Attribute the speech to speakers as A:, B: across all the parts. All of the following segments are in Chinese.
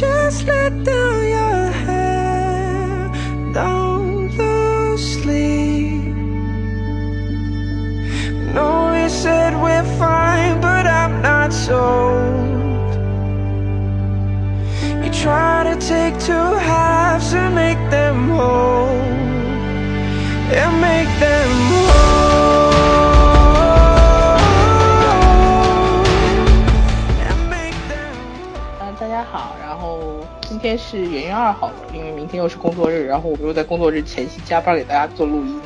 A: has let down your hair. Don't lose sleep. No, we said we're fine, but I'm not sold. You try to take two halves and make them whole. And make them whole. And make them whole.
B: 嗯，大家好，然后今天是元月二号了，因为明天又是工作日，然后我们又在工作日前夕加班给大家做录音。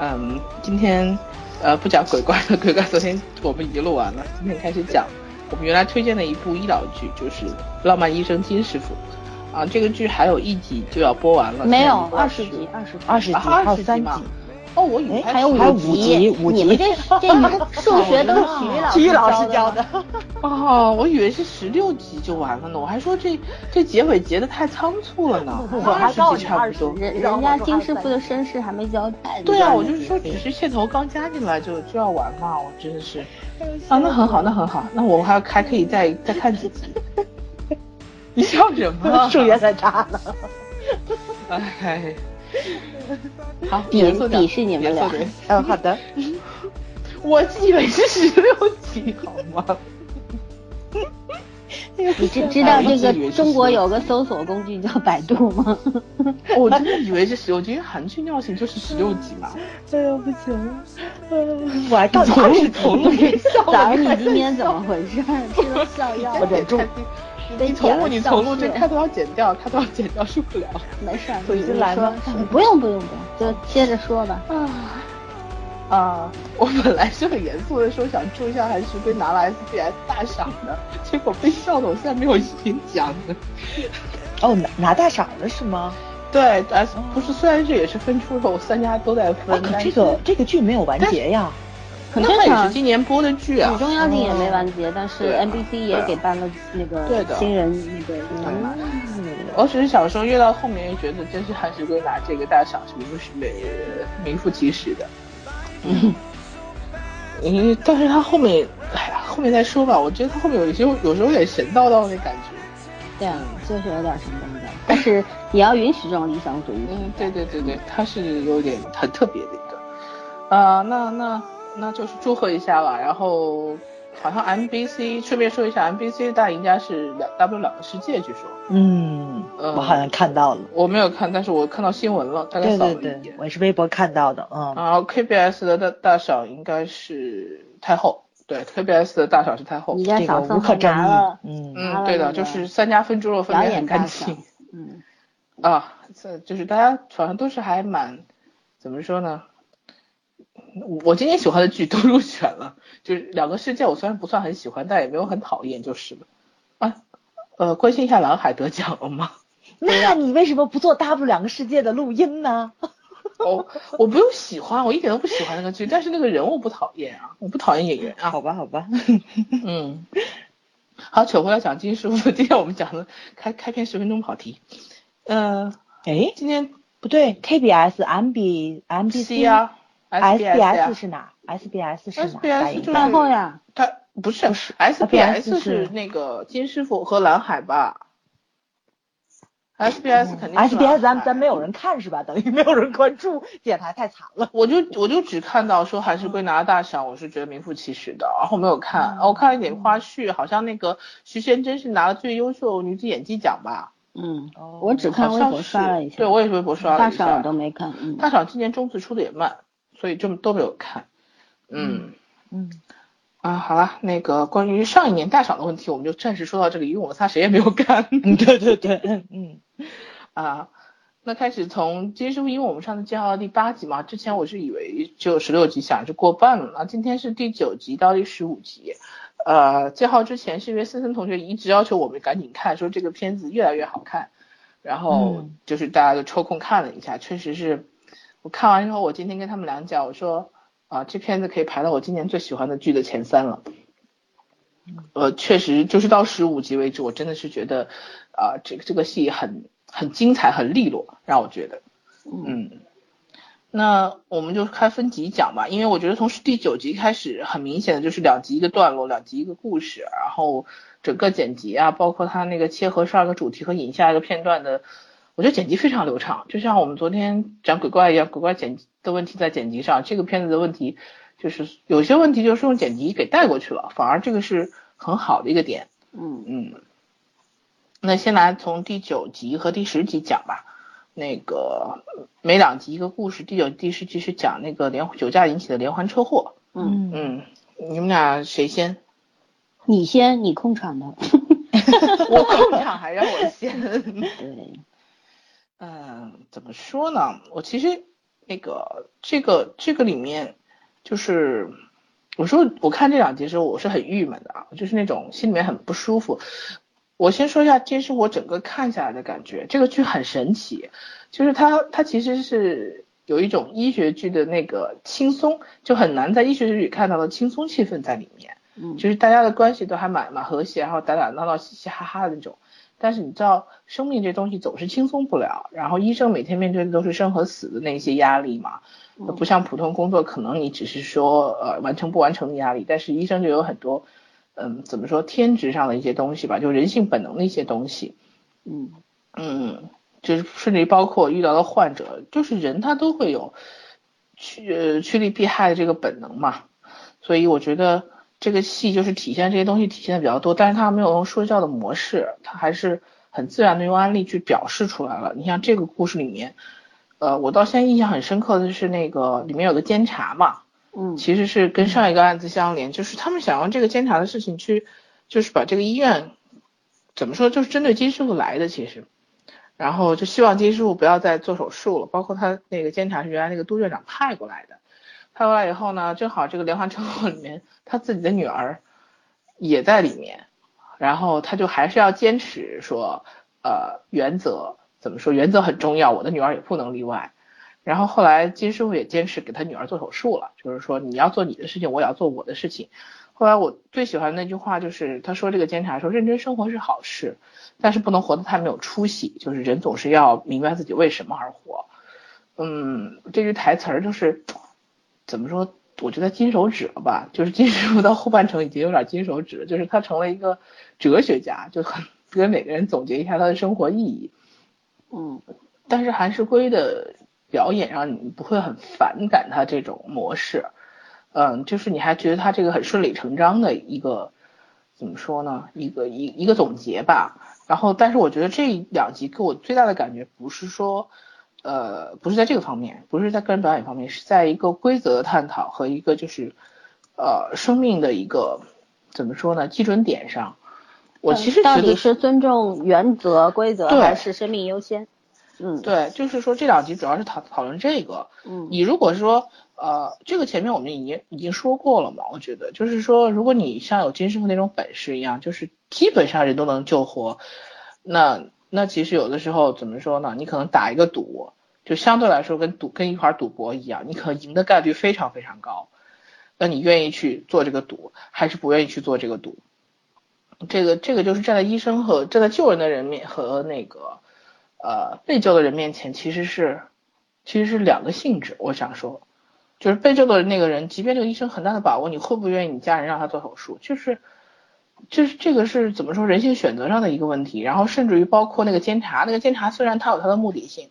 B: 嗯，今天呃不讲鬼怪了，鬼怪昨天我们已经录完了，今天开始讲我们原来推荐的一部医疗剧，就是《浪漫医生金师傅》。啊，这个剧还有一集就要播完了，
C: 没有
B: 现在已经播
C: 二
B: 完
C: 十集，二十集，
D: 二十集，
B: 啊
D: 还有
B: 二十集
D: 三集
B: 嘛，哦，我以为
C: 还有
B: 是
D: 还有
C: 五
D: 五集五
C: 你们
D: 集
C: 这这你们数学都是体育老师
D: 体育老师
C: 教
D: 教
C: 的
D: 的
C: 吗。，
B: 哦，我以为是十六集就完了呢，我还说这这结尾结的太仓促了呢。
D: 我
B: 20
D: 还
B: 集
D: 告诉你
B: 差
D: 二
B: 不
D: 十
B: 多。
D: 集，
C: 人人家金师傅的身世还没交代。
B: 对啊，我就是是说，只是线头刚加进来就就要玩嘛，我真的 是。啊，那很好，那很好，那我还还可以再再看几集。你笑什么？啊
D: 数学太差了。
B: 哎。好，
C: 鄙
B: 严肃点
C: 鄙视你们俩
B: 严肃点
D: 嗯， 好的。
B: 我以为是十六集，好 吗？
C: 你知知道这个中国有个搜索工具叫百度吗？
B: 我真的以为是十六集，因为韩剧尿性就是十六集嘛。
D: 哎呦，不行了，我还告
B: 到底
D: 诉 你二
B: 是从
D: 十集，
C: 早上你今天怎么回事？ 吃了笑药
D: 我，忍住，
C: 被
B: 你从
C: 点
B: 录
C: 了
B: 你
C: 上
B: 从录这
C: 线
B: 开头要剪掉，开头要剪掉受不了。
C: 没事儿，
D: 走
C: 你
D: 进来
C: 说
D: 吗
C: 说不用不用不用，就接着说吧。
B: 啊啊！ 我本来是很严肃的说想注一下韩石被拿了 SBS 大赏的，结果被笑的我现在没有银奖了。
D: 哦，拿拿大赏了是吗？
B: 对，但是不是虽然这也是分出头，三家都在
D: 啊
B: 分，，
D: 可
B: 但
D: 这
B: 是
D: 个这个剧没有完结呀。
B: 可能也是今年播的剧啊
C: 女。中妖精也没完结，但是
B: 对啊
C: NBC 也给颁了那
B: 对
C: 个
B: 的
C: 新人那个嗯
B: 我只是想说，越到后面越觉得，真是韩石圭拿这个大赏是名不是美，名副其实的。嗯，因为但是他后面，哎呀，后面再说吧。我觉得他后面有一些有时候有点神叨叨的感觉。
C: 对啊，就是有点什么的，但是也要允许这种理想主义。
B: 嗯，对对对对，他是有点很特别的一个，啊、那那那就是祝贺一下吧。然后好像 MBC 顺便说一下，MBC 的大赢家是两 W 两个世界，据说
D: 嗯，
B: 嗯
D: 我好像看到了。
B: 我没有看，但是我嗯看到新闻了，大概
D: 对
B: 扫
D: 对
B: 了一啊眼。
D: 对，我也是微博看到的。嗯，
B: 然后 KBS 的大大赏应该是太后，对 KBS 的大赏是太后
C: 你。家
D: 这个
C: 嫂
D: 无
C: 嫂
D: 可
C: 还
D: 争
C: 拿了，啊
D: 议。嗯，
B: 嗯，对的，就是三家分猪肉分
C: 表
B: 得很
C: 演大
B: 干
C: 赏
B: 净。，
C: 嗯，
B: 啊，这就是大家好像都是还蛮怎么说呢？嗯我我今年喜欢的剧都入选了，就是两个世界，我虽然不算很喜欢，但也没有很讨厌，就是了。啊，呃，关心一下蓝海得奖了 吗？
D: 那你为什么不做 W 两个世界的录音呢？
B: 哦，我不用喜欢，我一点都不喜欢那个剧，但是那个人物不讨厌啊，我不讨厌演员啊。
D: 好吧，好吧。
B: 嗯，好，扯回来讲金师傅，今天我们讲的开开篇十分钟跑题。呃，
D: 哎，
B: 今天
D: 不对，KBS、MB、
B: C
D: MBC
B: 啊
D: SBS 是哪？SBS 是哪？
B: SBS
D: 大英
B: 就是
C: 太后呀，
B: 他不是
D: 不是
B: SBS
D: SBS 是
B: 是那个金师傅和蓝海吧？SBS 肯定是哎
D: SBS
B: 蓝
D: 咱
B: 海
D: 咱没有人看是吧？等于没有人关注，电台太惨了。
B: 我就我就只看到说韩石圭拿了大赏，我是觉得名副其实的，然后没有看，
C: 嗯
B: 我看了一点花絮，好像那个徐贤真是拿了最优秀女子演技奖吧？
C: 嗯
D: 哦，
C: 我只看
B: 好
C: 微
B: 像
C: 博
B: 是
C: 刷了一下，
B: 对我也是微博刷了
C: 大
B: 一下，
C: 赏我都没看，嗯，
B: 大赏今年中字出的也慢，所以就都没有看。嗯
D: 嗯，
B: 啊，好了，那个关于上一年大赏的问题，我们就暂时说到这里，因为我们仨谁也没有看。
D: 对对对，嗯嗯，
B: 啊，那开始从金师傅，因为我们上次介绍了第八集嘛，之前我是以为只有十六集，想着过半了，今天是第九集到第十五集。呃，介绍之前是因为森森同学一直要求我们赶紧看，说这个片子越来越好看，然后
D: 嗯
B: 就是大家就抽空看了一下，确实是我看完之后，我今天跟他们俩讲，我说啊、这片子可以排到我今年最喜欢的剧的前三了。呃，确实就是到十五集为止，我真的是觉得，啊、这个这个戏很很精彩，很利落，让我觉得，嗯，那我们就开分集讲吧，因为我觉得从第九集开始，很明显的就是两集一个段落，两集一个故事，然后整个剪辑啊，包括它那个切合上一个主题和引下一个片段的，我觉得剪辑非常流畅，就像我们昨天讲鬼怪一样，鬼怪剪辑的问题在剪辑上，这个片子的问题就是有些问题就是用剪辑给带过去了，反而这个是很好的一个点。
C: 嗯，
B: 嗯，那先来从第九集和第十集讲吧。那个每两集一个故事，第九、第十集是讲那个连酒驾引起的连环车祸。
C: 嗯，
B: 嗯，你们俩谁先？
C: 你先，你控场的。
B: 我控场还让我先？
C: 对，
B: 嗯，怎么说呢？我其实那个这个这个里面，就是我说我看这两集的时候，我是很郁闷的啊，就是那种心里面很不舒服。我先说一下，这是我整个看下来的感觉。这个剧很神奇，就是它它其实是有一种医学剧的那个轻松，就很难在医学剧里看到的轻松气氛在里面。
C: 嗯，
B: 就是大家的关系都还蛮蛮和谐，然后打打闹闹、嘻嘻哈哈的那种。但是你知道，生命这东西总是轻松不了，然后医生每天面对的都是生和死的那些压力嘛，
C: 嗯
B: 不像普通工作，可能你只是说呃完成不完成的压力，但是医生就有很多，嗯，怎么说天职上的一些东西吧，就人性本能的一些东西，
C: 嗯
B: 嗯，就是甚至于包括遇到的患者，就是人他都会有趋呃趋利避害的这个本能嘛，所以我觉得这个戏就是体现这些东西体现的比较多，但是他没有用说教的模式，他还是很自然的用案例去表示出来了。你像这个故事里面，呃，我到现在印象很深刻的是那个里面有个监察嘛，
C: 嗯
B: 其实是跟上一个案子相连，就是他们想用这个监察的事情去，就是把这个医院怎么说，就是针对金师傅来的其实，然后就希望金师傅不要再做手术了，包括他那个监察是原来那个都院长派过来的，派过来以后呢，正好这个连环车祸里面他自己的女儿也在里面，然后他就还是要坚持说，呃，原则怎么说，原则很重要，我的女儿也不能例外。然后后来金师傅也坚持给他女儿做手术了，就是说你要做你的事情，我也要做我的事情。后来我最喜欢的那句话就是他说这个监察说认真生活是好事，但是不能活得太没有出息，就是人总是要明白自己为什么而活。嗯，这句台词儿就是怎么说？我觉得金手指了吧，就是金师傅到后半程已经有点金手指了，就是他成了一个哲学家，就很跟每个人总结一下他的生活意义。
C: 嗯
B: 但是韩世圭的表演让你不会很反感他这种模式，嗯，就是你还觉得他这个很顺理成章的一个怎么说呢？一个一一个总结吧。然后，但是我觉得这两集给我最大的感觉不是说，呃，不是在这个方面，不是在个人表演方面，是在一个规则的探讨和一个就是，呃，生命的一个怎么说呢？基准点上，我其实觉
C: 到
B: 得
C: 底是尊重原则规则，
B: 对
C: 还是生命优先？嗯，，
B: 对，就是说这两集主要是讨讨论这个，
C: 嗯
B: 你如果说呃，这个前面我们已经已经说过了嘛，我觉得就是说，如果你像有金师傅那种本事一样，就是基本上人都能救活，那那其实有的时候怎么说呢？你可能打一个赌，就相对来说跟赌跟一盘赌博一样，你可能赢的概率非常非常高。那你愿意去做这个赌，还是不愿意去做这个赌？这个这个就是站在医生和站在救人的人面和那个呃被救的人面前，其实是其实是两个性质。我想说，就是被救的那个人，即便这个医生很大的把握，你会不会愿意你家人让他做手术？就是就是这个是怎么说人性选择上的一个问题。然后甚至于包括那个监察，那个监察虽然他有他的目的性。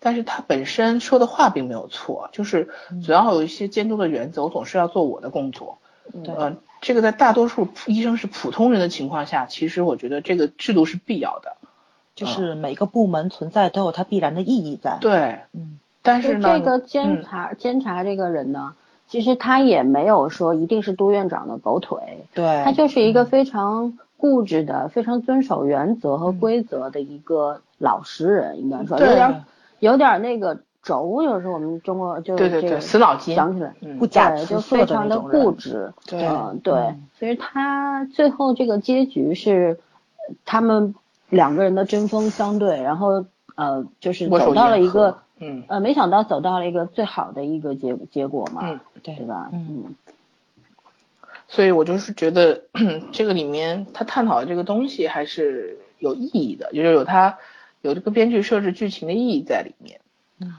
B: 但是他本身说的话并没有错，就是
C: 嗯
B: 总要有一些监督的原则，我总是要做我的工作。
C: 嗯
D: 对
B: 呃，这个在大多数普医生是普通人的情况下，其实我觉得这个制度是必要的。
D: 就是每个部门存在都有它必然的意义在。，
B: 对，
D: 嗯，
B: 但
C: 就是
B: 呢，
C: 这个
B: 嗯
C: 监察监察这个人呢，其实他也没有说一定是都院长的狗腿，
D: 对，
C: 他就是一个非常固执
B: 嗯
C: 的、非常遵守原则和规则的一个老实人，应该说有
B: 对
C: 点有点那个轴，有时候我们中国就
B: 对对
C: 这
B: 对，
C: 个
B: 死脑筋，
C: 想起来。
B: 嗯
D: 不假
C: 对，
D: 辞
C: 就
D: 色
C: 非
D: 的
C: 常
D: 那
C: 的
D: 种人
C: 固执，
B: 对
C: 嗯，对
D: 嗯，
C: 所以他最后这个结局是呃他们两个人的针锋相对，然后呃，就是
B: 握手
C: 走到了
B: 言
C: 一
B: 和
C: 个
B: 嗯
C: 呃，没想到走到了一个最好的一个结结果嘛，
B: 嗯，
D: 对
C: 对吧？
D: 嗯
C: 嗯
B: 所以我就是觉得 这个里面他探讨的这个东西还是有意义的，就是有他有这个编剧设置剧情的意义在里面。嗯，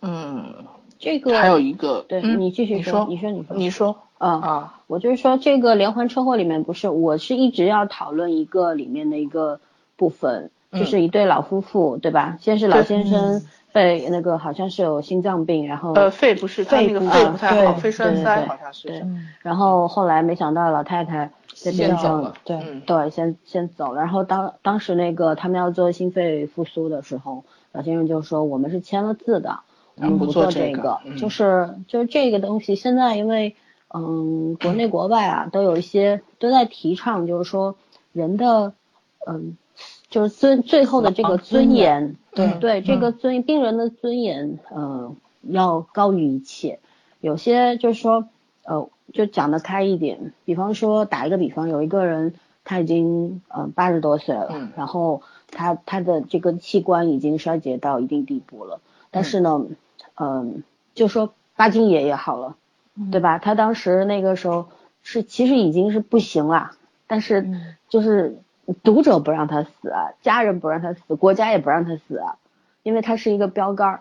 B: 嗯，
C: 这个
B: 还有一个，
C: 对、
B: 嗯
C: 你继续
B: 你说，
C: 你说你说
B: 你说
C: 啊
B: 啊，
C: 我就是说，这个连环车祸里面不是，我是一直要讨论一个里面的一个部分，
B: 嗯
C: 就是一对老夫妇，对吧？先是老
B: 对
C: 先生被那个好像是有心脏病，然后
B: 呃，肺不是，他那个
D: 肺部
B: 肺
D: 啊
B: 不太好，
D: 对
B: 肺栓
C: 对
B: 塞
C: 对
B: 好像是
C: 对
B: 什么，
C: 然后后来没想到老太太在
B: 先
C: 边
B: 走
C: 上
B: 了，，
D: 对
B: 嗯
C: 对，先先走了。然后当当时那个他们要做心肺复苏的时候，老先生就说我们是签了字的，我
B: 啊
C: 们
B: 不
C: 不
B: 做
C: 做
B: 这
C: 这
B: 个
C: 个
B: 嗯，
C: 就是就是这个东西。现在因为嗯，国内国外啊都有一些都在提倡，就是说人的嗯，就是尊最后的这个尊严，
B: 尊严
C: 对
B: 嗯
C: 这个尊病人的尊严，呃，要高于一切。有些就是说，呃，就讲得开一点，比方说打一个比方，有一个人他已经呃八十多岁了，
B: 嗯
C: 然后他他的这个器官已经衰竭到一定地步了，但是呢，嗯、就说巴金爷爷好了，
B: 嗯
C: 对吧？他当时那个时候是其实已经是不行了，但是
D: 嗯
C: 就是读者不让他死啊，家人不让他死，国家也不让他死啊，因为他是一个标杆儿，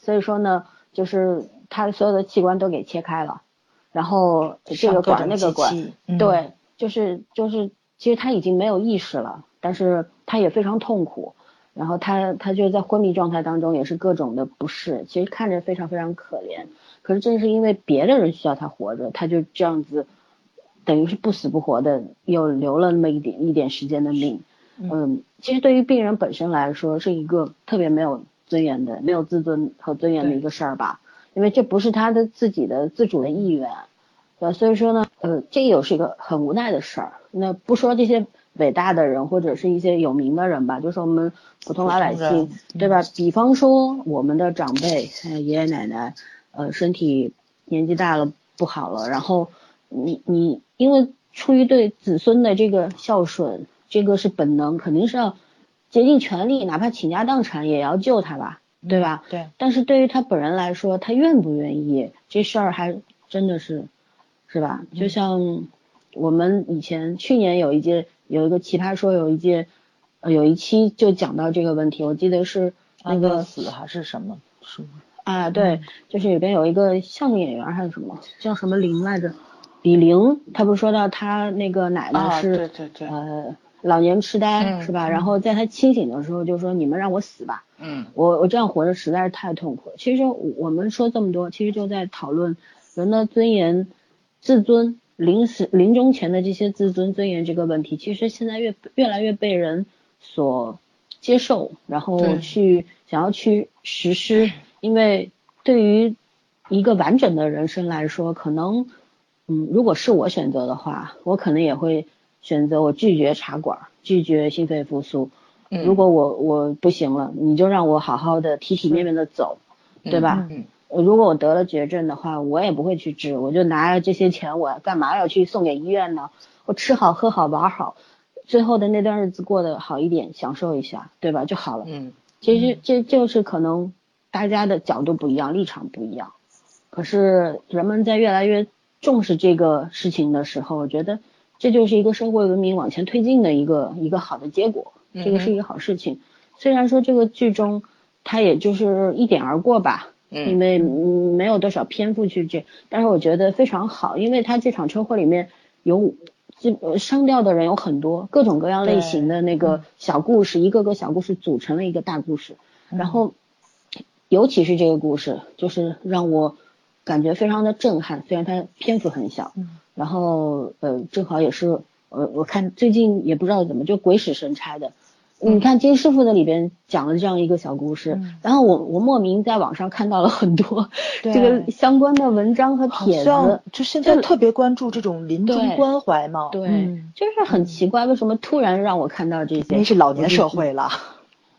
C: 所以说呢，就是他所有的器官都给切开了，然后这个管那个管，，
D: 对，
C: 对，就是就是，其实他已经没有意识了，但是他也非常痛苦，然后他他就在昏迷状态当中，也是各种的不适，其实看着非常非常可怜。可是正是因为别的人需要他活着，他就这样子，等于是不死不活的，又留了那么一点一点时间的命。嗯，其实对于病人本身来说，是一个特别没有尊严的、没有自尊和尊严的一个事儿吧，因为这不是他的自己的自主的意愿。对，所以说呢，呃，这也是一个很无奈的事儿。那不说这些伟大的人或者是一些有名的人吧，就是我们普通老百
D: 普通人嗯
C: 姓，对吧？比方说我们的长辈，呃，爷爷奶奶，呃，身体年纪大了不好了，然后你你因为出于对子孙的这个孝顺，这个是本能，肯定是要竭尽全力，哪怕倾家荡产也要救他吧，对吧？
D: 对，
C: 但是对于他本人来说，他愿不愿意这事儿还真的是，是吧？就像我们以前去年有一届有一个奇葩说有一届，呃有一期就讲到这个问题，我记得是那
D: 安
C: 个
D: 乐死还是什么？嗯是吗？
C: 啊，对，就是里边有一个相声演员还是什么，叫什么玲来着？李玲，她不是说到她那个奶
B: 啊，
C: 奶是、
B: 对对对，
C: 呃老年痴呆、
B: 嗯
C: 是吧？然后在她清醒的时候就说你们让我死吧，
B: 嗯
C: 我我这样活着实在是太痛苦了。其实我我们说这么多，其实就在讨论人的尊严、自尊、临死临终前的这些自尊、尊严这个问题。其实现在越越来越被人所接受，然后
B: 对
C: 去想要去实施，因为对于一个完整的人生来说，可能嗯，如果是我选择的话，我可能也会选择我拒绝茶馆，拒绝心肺复苏。
B: 嗯，
C: 如果我我不行了，你就让我好好的体体面面的走，对吧？
B: 嗯
C: 我如果我得了绝症的话，我也不会去治，我就拿着这些钱，我干嘛要去送给医院呢？我吃好喝好玩好，最后的那段日子过得好一点，享受一下，对吧？就好了。
B: 嗯，
C: 其实这就是可能大家的角度不一样，立场不一样。可是人们在越来越重视这个事情的时候，我觉得这就是一个社会文明往前推进的一个一个好的结果，这个是一个好事情。虽然说这个剧中它也就是一点而过吧，
B: 嗯
C: 因为嗯没有多少篇幅去这，但是我觉得非常好，因为他这场车祸里面有。这呃伤掉的人有很多，各种各样类型的那个小故事，一个个小故事组成了一个大故事。
D: 嗯
C: 然后，尤其是这个故事，就是让我感觉非常的震撼。虽然它篇幅很小，
D: 嗯
C: 然后呃，正好也是呃，我看最近也不知道怎么就鬼使神差的，你看金师傅的里边讲了这样一个小故事，
D: 嗯
C: 然后我我莫名在网上看到了很多
D: 对
C: 这个相关的文章和
D: 好
C: 帖子嗯
D: 像，就现在
C: 就
D: 特别关注这种临
C: 对
D: 终关怀嘛，
C: 对，
D: 嗯
C: 就是很奇怪，为什么突然让我看到这些？
D: 因为是老年社会了，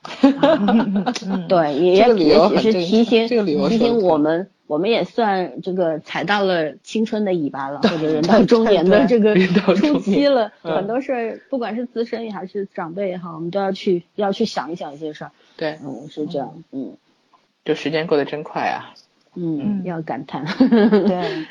C: 对，也
B: 这个
C: 也
B: 理由
C: 也
B: 很
C: 许是
B: 正
C: 提
B: 常
C: 醒
B: 这个理由
C: 提
B: 说得
C: 醒
B: 通
C: 我们，我们也算这个踩到了青春的尾巴了，或者人到中年的这个
B: 人到中
C: 初期
B: 年
C: 了，
B: 嗯
C: 很多事儿，不管是资深也还是长辈也好，我们都要去要去想一想一些事儿。
B: 对，
C: 嗯，是这样，嗯
B: 就时间过得真快啊。
C: 嗯，
D: 嗯
C: 要感叹。
D: 对，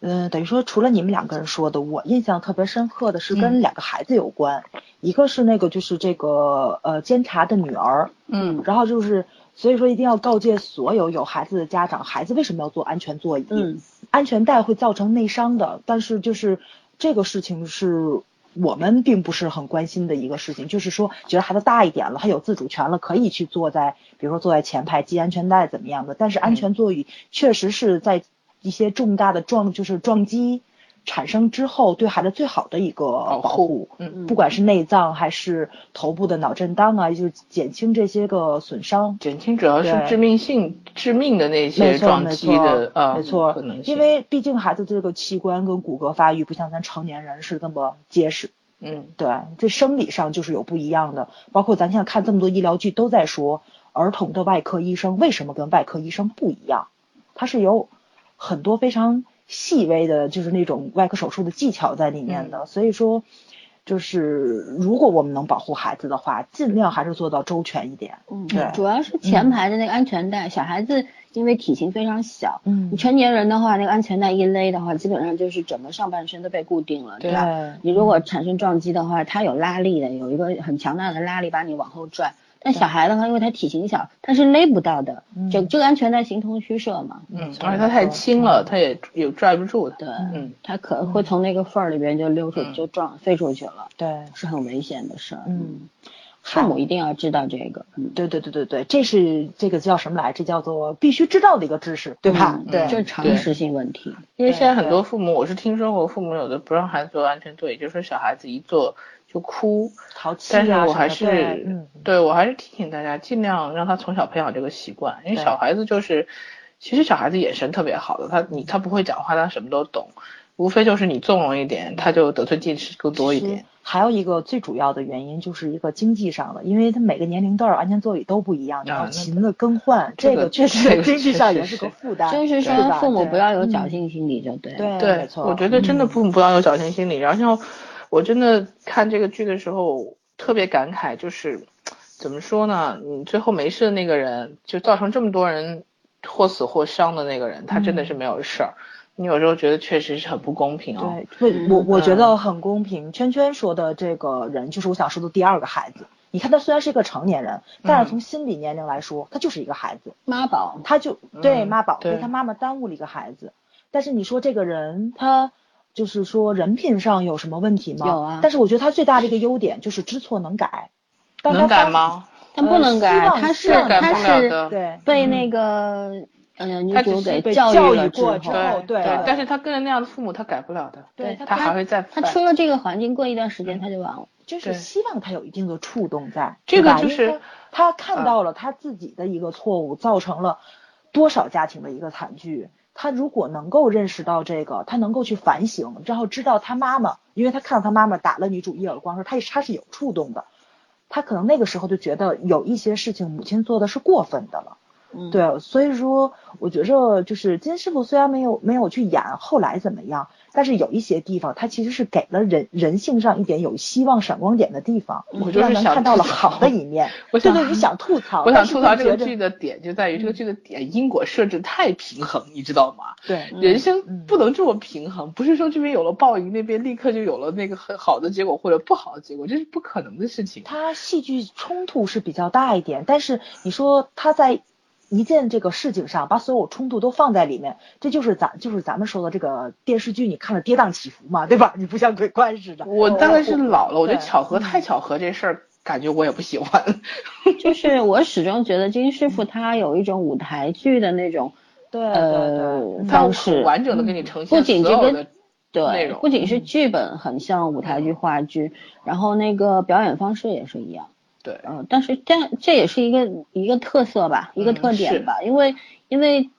D: 嗯、等于说除了你们两个人说的，我印象特别深刻的是跟两个孩子有关，一个是那个就是这个呃监察的女儿，
B: 嗯
D: 然后就是所以说一定要告诫所有有孩子的家长，孩子为什么要坐安全座椅？
C: 嗯
D: 安全带会造成内伤的，但是就是这个事情是我们并不是很关心的一个事情，就是说觉得孩子大一点了，他有自主权了，可以去坐在，比如说坐在前排系安全带怎么样的，但是安全座椅确实是在一些重大的撞就是撞击产生之后对孩子最好的一个
B: 保
D: 保
B: 护
D: 护，
B: 嗯
D: 不管是内脏还是头部的脑震荡啊，就是减轻这些个损伤。
B: 减轻主要是
D: 对
B: 致命性、致命的那些
D: 没错，
B: 撞
D: 没
B: 击
D: 错，
B: 的呃
D: 没错
B: 可能，性，
D: 因为毕竟孩子这个器官跟骨骼发育不像咱成年人是那么结实，
B: 嗯
D: 对，这生理上就是有不一样的。包括咱现在看这么多医疗剧都在说，儿童的外科医生为什么跟外科医生不一样？它是有很多非常细微的，就是那种外科手术的技巧在里面的。
B: 嗯
D: 所以说，就是如果我们能保护孩子的话，尽量还是做到周全一点。
C: 嗯，
D: 对
C: 主要是前排的那个安全带，小孩子因为体型非常小，
D: 嗯
C: 你成年人的话，那个安全带一勒的话，基本上就是整个上半身都被固定了，
B: 对
C: 吧？你如果产生撞击的话，它有拉力的，有一个很强大的拉力把你往后拽。但小孩的话，因为他体型小，他是勒不到的。
D: 嗯
C: 整这个安全带形同虚设嘛，
B: 嗯，而且它太轻了，它也也拽不住它。
C: 对，
B: 嗯
C: 他可会从那个缝儿里边就溜出，
B: 嗯
C: 就撞飞出去了，
D: 对。
C: 是很危险的事儿。
D: 嗯，
C: 父母一定要知道这个。嗯，
D: 对对对对对，这是这个叫什么来？这叫做必须知道的一个知识，对吧？
C: 嗯
D: 对，
C: 这是常识性问题。
B: 因为现在很多父母，我是听说过父母有的不让孩子坐安全座椅，就说小孩子一坐就哭。
D: 淘气啊
B: 但
D: 什
B: 是
D: 么的，
B: 我还是
D: 对嗯，
B: 对我还是提醒大家，尽量让他从小培养这个习惯，因为
D: 对
B: 小孩子就是，其实小孩子眼神特别好的，他你他不会讲话，他什么都懂，无非就是你纵容一点，他就得寸进尺更多一点。
D: 还有一个最主要的原因就是一个经济上的，因为他每个年龄段儿安全座椅都不一样，你
B: 啊
D: 要
B: 那
D: 勤的更换，
B: 这
D: 这
B: 个
D: 个确
B: 这个
D: 实经济上也
B: 确实
D: 是个
B: 是
D: 负担。
C: 就是
D: 对
C: 说，
D: 吧
C: 父母
D: 对
C: 不要有
D: 嗯
C: 侥幸心理就对了。
D: 对，
B: 对
D: 没，错，
B: 我觉得真的
D: 嗯
B: 父母不要有侥幸心理。然后我真的看这个剧的时候特别感慨，就是怎么说呢？你最后没事的那个人，就造成这么多人或死或伤的那个人，他真的是没有事儿。你有时候觉得确实是很不公平哦。
D: 对，对我我觉
B: 嗯
D: 得很公平。圈圈说的这个人，就是我想说的第二个孩子。你看他虽然是一个成年人，但
B: 嗯
D: 是从心理年龄来说，他就是一个孩子。
C: 妈宝，
D: 他就对
B: 嗯
D: 妈宝
B: 对
D: 被他妈妈耽误了一个孩子。但是你说这个人他就是说人品上有什么问题吗？
C: 有啊
D: 但是我觉得他最大的一个优点就是知错能改。当他
B: 能改
D: 发？
B: 吗？
C: 他不能改，
D: 呃希望
C: 他
D: 希
C: 是
D: 望
B: 改
C: 他
B: 不了
C: 是
B: 的。
D: 对，
C: 被那个呃女
B: 他只
C: 主
B: 是
C: 给
D: 被
C: 教
D: 教
C: 了
D: 育
C: 之
D: 过
C: 后，
D: 之
B: 对
D: 后对对
B: 但是他跟着那样的父母，他改不了的，
D: 对
C: 对
B: 他还
D: 他
B: 会再
C: 他
B: 犯。
C: 出了这个环境，过一段时
D: 嗯
C: 间他就忘了。
D: 就是
B: 对
D: 希望他有一定的触动在，
B: 这
D: 对
B: 个
D: 吧
B: 就
D: 因为
B: 是嗯
D: 他他看到了他自己的一个错误，造成了多少家庭的一个惨剧。他如果能够认识到这个，他能够去反省，然后知道他妈妈，因为他看到他妈妈打了女主一耳光，说他他是有触动的，他可能那个时候就觉得有一些事情母亲做的是过分的了。
C: 嗯，
D: 对，所以说我觉着就是金师傅虽然没有没有去演后来怎么样，但是有一些地方他其实是给了人人性上一点有希望闪光点的地方，
B: 我嗯就是
D: 让人
B: 想
D: 看到
B: 吐
D: 了
B: 槽
D: 好的一面。
B: 我
D: 对
B: 想
D: 对，你想吐槽，
B: 我想
D: 但是
B: 吐
D: 又
B: 槽这个
D: 觉着嗯
B: 剧的点就在于这个剧的点因果设置太平衡，你知道吗？
D: 对
B: 人生
D: 嗯
B: 不能这么平衡，不是说这边有了报应，那边立刻就有了那个很好的结果或者不好的结果，这是不可能的事情。
D: 它戏剧冲突是比较大一点，但是你说他在一件这个事情上把所有冲突都放在里面，这就是咱就是咱们说的这个电视剧，你看着跌宕起伏嘛，对吧？你不像鬼怪似的。呃
B: 我大概是老了，我觉得
D: 对
B: 巧合
C: 嗯
B: 太巧合这事儿，感觉我也不喜欢。
C: 就是我始终觉得金师
D: 嗯
C: 傅他有一种舞台剧的那种
D: 对对
C: 呃
D: 对，
B: 它
C: 方
B: 很
C: 式，
B: 完整的给你呈
C: 嗯不
B: 现所
C: 仅这
B: 有
C: 个
B: 的，内
C: 对
B: 容，
C: 不仅
D: 嗯
C: 是剧本很像舞台剧、话剧，然后那个表演方式也是一样。
B: 对，
C: 嗯，但是这样这也是一个一个特色吧，一个
B: 嗯
C: 特
B: 是
C: 点吧，因为因为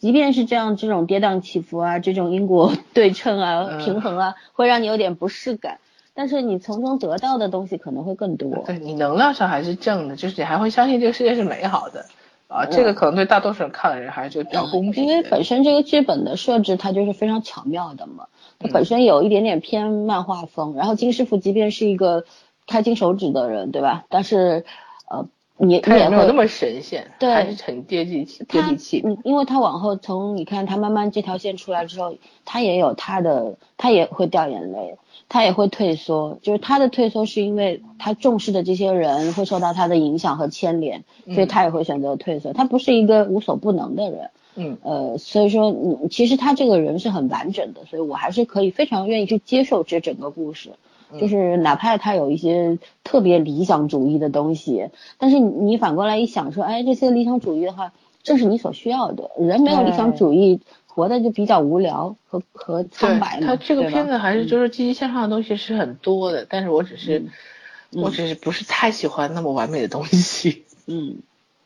C: 即便是这样这种跌宕起伏啊，这种因果 对称啊、
B: 嗯
C: 平衡啊，会让你有点不适感，但是你从中得到的东西可能会更多。
B: 对你能量上还是正的，就是你还会相信这个世界是美好的啊。这个可能对大多数人看的人还是觉得比较公平
C: 因
B: 的。
C: 为本身这个剧本的设置，它就是非常巧妙的嘛，它
B: 嗯
C: 本身有一点点偏漫画风。然后金师傅即便是一个开金手指的人，对吧？但是呃，你
B: 他
C: 你
B: 也
C: 也
B: 没有
C: 会
B: 那么神仙，
C: 对
B: 还是很接地气，接
C: 他
B: 地气。
C: 嗯，因为他往后从你看他慢慢这条线出来之后，他也有他的，他也会掉眼泪，他也会退缩，就是他的退缩是因为他重视的这些人会受到他的影响和牵连，所以
B: 嗯
C: 他也会选择退缩。他不是一个无所不能的人，
B: 嗯
C: 呃，所以说你其实他这个人是很完整的，所以我还是可以非常愿意去接受这整个故事。
B: 嗯
C: 就是哪怕他有一些特别理想主义的东西，但是你你反过来一想说，哎，这些理想主义的话，正是你所需要的。人没有理想
D: 对
C: 主义，活的就比较无聊和和
B: 对
C: 苍白嘛。
B: 他这个
C: 对吧嗯
B: 片子还是就是积极向上的东西是很多的，但是我只是我只是不是太喜欢那么完美的东 西。
C: 嗯，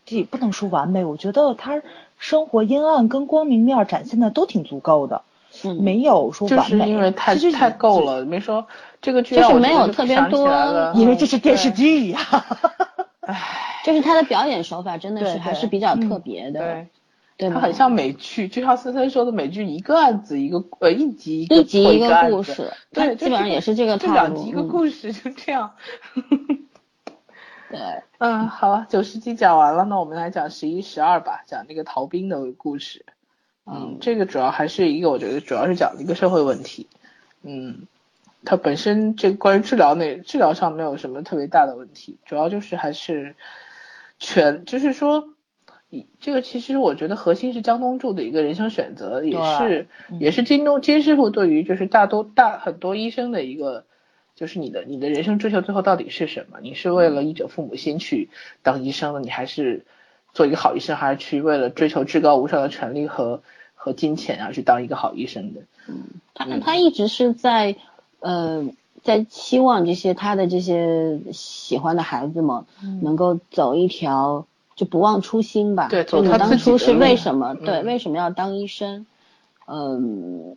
D: 这也不能说完美，我觉得他生活阴暗跟光明面展现的都挺足够的，
C: 嗯
D: 没有说
B: 就
D: 完
B: 是
D: 美。
B: 因为太
D: 其实
B: 太
D: 也
B: 够，了，没说这个剧
C: 就是
B: 让我
C: 没
B: 觉
C: 有
B: 得
C: 特别
B: 想起
C: 多
B: 来了
D: 因为这是电视
B: 嗯对
D: 剧呀、
C: 就是他的表演手法真的
D: 对
C: 是
D: 对
C: 还是比较特别的
B: 嗯对，，
C: 对吧？
B: 它很像美剧，就像森森说的，美剧一个案子一个呃一集一个
C: 一集
B: 破
C: 一
B: 个
C: 个
B: 案
C: 故
B: 子，
C: 事，它
B: 对，
C: 基本上也是这个
B: 这
C: 套
B: 两
C: 路
B: 集一。个
C: 嗯
B: 故事就这样。
C: 对，
B: 嗯，好了，九十集讲完了，那我们来讲十一、十二吧，讲那个逃兵的故事。嗯，这个主要还是一个，我觉得主要是讲的一个社会问题。嗯，它本身这个关于治疗那治疗上没有什么特别大的问题，主要就是还是全，就是说，以这个其实我觉得核心是江东柱的一个人生选择，也
D: 对
B: 是也是金东金师傅对于就是大多大很多医生的一个。就是你的你的人生追求最后到底是什么？你是为了医者父母心去当医生的，你还是做一个好医生，还是去为了追求至高无上的权利和和金钱而去当一个好医生的？
C: 他
B: 嗯
C: 他一直是在呃在期望这些他的这些喜欢的孩子们
D: 嗯
B: 嗯
C: 能够走一条就不忘初心吧，
B: 对
C: 就
B: 走
C: 你
B: 他
C: 当
B: 自己
C: 初
B: 的
C: 是
B: 路
C: 为什么对
B: 嗯
C: 为什么要当医生，嗯，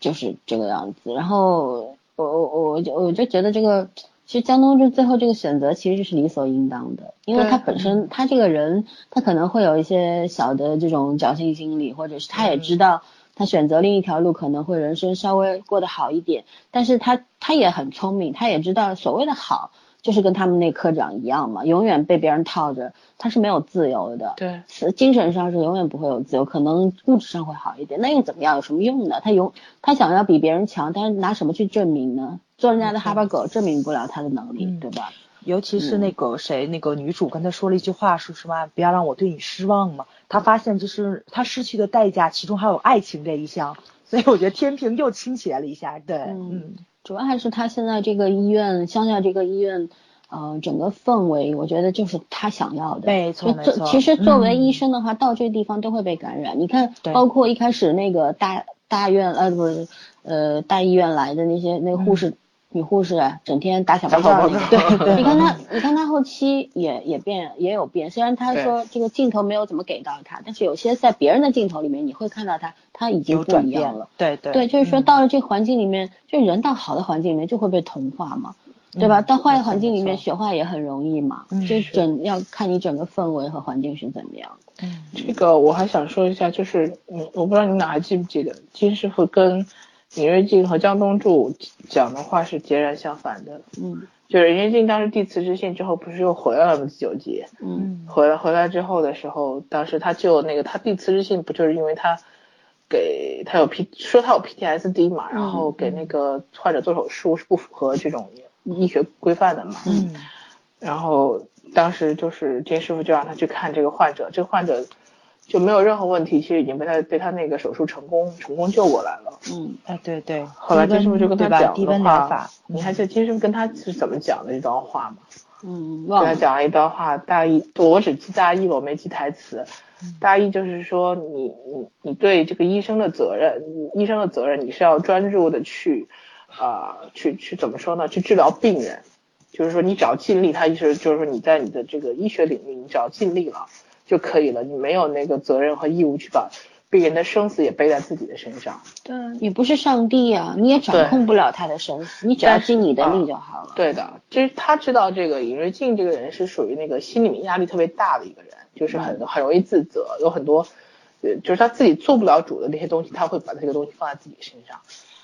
C: 就是这个样子。然后我我我我就我就觉得这个。其实江东柱最后这个选择其实是理所应当的，因为
B: 对嗯
C: 他本身他这个人他可能会有一些小的这种侥幸心理，或者是
B: 嗯
C: 他也知道他选择另一条路可能会人生稍微过得好一点，但是他他也很聪明，他也知道所谓的好就是跟他们那科长一样嘛，永远被别人套着，他是没有自由的。
B: 对，
C: 是精神上是永远不会有自由，可能物质上会好一点，那又怎么样？有什么用呢？他永他想要比别人强，但是拿什么去证明呢？做人家的哈巴狗证明不了他的能力，
D: 嗯
C: 对吧？
D: 尤其是那
B: 嗯
D: 个谁，那个女主跟他说了一句话，说什么“不要让我对你失望”嘛。他发现就是他失去的代价，其中还有爱情这一项，所以我觉得天平又倾斜了一下。对，
C: 嗯
D: 嗯，
C: 主要还是他现在这个医院，乡下这个医院，呃，整个氛围，我觉得就是他想要的。
D: 没错
C: 就
D: 没
C: 做
D: 错
C: 其实作为医
D: 嗯
C: 生的话，到这地方都会被感染。你看，
D: 对
C: 包括一开始那个大大院呃不是呃大医院来的那些那个
D: 嗯
C: 护士、女护士啊，整天打小报
B: 打小
C: 告那
B: 报告
C: 个。对，你看他，你看他后期也也变也有变，虽然他
B: 对
C: 说这个镜头没有怎么给到他，但是有些在别人的镜头里面，你会看到他他已经
D: 有
C: 不
D: 转
C: 一
D: 变
C: 样了。。
D: 对对
C: 对，就是说
D: 嗯
C: 到了这个环境里面，就人到好的环境里面就会被同化嘛，对吧？
D: 嗯
C: 到坏的环境里
D: 没
C: 面
D: 错
C: 学坏也很容易嘛，
D: 嗯
C: 就是整要看你整个氛围和环境是怎么样。
D: 嗯
B: 这个我还想说一下，就是嗯，我不知道你们俩还记不记得，金师傅跟尹瑞静和江东柱讲的话是截然相反的。
C: 嗯
B: 就是尹瑞静当时递辞职信之后，不是又回来了吗？第九集，
C: 嗯
B: 回来回来之后的时候，当时他就那个他递辞职信，不就是因为他给他有 P 说他有 PTSD 嘛，然后给那个患者做手术是不符合这种医学规范的嘛。
D: 嗯
B: 然后当时就是金师傅就让他去看这个患者，这个患者就没有任何问题，其实已经被他被他那个手术成功成功救过来了。
C: 嗯
D: 啊对对。
B: 后来金师傅就跟他
D: 对吧
B: 讲
D: 低
B: 的
D: 温疗
B: 话
D: 法，，嗯
B: 你还记得金师傅跟他是怎么讲的这段话吗？
C: 嗯，
B: 跟
C: 忘
B: 他
C: 了。
B: 讲了一段话，大意我只记大意了，我没记台词。
C: 嗯
B: 大意就是说，你你你对这个医生的责任，你医生的责任，你是要专注的去，呃，去去怎么说呢？去治疗病人，就是说你只要尽力，他意思就是说你在你的这个医学领域，你只要尽力了就可以了，你没有那个责任和义务去把病人的生死也背在自己的身上。
C: 你不是上帝啊，你也掌
B: 对
C: 控不了他的生死，你只要
B: 但是
C: 尽你的
B: 啊
C: 力就好了。
B: 对的，就是他知道这个尹瑞静这个人是属于那个心里面压力特别大的一个人，就是很很容易自责，有很多，呃，就是他自己做不了主的那些东西，他会把这个东西放在自己身上。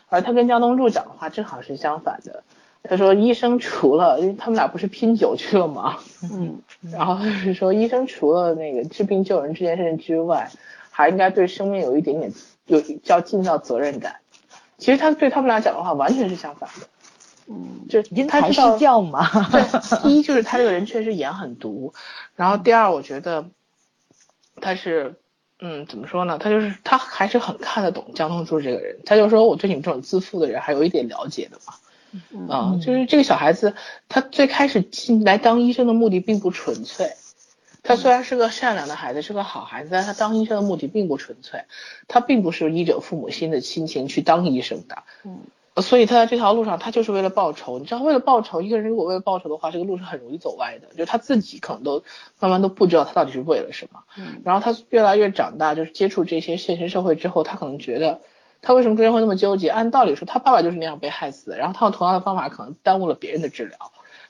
B: 而他跟江东柱讲的话正好是相反的，他说医生除了，因为他们俩不是拼酒去了吗？
C: 嗯，
B: 然后就是说，医生除了那个治病救人这件事情之外，还应该对生命有一点点有叫尽到责任感。其实他对他们俩讲的话完全是相反的，
C: 嗯，
B: 就
D: 因
B: 是他
D: 材
B: 知
D: 施
B: 道，
D: 教嘛。
B: 对，第一就是他这个人确实眼很毒，然后第二我觉得他是，嗯，怎么说呢？他就是他还是很看得懂江东柱这个人，他就说我对你们这种自负的人还有一点了解的嘛。
C: 嗯
B: 啊，就是这个小孩子，他最开始进来当医生的目的并不纯粹。他虽然是个善良的孩子，是个好孩子，但他当医生的目的并不纯粹，他并不是依着父母心的亲情去当医生的。
C: 嗯
B: 呃，所以他在这条路上，他就是为了报仇。你知道，为了报仇，一个人如果为了报仇的话，这个路是很容易走歪的。就他自己可能都慢慢都不知道他到底是为了什么。
C: 嗯
B: 然后他越来越长大，就是接触这些现实社会之后，他可能觉得他为什么中间会那么纠结？按道理说，他爸爸就是那样被害死的，然后他用同样的方法可能耽误了别人的治疗，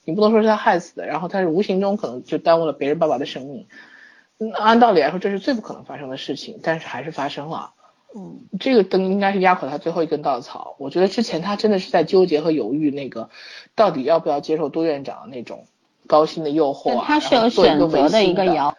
B: 你不能说是他害死的，然后他是无形中可能就耽误了别人爸爸的生命。嗯按道理来说，这是最不可能发生的事情，但是还是发生了。
C: 嗯
B: 这个灯应该是压垮他最后一根稻草。我觉得之前他真的是在纠结和犹豫，那个到底要不要接受都院长的那种高薪的诱惑、
C: 对
B: 啊，
C: 他是
B: 然后
C: 有
B: 做一
C: 选
B: 个
C: 择
B: 违
C: 的一
B: 心
C: 个嗯
B: 的
C: 摇，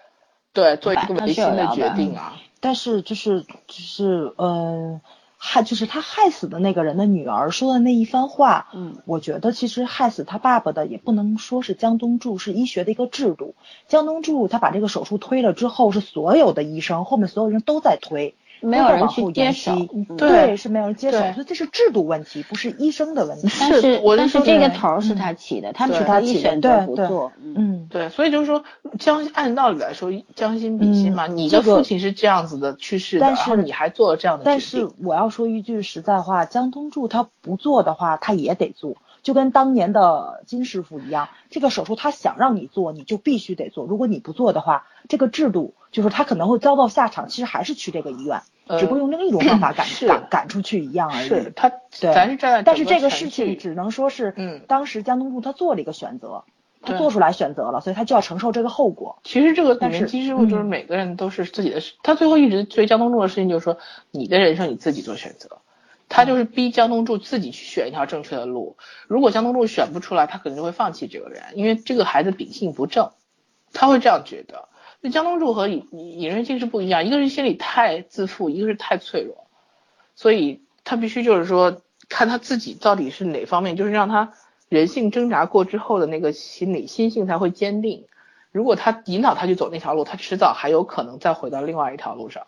B: 对，做一
C: 摆
B: 个
C: 它
B: 违
C: 是有
B: 心的
C: 摇
B: 决
C: 摆
B: 定啊。
D: 但是就是就是嗯，害就是他害死的那个人的女儿说的那一番话，
C: 嗯
D: 我觉得其实害死他爸爸的也不能说是江东柱，是医学的一个制度。江东柱他把这个手术推了之后，是所有的医生后面所有人都在推，
C: 没
D: 都
C: 有
D: 在
C: 人
D: 往
C: 去
D: 后
C: 接
D: 延
C: 手
D: 期，
C: 嗯
B: 对
D: 是没有人接手，
B: 对
D: 所以这是制度问题，不是医生的问题。
C: 但
B: 是
C: 是
B: 我
C: 但
B: 是
C: 是
B: 说
C: 这个
D: 对
C: 头儿是他起的，他
B: 对
C: 是
B: 他
C: 可以
D: 起的
C: 选择
D: 对
C: 不
D: 对
C: 做，嗯
D: 嗯，
B: 对，所以就是说，将按道理来说，将心比心嘛，
D: 嗯
B: 你的
D: 这个
B: 父亲是这样子的去世的，
D: 但
B: 然后
D: 是
B: 你还做了这样的决定，
D: 但是我要说一句实在话，江东柱他不做的话，他也得做，就跟当年的金师傅一样，这个手术他想让你做，你就必须得做。如果你不做的话，这个制度就是他可能会遭到下场，其实还是去这个医院，
B: 呃
D: 只不过用另一种 方法赶
B: 是
D: 赶赶出去一样而已。
B: 是他，
D: 对
B: 咱是站在整
D: 但是这
B: 个程
D: 个事
B: 序
D: 情只能说是，
B: 嗯
D: 当时江东柱他做了一个选择，他
B: 对
D: 做出来选择了，所以他就要承受这个后果。
B: 其实这个里
D: 但
B: 面
D: 是
B: 金师傅就是
D: 嗯
B: 每个人都是自己的事，他最后一直对江东柱的事情就是说，你的人生你自己做选择。他就是逼江东柱自己去选一条正确的路，如果江东柱选不出来，他可能就会放弃这个人，因为这个孩子秉性不正，他会这样觉得。那江东柱和尹尹瑞静是不一样，一个是心理太自负，一个是太脆弱，所以他必须就是说，看他自己到底是哪方面，就是让他人性挣扎过之后的那个心理心性才会坚定。如果他引导他去走那条路，他迟早还有可能再回到另外一条路上。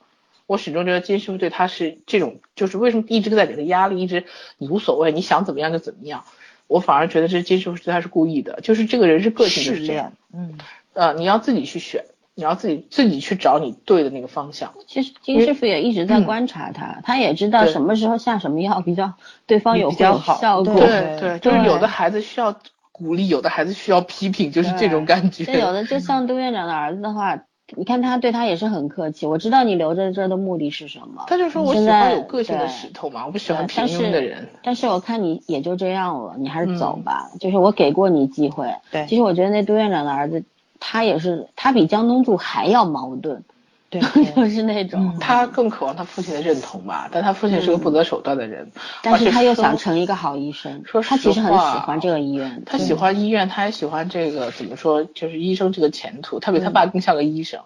B: 我始终觉得金师傅对他是这种，就是为什么一直在给他压力，一直你无所谓，你想怎么样就怎么样。我反而觉得这金师傅对他是故意的，就是这个人是个性就
D: 试
B: 是这样
D: 炼，，嗯，
B: 呃，你要自己去选，你要自己自己去找你对的那个方向。
C: 其实金师傅也一直在观察他，他也知道
B: 嗯对
C: 什么时候下什么药比较对方有
D: 比
C: 会
D: 较
C: 有
D: 好
C: 效
D: 对
C: 果。
B: 对对，就是有的
C: 嗯对
B: 孩子需要鼓励，有的孩子需要批评，就是这种感觉。
C: 这有的就像杜院长的儿子的话，你看他对他也是很客气，我知道你留在这儿的目的是什么，
B: 他就说我
C: 现
B: 喜欢
C: 在
B: 有个性的
C: 对
B: 石头嘛，我不喜
C: 对
B: 欢平
C: 但
B: 庸
C: 是
B: 的人。
C: 但是我看你也就这样了，你还
B: 嗯
C: 是走吧。就是我给过你机会。
D: 对
C: 其实我觉得那杜院长的儿子，他也是，他比江东柱还要矛盾，
D: 对，
C: 就是那种
D: 嗯，
B: 他更渴望他父亲的认同吧，但他父亲是个不择手段的人，
C: 但是他又想
B: 而且
C: 成一个好医生
B: 说，实
C: 他其实很
B: 话
C: 喜欢这个医院。
B: 他喜欢医院，他也喜欢这个怎么说，就是医生这个前途。他比他爸更像个医生，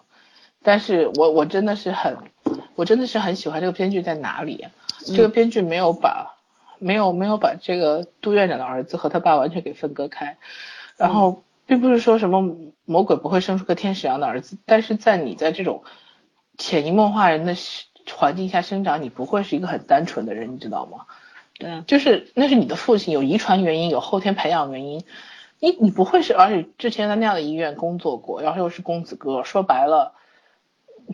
B: 但是我我真的是很，我真的是很喜欢这个编剧在哪里、这个编剧没有把没有没有把这个杜院长的儿子和他爸完全给分割开，然后并不是说什么魔鬼不会生出个天使一样的儿子，但是在你在这种潜移默化人的环境下生长，你不会是一个很单纯的人，你知道吗？
C: 对啊，
B: 就是那是你的父亲有遗传原因，有后天培养原因，你你不会是，而且之前在那样的医院工作过，然后又是公子哥，说白了，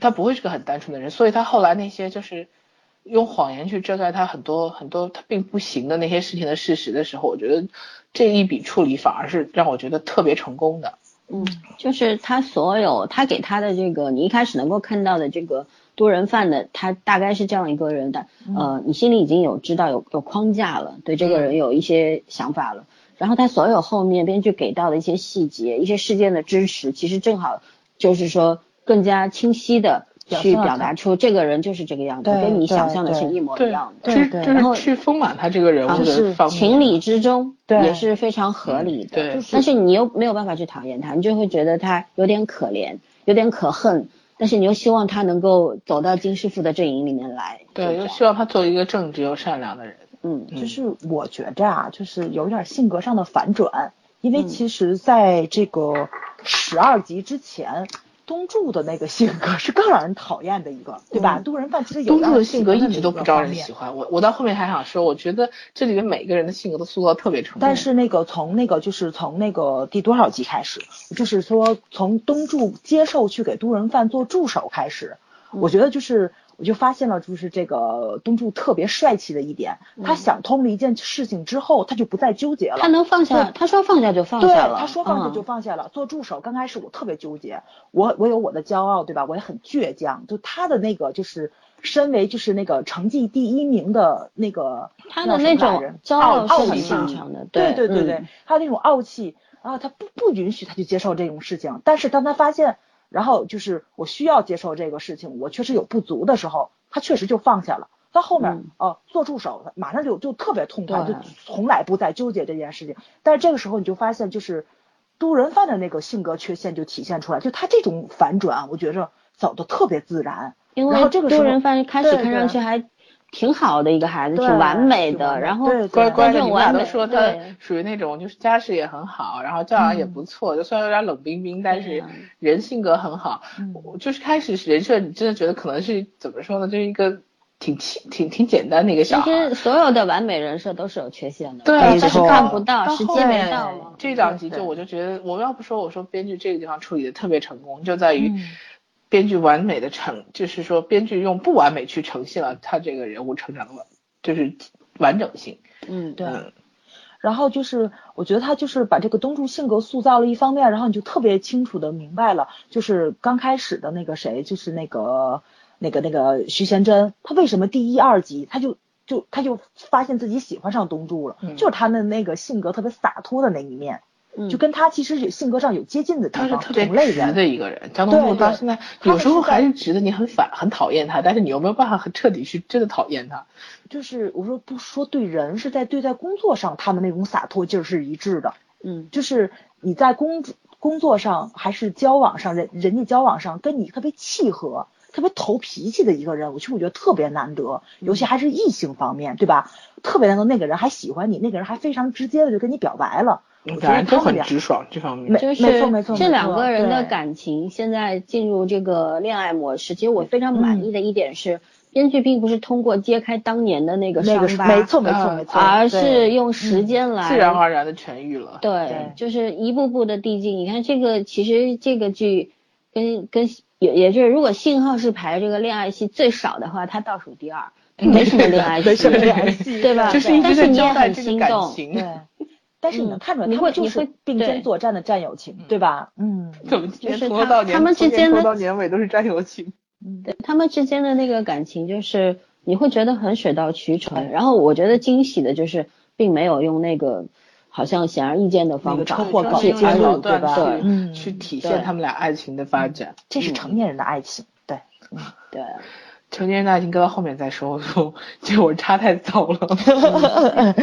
B: 他不会是个很单纯的人，所以他后来那些就是用谎言去遮盖他很多很多他并不行的那些事情的事实的时候，我觉得这一笔处理反而是让我觉得特别成功的。
C: 嗯，就是他所有他给他的这个，你一开始能够看到的这个多人犯的，他大概是这样一个人的，
D: 嗯
C: 呃，你心里已经有知道有有框架了，对这个人有一些想法了。然后他所有后面编剧给到的一些细节、一些事件的支持，其实正好就是说更加清晰的
D: 表
C: 去
D: 现
C: 表
D: 出
C: 达出这个人就是这个样子，
D: 对
C: 跟你想
D: 对
C: 象的是
D: 对
C: 一模一
B: 对
C: 样的。
D: 对
B: 去
D: 对
B: 就
C: 然后
B: 是去丰满他这个人
C: 啊
B: 物
D: 是
B: 的方面，
C: 情理之中，
D: 嗯对嗯
C: 也是非常合理的。
B: 对
C: 但是你又没有办法去讨厌他，你就会觉得他有点可怜，有点可恨，但是你又希望他能够走到金师傅的阵营里面来。就
B: 对，
C: 这
B: 就
C: 样
B: 希望他做一个正直又善良的人。
C: 嗯
B: 嗯
D: 就是我觉着啊，就是有点性格上的反转，因为
C: 嗯
D: 其实在这个十二集之前，东柱的那个性格是更让人讨厌的一个，对吧？
C: 嗯
D: 杜人范其实有
B: 东
D: 让
B: 柱的
D: 人
B: 性格
D: 喜
B: 一
D: 欢的
B: 直都
D: 一个
B: 不招
D: 方
B: 人
D: 面
B: 喜欢，我我到后面还想说，我觉得这里面每个人的性格都塑造得特别成功。
D: 但是那个从那个就是从那个第多少集开始，就是说从东柱接受去给都人范做助手开始，
C: 嗯
D: 我觉得就是我就发现了就是这个东柱特别帅气的一点，
B: 嗯
D: 他想通了一件事情之后，他就不再纠结了。
C: 他能放下，
D: 对
C: 他说放下就放
D: 对，
C: 下了。
D: 他说放下就
C: 嗯
D: 放下了。做助手刚开始我特别纠结，我我有我的骄傲，对吧？我也很倔强。就他的那个就是身为就是那个成绩第一名的那个
C: 他
D: 叫
C: 的
D: 什
C: 那
D: 么来着
C: 种骄
D: 傲
C: 傲
D: 傲
C: 是很
D: 气嘛
C: 正常的。
D: 对
C: 对
D: 对对，
C: 嗯
D: 他那种傲气，然后他不不允许他去接受这种事情，但是当他发现，然后就是我需要接受这个事情，我确实有不足的时候，他确实就放下了。到后面
C: 嗯
D: 哦、做助手，马上就就特别痛快，就
C: 对
D: 从来不再纠结这件事情。但是这个时候你就发现，就是都人犯的那个性格缺陷就体现出来，就他这种反转，啊我觉着走的特别自然。
C: 因
D: 然后
C: 为
D: 这个时
C: 丢
D: 候
C: 人犯开始
D: 对
C: 看上
D: 对
C: 去还挺好的一个孩子，
D: 对
C: 挺完美
D: 挺
C: 的，
D: 完美
C: 然后
D: 对对
B: 乖乖的，
C: 但
B: 你
C: 是
B: 们俩
C: 完
B: 都
C: 美
B: 说他
C: 对
B: 属于那种就是家世也很好，然后教养也不错，就虽然有点冷冰冰，但
C: 对
B: 是
C: 啊
B: 人性格很好。
D: 嗯
B: 我就是开始人设，你真的觉得可能是怎么说呢，就是一个挺轻、挺挺简单的一个小孩
C: 其实
B: 儿。
C: 所有的完美人设都是有缺陷的，
B: 对
C: 啊但
D: 没
C: 是
D: 错
C: 看不到，
B: 到
C: 时
B: 后
C: 机没
B: 面
C: 到啊嘛。
B: 这两集
D: 对
B: 就
D: 对
B: 我就觉得，我要不说我说编剧这个地方处理的特别成功，就在于
D: 嗯
B: 编剧完美的呈，就是说编剧用不完美去呈现了他这个人物成长的完，就是完整性。
C: 嗯，
D: 对
B: 嗯
D: 然后就是，我觉得他就是把这个东柱性格塑造了一方面，然后你就特别清楚的明白了，就是刚开始的那个谁，就是那个那个那个徐贤真，他为什么第一二集他就就他就发现自己喜欢上东柱了，
B: 嗯
D: 就是他的那个性格特别洒脱的那一面，
C: 嗯
D: 就跟他其实有性格上有接近的地
B: 他是
D: 方，
B: 特别
D: 同类
B: 直
D: 人。
B: 的一个人，张东
D: 对
B: 柱到
D: 对
B: 现在
D: 他
B: 有
D: 们
B: 时候
D: 是在
B: 还是直的，你很反很讨厌他，但是你又没有办法很彻底去真的讨厌他。
D: 就是我说不说对人，是在对待工作上他们那种洒脱劲儿是一致的。
C: 嗯
D: 就是你在工作工作上还是交往上人人际交往上跟你特别契合、特别投脾气的一个人，我其实我觉得特别难得，尤其还是异性方面，对吧？特别难得那个人还喜欢你，那个人还非常直接的就跟你表白了，我觉
B: 两
D: 得
B: 人都
D: 他们
B: 很
D: 俩
B: 直爽这方面。
D: 没
C: 就是
D: 没错没错
C: 这
D: 没
C: 两
D: 错
C: 个人的
D: 对
C: 感情现在进入这个恋爱模式，其实我非常满
D: 嗯
C: 意的一点是，编剧并不是通过揭开当年的那个
D: 那
C: 伤
D: 个是
C: 疤，嗯
D: 没错没错
B: 呃
D: 没错，
C: 而是
D: 对嗯
C: 用时间来
B: 自然而然的痊愈了。
C: 对
D: 对，
C: 就是一步步的递进。你看这个，其实这个剧跟跟也也就是，如果信号是排这个恋爱戏最少的话，它倒数第二，它没什么恋爱戏，
D: 没什么联系，
C: 对吧
B: 就是一
C: 但
B: 直
C: 是
B: 在
C: 你
B: 交
C: 也
B: 代
C: 很
B: 这个
C: 心
B: 感
C: 动
B: 情。
D: 对。但是你
C: 嗯
D: 能看出来，
C: 你
D: 他
C: 会
D: 们就
C: 你
D: 是
C: 会
D: 并
C: 对
D: 肩作战的战友情，对吧？嗯，
B: 怎么今
C: 就
B: 天
C: 是
B: 从
C: 他
B: 头到年，
C: 他们之间
B: 从
C: 的
B: 头到年尾都是战友情。
C: 对他们之间的那个感情，就是你会觉得很水到渠成。然后我觉得惊喜的就是，并没有用那个好像显而易见的
D: 那
C: 方
D: 个
C: 法
D: 车祸搞
C: 去
D: 的
B: 对
D: 结
B: 就是用
D: 果，
B: 手
D: 对
B: 段
D: 吧？
C: 对
D: 嗯，
B: 去体
C: 对
B: 现他们俩爱情的发展。
D: 这是成年人的爱情，对。
C: 对，
B: 成年人的爱情搁到后面再说，我说这我插太早了。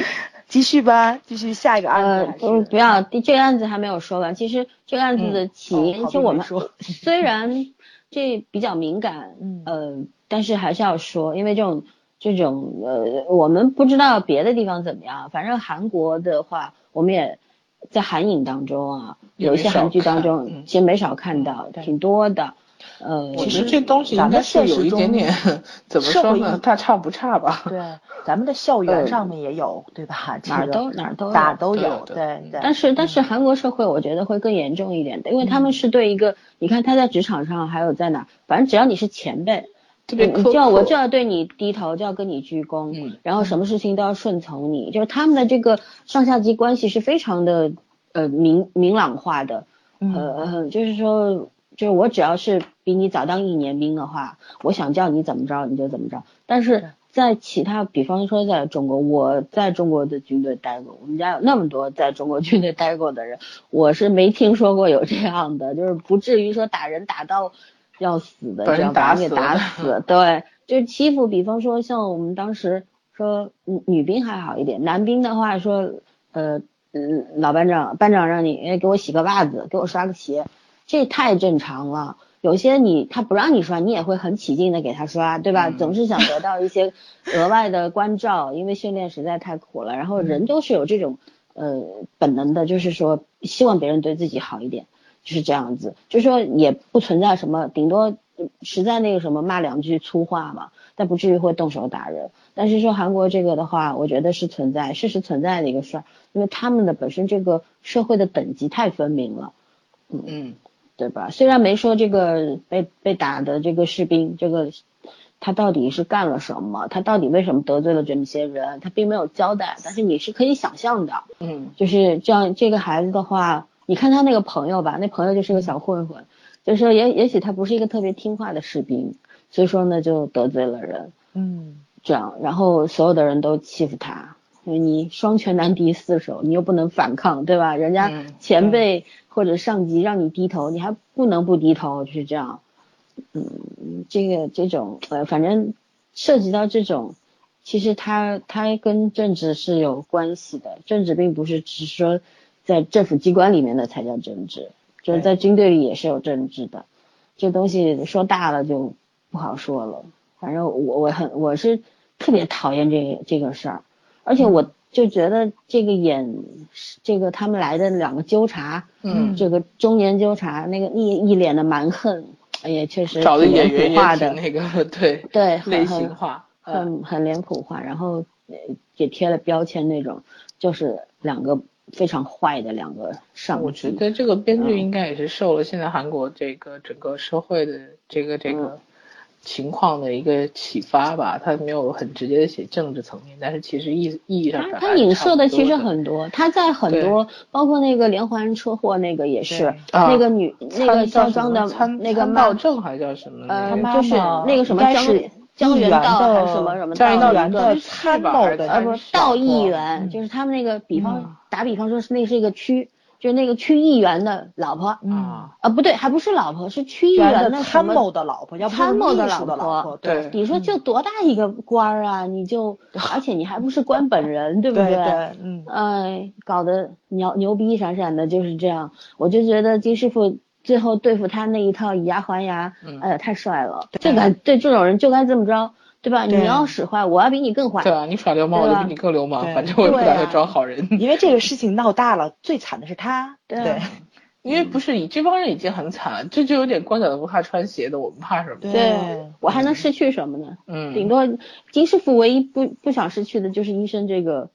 D: 继续吧，继续下一个
C: 呃，
D: 案子
C: 不
D: 还
C: 是
D: 是。
C: 不要，这个案子还没有说完。其实这个案子的起因，
D: 哦好
C: 其实我们
D: 不能说
C: 虽然这比较敏感，
D: 嗯
C: 呃，但是还是要说，因为这种这种呃，我们不知道别的地方怎么样，反正韩国的话，我们也在韩影当中啊，
B: 也
C: 有一
B: 没
C: 些
B: 少
C: 韩剧当
B: 看
C: 中、
B: 嗯
C: 其实没少看到，
D: 对
C: 挺多的。呃，
B: 我
D: 其
B: 觉
D: 实
B: 得这东西
D: 咱
B: 应
D: 们
B: 该是
D: 现实
B: 有一点
D: 中
B: 点，怎么
D: 社
B: 说
D: 会
B: 呢
D: 意？
B: 大差不差吧。
D: 对，咱们的校园上面也有，对吧？这
C: 哪儿
D: 个
C: 都哪儿都有
D: 哪儿都
B: 对
D: 有，
B: 对
D: 对对。
C: 但是但是韩国社会我觉得会更严重一点的，因为
B: 嗯
C: 他们是对一个，你看他在职场上还有在哪，反正只要你是前辈，
B: 特别
C: 你
B: 苛
C: 你就要嗯我
B: 刻
C: 就要对你低头，就要跟你鞠躬，
B: 嗯
C: 然后什么事情都要顺从你，就是他们的这个上下级关系是非常的呃明明朗化的，
D: 嗯
C: 呃呃就是说。就是我只要是比你早当一年兵的话，我想叫你怎么着你就怎么着。但
D: 对
C: 是在其他，比方说在中国，我在中国的军队待过，我们家有那么多在中国军队待过的人，我是没听说过有这样的，就是不至于说打人打到要死的，
B: 把
C: 这
B: 人
C: 样
B: 打
C: 把人
B: 死
C: 给打
B: 了
C: 死，对，就是欺负。比方说像我们当时说女女兵还好一点，男兵的话说，呃，嗯，老班长，班长让你哎给我洗个袜子，给我刷个鞋，这太正常了。有些你他不让你刷，你也会很起劲的给他刷，对吧？
B: 嗯
C: 总是想得到一些额外的关照，因为训练实在太苦了。然后人都是有这种呃本能的，就是说希望别人对自己好一点，就是这样子。就是说也不存在什么，顶多呃实在那个什么骂两句粗话嘛，但不至于会动手打人。但是说韩国这个的话，我觉得是存在，事实存在的一个事儿，因为他们的本身这个社会的等级太分明了。
B: 嗯，
C: 对吧？虽然没说这个被被打的这个士兵，这个他到底是干了什么，他到底为什么得罪了这么些人，他并没有交代，但是你是可以想象的，
B: 嗯，
C: 就是这样。这个孩子的话，你看他那个朋友吧，那朋友就是个小混混，就是说也也许他不是一个特别听话的士兵，所以说呢就得罪了人，
D: 嗯，
C: 这样，然后所有的人都欺负他，因为你双拳难敌四手，你又不能反抗，对吧？人家
B: 嗯
C: 前辈或者上级让你低头，你还不能不低头，就是这样。嗯，这个这种呃，反正涉及到这种，其实它它跟政治是有关系的，政治并不是只是说在政府机关里面的才叫政治，就是在军队里也是有政治的。这东西说大了就不好说了。反正我我很我是特别讨厌这个这个事儿，而且我就觉得这个演这个他们来的两个纠察，
B: 嗯
C: 这个中年纠察那个一一脸的蛮横，哎呀，确
B: 嗯
C: 实
B: 找的
C: 挺
B: 演
C: 脸
B: 员
C: 谱
B: 也
C: 化
B: 挺
C: 的，
B: 那个对
C: 对，很
B: 类
C: 很
B: 型化，嗯，
C: 很很脸谱化，然后呃也贴了标签那种，就是两个非常坏的两个上级。
B: 我觉得这个编
D: 嗯
B: 剧应该也是受了现在韩国这个整个社会的这个这
D: 嗯
B: 个情况的一个启发吧，他没有很直接的写政治层面，但是其实意意义上
C: 他
B: 表达
C: 他
B: 是
C: 影
B: 差
C: 射
B: 不
C: 的
B: 多
C: 其实很多，他在很多，包括那个连环车祸那个也是
D: 对，
B: 啊
C: 那个女那个
B: 叫
C: 肖
B: 什
C: 庄
B: 么
C: 的
B: 参
C: 那个
B: 参
C: 妈
B: 道，正还叫什么那
C: 呃
B: 个？，
D: 妈
C: 就是
D: 妈
C: 那个什么
D: 应该
C: 江
D: 是
C: 江
D: 议
C: 原
D: 员
C: 道还
D: 的
C: 是什么什么
B: 张
D: 议
C: 道
D: 员的
B: 是
D: 参
B: 吧
D: 谋
B: 还是
D: 的
C: 呃，
B: 参
C: 不
B: 谋
C: 是道
B: 议
C: 议
D: 嗯
C: 员，就是他们那个，比方、
B: 嗯
C: 打比方说是那是一个区，就是那个区议员的老婆，
D: 嗯
B: 啊，
C: 啊不对，还不是老婆，是区议
D: 原
C: 员
D: 的
C: 什
D: 参
C: 么
D: 谋的老婆，要不
C: 参谋
D: 的
C: 的
D: 老
C: 老
D: 婆嗯
C: 婆，
B: 对
C: 你说就多大一个官儿啊，你 就而且你还不是官本人，对不
D: 对对，嗯，
C: 哎，搞得牛牛逼闪闪的，就是这样。我就觉得金师傅最后对付他那一套以牙还牙，
B: 嗯
C: 哎呀，太帅了！
D: 对
C: 就该对这种人就该这么着，对吧？
D: 对
C: 你要使坏，我要比你更坏。
B: 对啊，你耍流氓，我
C: 嗯对
B: 就
C: 吧
B: 比你更流氓，
D: 对
B: 反正我也不
C: 对
B: 打算
C: 啊
B: 装好人。
D: 因为这个事情闹大了，最惨的是他，
C: 对啊
D: 对
B: 因为不是你这帮人已经很惨了，这就有点光脚的不怕穿鞋的，我们怕什么？
C: 对我还能失去什么呢？
B: 嗯，
C: 顶多金师傅唯一不不想失去的就是医生这个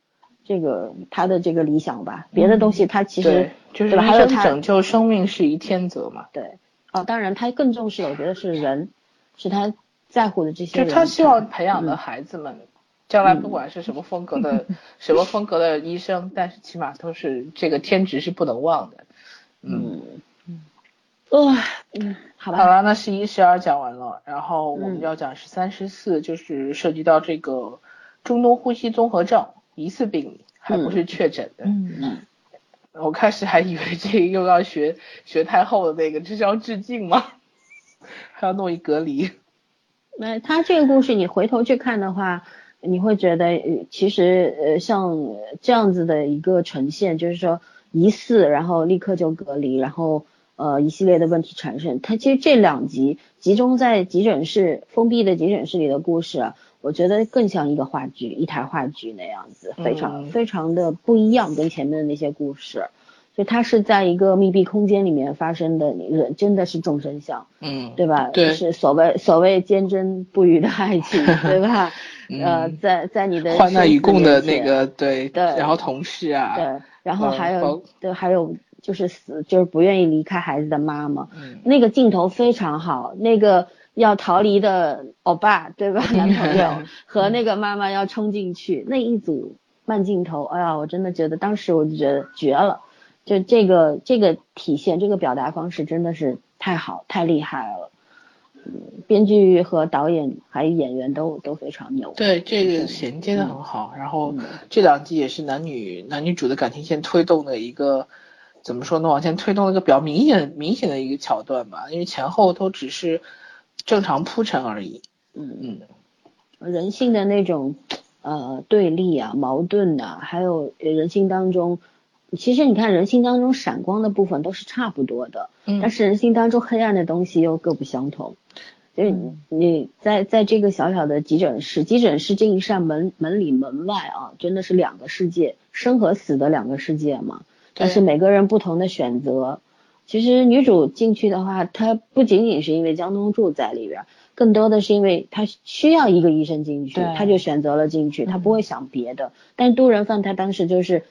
C: 这个他的这个理想吧，别的东西他其实
B: 嗯对，就是
C: 对吧？
B: 医
C: 还有
B: 生
C: 他
B: 拯救生命是一天责嘛，
C: 对哦，当然他更重视，我觉得是人，是他在乎的这些
B: 就
C: 人。嗯
B: 是他希望培养的孩子们，将来不管是什么风格的、什么风格的医生，但是起码都是这个天职是不能忘的。嗯，
C: 哇，嗯，好吧
B: 好。了，那十一、十二讲完了，然后我们
C: 嗯
B: 要讲十三、十四，就是涉及到这个中东呼吸综合症疑似病例，还不是确诊的。
D: 嗯，
B: 我开始还以为这个又要学学太后的那个，这是要致敬吗？ 还要弄一隔离？
C: 那呃他这个故事，你回头去看的话，你会觉得，呃其实呃，像呃这样子的一个呈现，就是说疑似，然后立刻就隔离，然后呃一系列的问题产生。他其实这两集集中在急诊室封闭的急诊室里的故事、啊，我觉得更像一个话剧，一台话剧那样子，非常、
B: 嗯
C: 非常的不一样，跟前面的那些故事。就它是在一个密闭空间里面发生的，你人真的是众生相。
B: 嗯，
C: 对吧？
B: 对
C: 是所谓所谓坚贞不渝的爱 情，对吧？呃，在在你的
B: 嗯患难
C: 生
B: 与
C: 死
B: 共的
C: 面
B: 那
C: 前
B: 个对，
C: 对
B: 然后同事啊，
C: 对，然后
B: 嗯
C: 还有
B: 包
C: 对，还有就是死，就是不愿意离开孩子的妈妈，
B: 嗯
C: 那个镜头非常好，那个要逃离的欧巴，对吧？男朋友和那个妈妈要冲进去那一组慢镜头，哎呀，我真的觉得当时我就觉得绝了，就这个这个体现这个表达方式真的是太好太厉害了。嗯，编剧和导演还有演员都都非常牛。
B: 对，这个衔接的嗯很好。然后这两季也是男女男女主的感情线推动的一个怎么说呢，往前推动了一个比较明显明显的一个桥段吧，因为前后都只是正常铺陈而已。
C: 嗯，
B: 嗯，
C: 人性的那种呃对立啊、矛盾呐、还有呃人性当中，其实你看人性当中闪光的部分都是差不多的，
B: 嗯
C: 但是人性当中黑暗的东西又各不相同。所以
D: 嗯
C: 你你在在这个小小的急诊室，急诊室这一扇门门里门外啊，真的是两个世界，生和死的两个世界嘛。但是
B: 对
C: 每个人不同的选择。其实女主进去的话，她不仅仅是因为江东柱在里边儿，更多的是因为她需要一个医生进去
D: 对，嗯
C: 她就选择了进去，她不会想别的。但都人范他当时就是，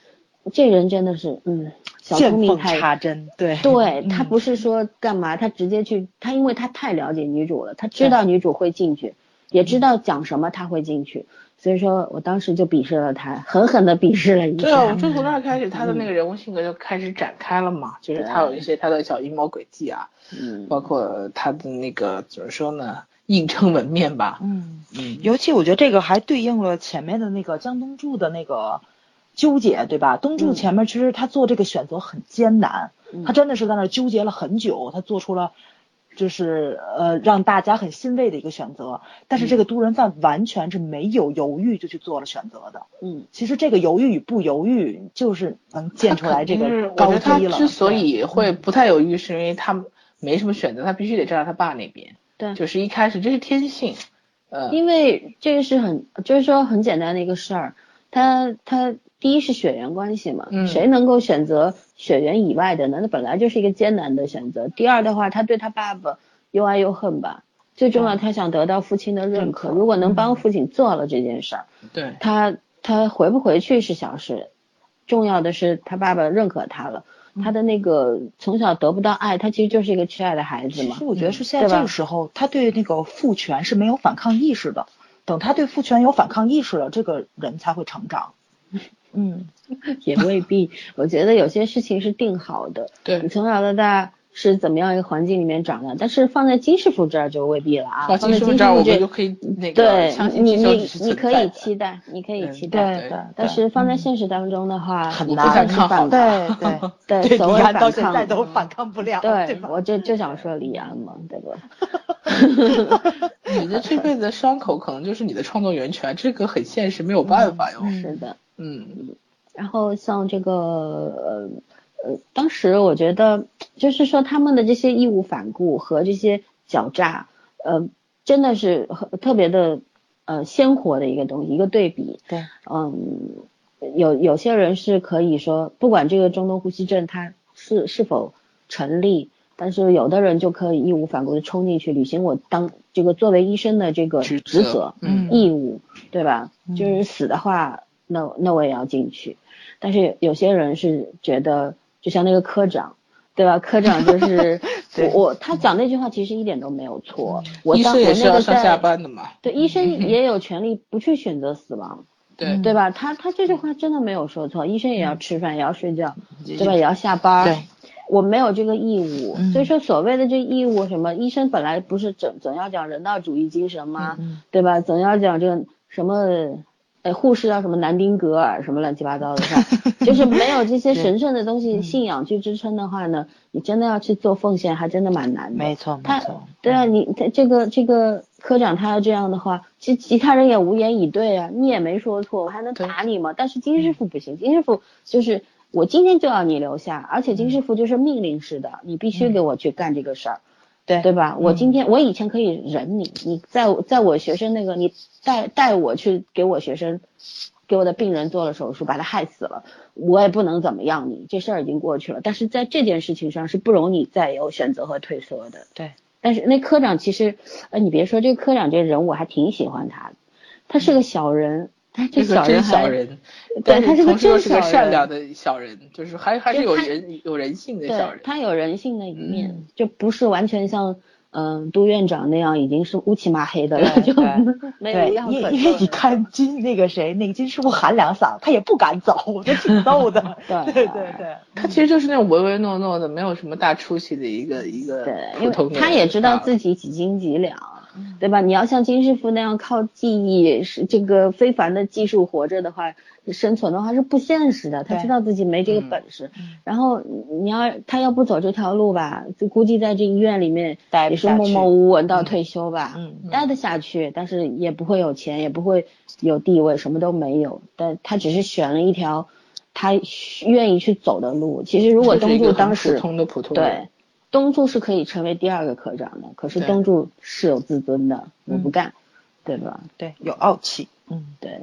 C: 这人真的是，嗯，小聪
D: 见
C: 明
D: 缝
C: 太
D: 插针，对
C: 对他
D: 嗯
C: 不是说干嘛，他直接去，他因为他太了解女主了，他知道女主会进去，也
B: 嗯
C: 知道讲什么他会进去，所以说我当时就鄙视了他，狠狠的鄙视了一
B: 对啊，我嗯
C: 下。
B: 就从那儿开始，他的那个人物性格就开始展开了嘛，就是他有一些他的小阴谋诡计啊，
C: 嗯，
B: 包括他的那个怎么说呢，硬撑门面吧。
D: 嗯，
B: 嗯，
D: 尤其我觉得这个还对应了前面的那个江东柱的那个纠结，对吧？东柱
C: 嗯
D: 前面其实他做这个选择很艰难，
C: 嗯
D: 他真的是在那儿纠结了很久，他做出了就是呃让大家很欣慰的一个选择。但是这个都人犯完全是没有犹豫就去做了选择的。
C: 嗯，
D: 其实这个犹豫与不犹豫，就是能见出来这
B: 他肯定
D: 个
B: 是嗯我觉
D: 高
B: 得他
D: 低了。
B: 之所以
C: 嗯
B: 会不太犹豫，是因为他没什么选择，他必须得站在他爸那边。
C: 对
B: 就是一开始这是天性。呃，
C: 因为这个是很，就是说很简单的一个事儿，他他第一是血缘关系嘛，
B: 嗯
C: 谁能够选择血缘以外的呢？那本来就是一个艰难的选择。第二的话，他对他爸爸又爱又恨吧，最重要
D: 嗯
C: 他想得到父亲的认可，如果能帮父亲做了这件事儿，
B: 对，
C: 他他回不回去是小事，重要的是他爸爸认可他了，
D: 嗯
C: 他的那个从小得不到爱，他其实就是一个缺爱的孩子
D: 其
C: 嘛
D: 实。我觉得是现
C: 嗯对
D: 在
C: 吧
D: 这个时候，他对那个父权是没有反抗意识的。等他对父权有反抗意识了，这个人才会成长。嗯，
C: 也未必。我觉得有些事情是定好的，
B: 对
C: 你从小到大是怎么样一个环境里面长大，但是放在金师傅这儿就未必了啊，
B: 放
C: 放在
B: 金师傅
C: 金师
B: 这儿，
C: 傅
B: 我们就
C: 这，
B: 可以那个相
C: 对
B: 信
C: 你
B: 地球
C: 你
B: 只是
C: 你
B: 存
C: 可
B: 在
C: 以
B: 的
C: 期待，你可以期
B: 嗯
C: 待。
B: 对嗯
D: 对对，
C: 但是放在现实当中的话，
D: 很
C: 你
D: 难
C: 不
B: 反
C: 去
B: 抗
C: 反
D: 对对
C: 对
D: 嗯 对，
C: 所
D: 李
C: 谓
D: 安到
C: 反
D: 现在
C: 抗，
D: 都反抗不了，对
C: 对
D: 吧？
C: 我就就想说李安嘛，对吧？
B: 你的这辈子的伤口可能就是你的创作源泉，这个很现实，没有办法哟。
D: 嗯
C: 是的。
B: 嗯，
C: 然后像这个呃呃，当时我觉得就是说他们的这些义无反顾和这些狡诈，呃，真的是很特别的呃鲜活的一个东西，一个对比。
D: 对，
C: 嗯，有有些人是可以说，不管这个中东呼吸症它是是否成立，但是有的人就可以义无反顾的冲进去，履行我当这个作为医生的这个
B: 职
C: 职
B: 责
C: 责、
B: 嗯
C: 义务，对吧？
D: 嗯
C: 就是死的话，那那我也要进去。但是有些人是觉得，就像那个科长。对吧？科长就是
D: 对
C: 我，我他讲那句话其实一点都没有错。我
B: 嗯医
C: 当
B: 生也
C: 我
B: 是
C: 那
B: 要
C: 个
B: 上下
C: 在
B: 班嗯的嘛。
C: 对医生也有权利不去选择死亡，
B: 对，
C: 嗯对吧？他他这句话真的没有说错，医生也
B: 嗯
C: 要吃饭，也要睡觉，对吧？
D: 也
C: 也要下班。
D: 对，
C: 我没有这个义务，
D: 嗯
C: 所以说所谓的这义务什么，医生本来不是总总要讲人道主义精神吗？
D: 嗯
C: 对吧？总要讲这个什么。哎，护士要什么南丁格尔什么乱七八糟的事儿，就是没有这些神圣的东西、信仰去支撑的话呢，你真的要去做奉献，还真的蛮难的。
D: 没错没
C: 他
D: 错，嗯
C: 对啊，你他这个这个科长他要这样的话，其其他人也无言以对啊，你也没说错，我还能打你吗？但是金师傅不行，金师傅就是我今天就要你留下，而且金师傅就是命令式的，你必须给我去干这个事儿。
D: 对
C: 对
B: 嗯
C: 吧？我今天我以前可以忍你，你在我在我学生那个，你带带我去给我学生，给我的病人做了手术，把他害死了，我也不能怎么样你，这事儿已经过去了。但是在这件事情上是不容你再有选择和退缩的。
D: 对。
C: 但是那科长其实，呃，你别说这个科长这人，我还挺喜欢他的，他是个小人，他这
B: 这
C: 小
B: 嗯个真
C: 人还
B: 小人，
C: 对
B: 但
C: 他是个
B: 同时又
C: 真
B: 是个
C: 小
B: 善
C: 人
B: 良的小人，就是还还是有
C: 就他
B: 人有人性的
C: 对
B: 小人。
C: 他有人性的一面，就不是完全像嗯、呃杜院长那样已经是乌漆麻黑的了，
D: 对
C: 就
D: 对
C: 没有
D: 对，
C: 药
D: 因
C: 可
D: 为因为
C: 说
D: 你看金那个谁，那个金师傅喊两嗓，他也不敢走，我觉得挺逗的。
C: 对
D: 对对对，
B: 他其实就是那种唯唯诺诺的，没有什么大出息的一个一个
C: 对，
B: 普
C: 因
B: 通
C: 为
B: 的。啊
C: 他也知道自己几斤几两，对吧？你要像金师傅那样靠技艺是这个非凡的技术活着的话，生存的话是不现实的。他
D: 对
C: 知道自己没这个本事，然后你要他要不走这条路吧，就估计在这医院里面
D: 待不
C: 也是
D: 下
C: 默
D: 去
C: 默无闻到退休吧。
D: 嗯嗯
C: 待得下去，但是也不会有钱，也不会有地位，什么都没有。但他只是选了一条他愿意去走的路。其实如果
B: 就是
C: 东
B: 一个
C: 柱
B: 很
C: 当时
B: 普通的普通人，
C: 对，东柱是可以成为第二个科长的，可是
B: 对
C: 东柱是有自尊的，我不
D: 嗯
C: 干，对吧？
D: 对，有傲气，嗯，
C: 对，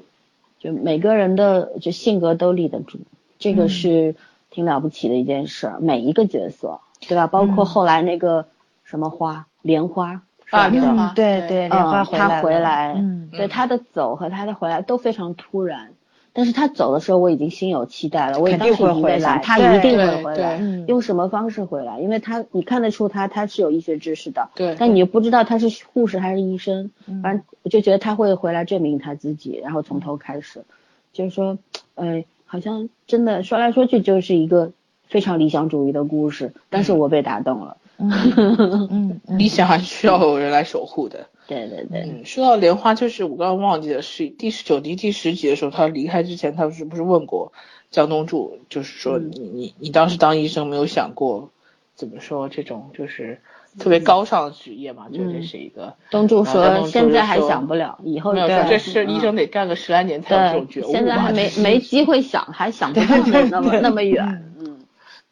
C: 就每个人的就性格都立得住，这个
D: 嗯
C: 是挺了不起的一件事儿。每一个角色，对吧？包括
D: 嗯
C: 后来那个什么花，莲花是
B: 啊
C: 吧
B: 莲
C: 那个
B: 花
D: 对
B: 对
D: 对，
C: 嗯
D: 莲花来了，
C: 他回来，
D: 嗯
C: 对
B: 嗯
C: 他的走和他的回来都非常突然。但是他走的时候，我已经心有期待了，我也
D: 肯
C: 当时
D: 定会
C: 已经在
D: 回
C: 想，
D: 来
C: 他
D: 对
C: 一定
B: 对
C: 会回来
B: 对
D: 嗯，
C: 用什么方式回来？因为他你看得出他他是有医学知识的，
B: 对
C: 但你又不知道他是护士还是医生，
D: 嗯
C: 反正我就觉得他会回来证明他自己，然后从头开始，就是说，呃，好像真的说来说去就是一个非常理想主义的故事，但是我被打动了，
D: 嗯嗯嗯，
B: 理想还是需要有人来守护的。
C: 对对对，
B: 嗯，说到莲花，就是我刚刚忘记了，是第十九集、第十集的时候，他离开之前，他是不是问过江东柱，就是说
C: 嗯
B: 你、你你当时当医生没有想过怎么说这种就是特
C: 嗯
B: 别高尚的职业嘛？就这是一个，
C: 东柱
B: 然后啊江东
C: 说
B: 柱
C: 现在还
B: 就说
C: 想不了，以后
B: 没有，
C: 再
B: 说这
C: 想
B: 是医
C: 嗯
B: 生得干个十来年才有这种觉
C: 对，
B: 悟吧。
C: 现在还没
B: 就是
C: 没机会想，还想不到那那么那么远，嗯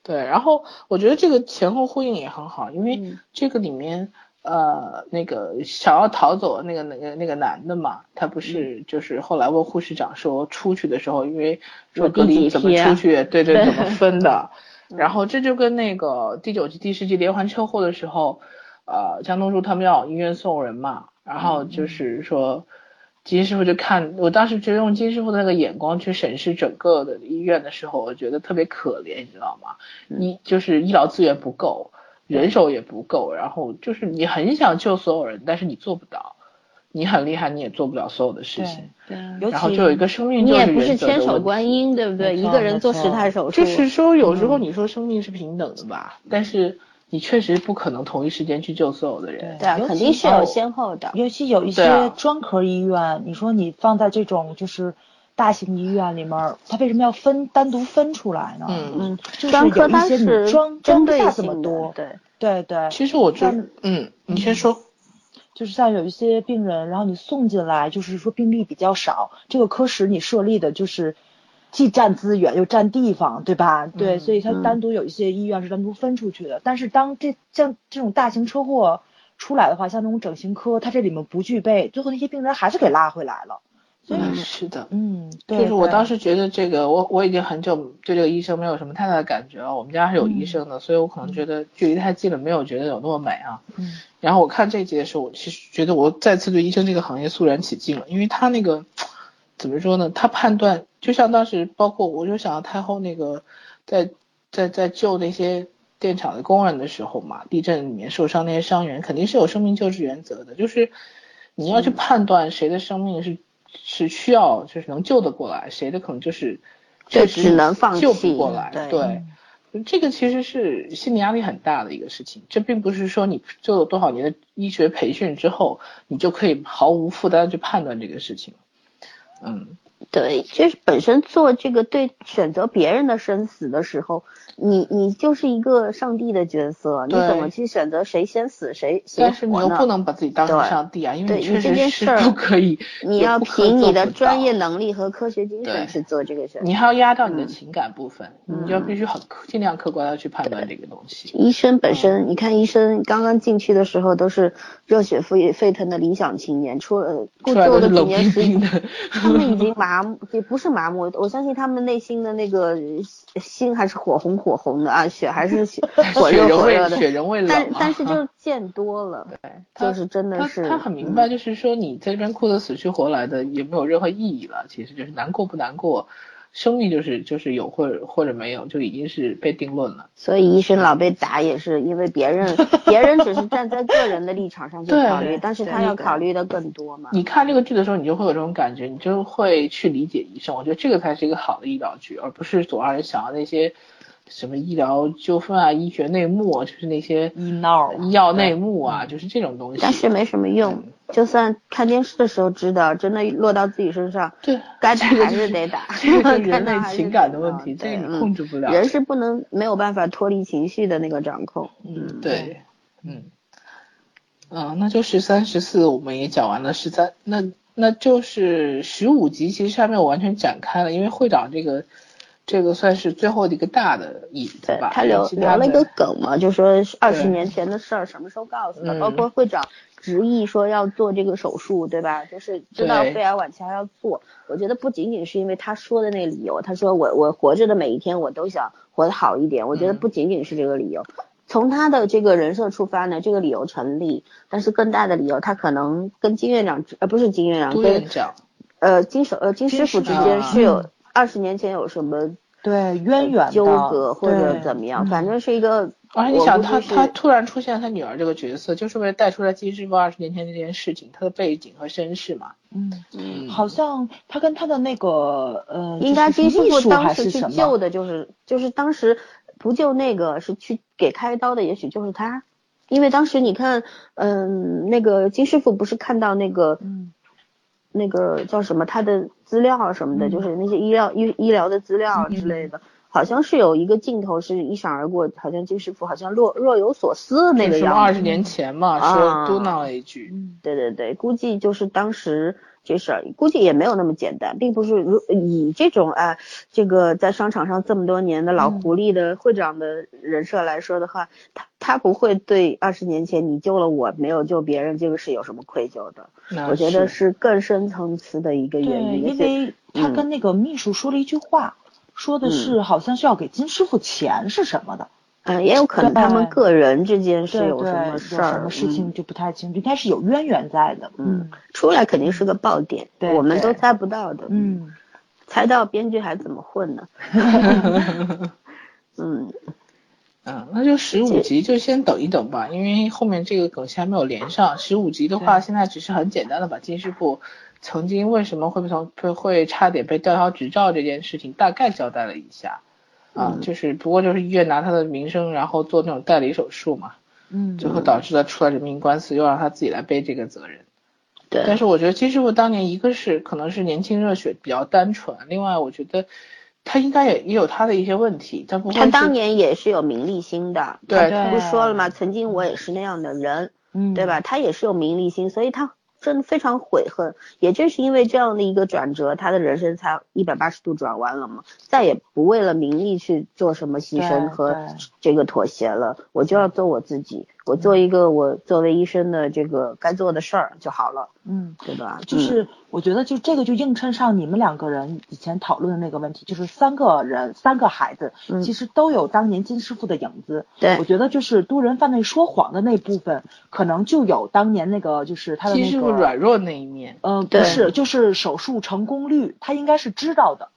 B: 对，然后我觉得这个前后呼应也很好，因为
C: 嗯
B: 这个里面、呃那个想要逃走的那个那个那个男的嘛，他
C: 嗯
B: 不是就是后来问护士长说出去的时候，因为说
C: 我
B: 隔
C: 第
B: 离
C: 几
B: 怎么
C: 批啊
B: 出去，对对怎么分 的，
C: 嗯
B: 然后这就跟那个第九集第十集连环车祸的时候，呃江东柱他们要往医院送人嘛，然后
C: 嗯
B: 就是说。金师傅就看，我当时就用金师傅的那个眼光去审视整个的医院的时候，我觉得特别可怜，你知道吗？医就是医疗资源不够，人手也不够，然后就是你很想救所有人，但是你做不到，你很厉害，你也做不了所有的事情。
C: 对啊
D: 尤其
B: 然后就有一个生命
C: 你
B: 就
C: 也
B: 是
C: 不是
B: 原则的
C: 千手
B: 问
C: 观
B: 题。
C: 音，嗯对不对？
D: 没
C: 一
D: 错
C: 个人
D: 没
C: 做
D: 错
C: 十台手术，
B: 就是说，有时候你说生命是平等的吧，但是你确实不可能同一时间去救所有的人。
C: 对啊，
D: 尤
C: 肯
D: 其
C: 定是
D: 有
C: 有先后的，
D: 尤其有一
B: 对啊
D: 些专科医院，你说你放在这种就是大型医院里面儿，它为什么要分单独分出来呢？
B: 嗯
C: 嗯，
D: 就是
C: 专科
D: 有一
C: 它
D: 些你
C: 是
D: 装
C: 针
D: 装不
C: 对
D: 下这
C: 性
D: 么
C: 的
D: 多，
C: 对，
D: 对对，
B: 其实我觉得
D: 但，
B: 嗯，你先说，
D: 就是像有一些病人，然后你送进来，就是说病例比较少，这个科室你设立的就是既占资源又占地方，对吧？对，所以它
C: 嗯
D: 单独有一些医院是单独分出去的。但是当这像这种大型车祸出来的话，像那种整形科，它这里面不具备，最后那些病人还是给拉回来了。所以，
B: 嗯，是的，
D: 嗯，对，
B: 就是我
D: 对
B: 当时觉得这个，我我已经很久对这个医生没有什么太大的感觉了。我们家是有
D: 嗯
B: 医生的，所以我可能觉得距离太近了，没有觉得有那么美啊。
D: 嗯
B: 然后我看这一集的时候，我其实觉得我再次对医生这个行业肃然起敬了，因为他那个怎么说呢？他判断就像当时，包括我就想到太后那个在在在救那些电厂的工人的时候嘛，地震里面受伤那些伤员肯定是有生命救治原则的，就是你要去判断谁的生命是、是需要就是能救得过来，谁的可能就是
C: 就
B: 确实
C: 只能放
B: 救
C: 弃
B: 不过来，
C: 对
B: 这个其实是心理压力很大的一个事情，这并不是说你做了多少年的医学培训之后，你就可以毫无负担地去判断这个事情。嗯，
C: 对，就是本身做这个对选择别人的生死的时候，你你就是一个上帝的角色，你
B: 对
C: 怎么去选择谁先死谁谁
B: 但是你
C: 活
B: 又
C: 呢？
B: 不能把自己当成
C: 对
B: 上帝啊，因为
C: 对
B: 你
C: 你
B: 确
C: 这件
B: 实是
C: 事儿
B: 不可以，
C: 你
B: 也
C: 要
B: 不可
C: 凭
B: 做
C: 你的
B: 不到
C: 专业，能力和科学精
B: 对
C: 神去做这个选择。
B: 你还要压到你的
C: 嗯
B: 情感部分，你就要必须很客尽量客观的去判断这个东西。
C: 医生
B: 嗯
C: 本身，你看医生刚刚进去的时候都是热血沸沸腾的理想青年，出了
B: 出
C: 过
B: 来
C: 做
B: 都是
C: 了
B: 冷
C: 几年
B: 冰
C: 时
B: 冰的，
C: 他们 已经麻木，也不是麻木，我相信他们内心的那个心还是火红火红的啊，血 还是血 火
B: 血
C: 热
B: 仍
C: 火
B: 未
C: 热的，
B: 血仍未冷
C: 但
B: 啊
C: 但是就是见多了，
B: 他
C: 就是真的
B: 他
C: 是嗯
B: 他很明白，就是说你在这边哭得死去活来的，也没有任何意义了。其实就是难过不难过，生命就是就是有或者或者没有，就已经是被定论了。
C: 所以医生老被打也是因为 别人，别人只是站在个人的立场上去
B: 对
C: 考虑，但是
D: 对
C: 他要
D: 对
C: 考虑的更多嘛。
B: 你看这个剧的时候，你就会有这种感觉，你就会去理解医生。我觉得这个才是一个好的医疗剧，而不是总让人想到那些什么医疗纠纷啊、医学内幕啊，就是那些
D: 医闹啊嗯
B: 医药内幕啊，就是这种东西。
C: 但是没什么用，就算看电视的时候知道，真的落到自己身上，
B: 对，
C: 该打
B: 这个
C: 还
B: 就是是
C: 得打，
B: 这个是
C: 看
B: 人
C: 到
B: 类
C: 还是
B: 情
C: 得
B: 感的
C: 打
B: 问题，这
C: 对
B: 个你
C: 嗯
B: 控制不了。
C: 人是不能没有办法脱离情绪的那个掌控。
D: 嗯
B: 对，嗯，嗯，那就十三、十四我们也讲完了，十三那那就是十五集，其实上面我完全展开了，因为会长这个这个算是最后的一个大的引子
C: 对
B: 吧，
C: 他留
B: 其
C: 留了
B: 的
C: 一个梗嘛，就说二十
B: 对
C: 年前的事儿，什么时候告诉他？
B: 嗯
C: 包括会长执意说要做这个手术，对吧？就是知道
B: 对
C: 肺癌晚期还要做。我觉得不仅仅是因为他说的那理由，他说我我活着的每一天我都想活得好一点。我觉得
B: 嗯
C: 不仅仅是这个理由。从他的这个人设出发呢，这个理由成立，但是更大的理由，他可能跟金院长之呃不是金院长，
B: 都院
C: 跟
B: 长，
C: 呃金手呃金师傅
D: 金
C: 之
D: 师
B: 傅
C: 间
B: 啊
C: 是有二十年前有什么
D: 对渊源的
C: 纠葛或者
D: 对
C: 怎么样，
D: 嗯
C: 反正是一个。
B: 而且
C: 我
B: 你想
C: 估计
B: 他
C: 是
B: 他突然出现他女儿这个角色，就是为了带出来金师傅二十年前这件事情，他的背景和身世嘛，
D: 嗯，
B: 嗯，
D: 好像他跟他的那个呃，
C: 应该
D: 就
C: 金
D: 是是
C: 师
D: 秘
C: 傅
D: 书
C: 当
D: 还
C: 时
D: 是
C: 去
D: 什
C: 救
D: 么？
C: 的就是就是当时不救那个是去给开刀的，也许就是他，因为当时你看，嗯，那个金师傅不是看到那个
D: 嗯
C: 那个叫什么他的资料啊什么
B: 嗯
C: 的，就是那些医疗医医疗的资料啊之类的。好像是有一个镜头是一闪而过，好像金师傅好像若若有所思的那个
B: 什么
C: 样
B: 二
C: 子。
B: 十年前嘛，
C: 啊
B: 说嘟囔了一句，
D: 嗯
C: 对对对，估计就是当时这事儿，估计也没有那么简单，并不是如以这种啊、这个在商场上这么多年的老
D: 嗯
C: 狐狸的会长的人设来说的话，他他不会对二十年前你救了我没有救别人这个是有什么愧疚的，
B: 那
C: 我觉得是更深层次的一个
D: 啊对，
C: 原因，
D: 因为他跟那个秘书说了一句话，说的是好像是要给金师傅钱是什么的，
C: 嗯，也有可能他们
D: 对
C: 个人之间是
D: 对
C: 有
D: 对，
C: 什么
D: 有
C: 事儿，
D: 什么事
C: 嗯
D: 情就不太清楚，但是有渊源在的，
C: 嗯出来肯定是个爆点，
D: 对
C: 我们都
D: 对
C: 猜不到的，
D: 嗯。
C: 猜到编剧还怎么混呢？嗯，
B: 嗯，那就十五集就先等一等吧，因为后面这个梗线还没有连上。十五集的话，现在只是很简单的把金师傅曾经为什么会从会会差点被吊销执照这件事情大概交代了一下，啊，就是不过就是医院拿他的名声，然后做那种代理手术嘛，
D: 嗯，
B: 最后导致他出了人命官司，又让他自己来背这个责任。
C: 对。
B: 但是我觉得金师傅当年一个是可能是年轻热血比较单纯，另外我觉得他应该也也有他的一些问题，但不会
C: 他
B: 是
C: 当年也是有名利心的，
B: 对
C: 他不
D: 对
C: 是说了吗？曾经我也是那样的人，
D: 嗯，
C: 对吧？他也是有名利心，所以他真的非常悔恨。也正是因为这样的一个转折，他的人生才一百八十度转弯了嘛，再也不为了名利去做什么牺牲
D: 对
C: 和
D: 对
C: 这个妥协了。我就要做我自己，我做一个我作为医生的这个该做的事儿就好了，
D: 嗯，
C: 对吧？
D: 就是我觉得就这个就映衬上你们两个人以前讨论的那个问题，就是三个人三个孩子
C: 嗯
D: 其实都有当年金师傅的影子。
C: 对
D: 我觉得就是都人犯罪说谎的那部分，可能就有当年那个就是他的
B: 金
D: 那
B: 师傅软
D: 个。
B: 弱那一面。
D: 呃，
C: 对
D: 不是，就是手术成功率，他应该是知道的，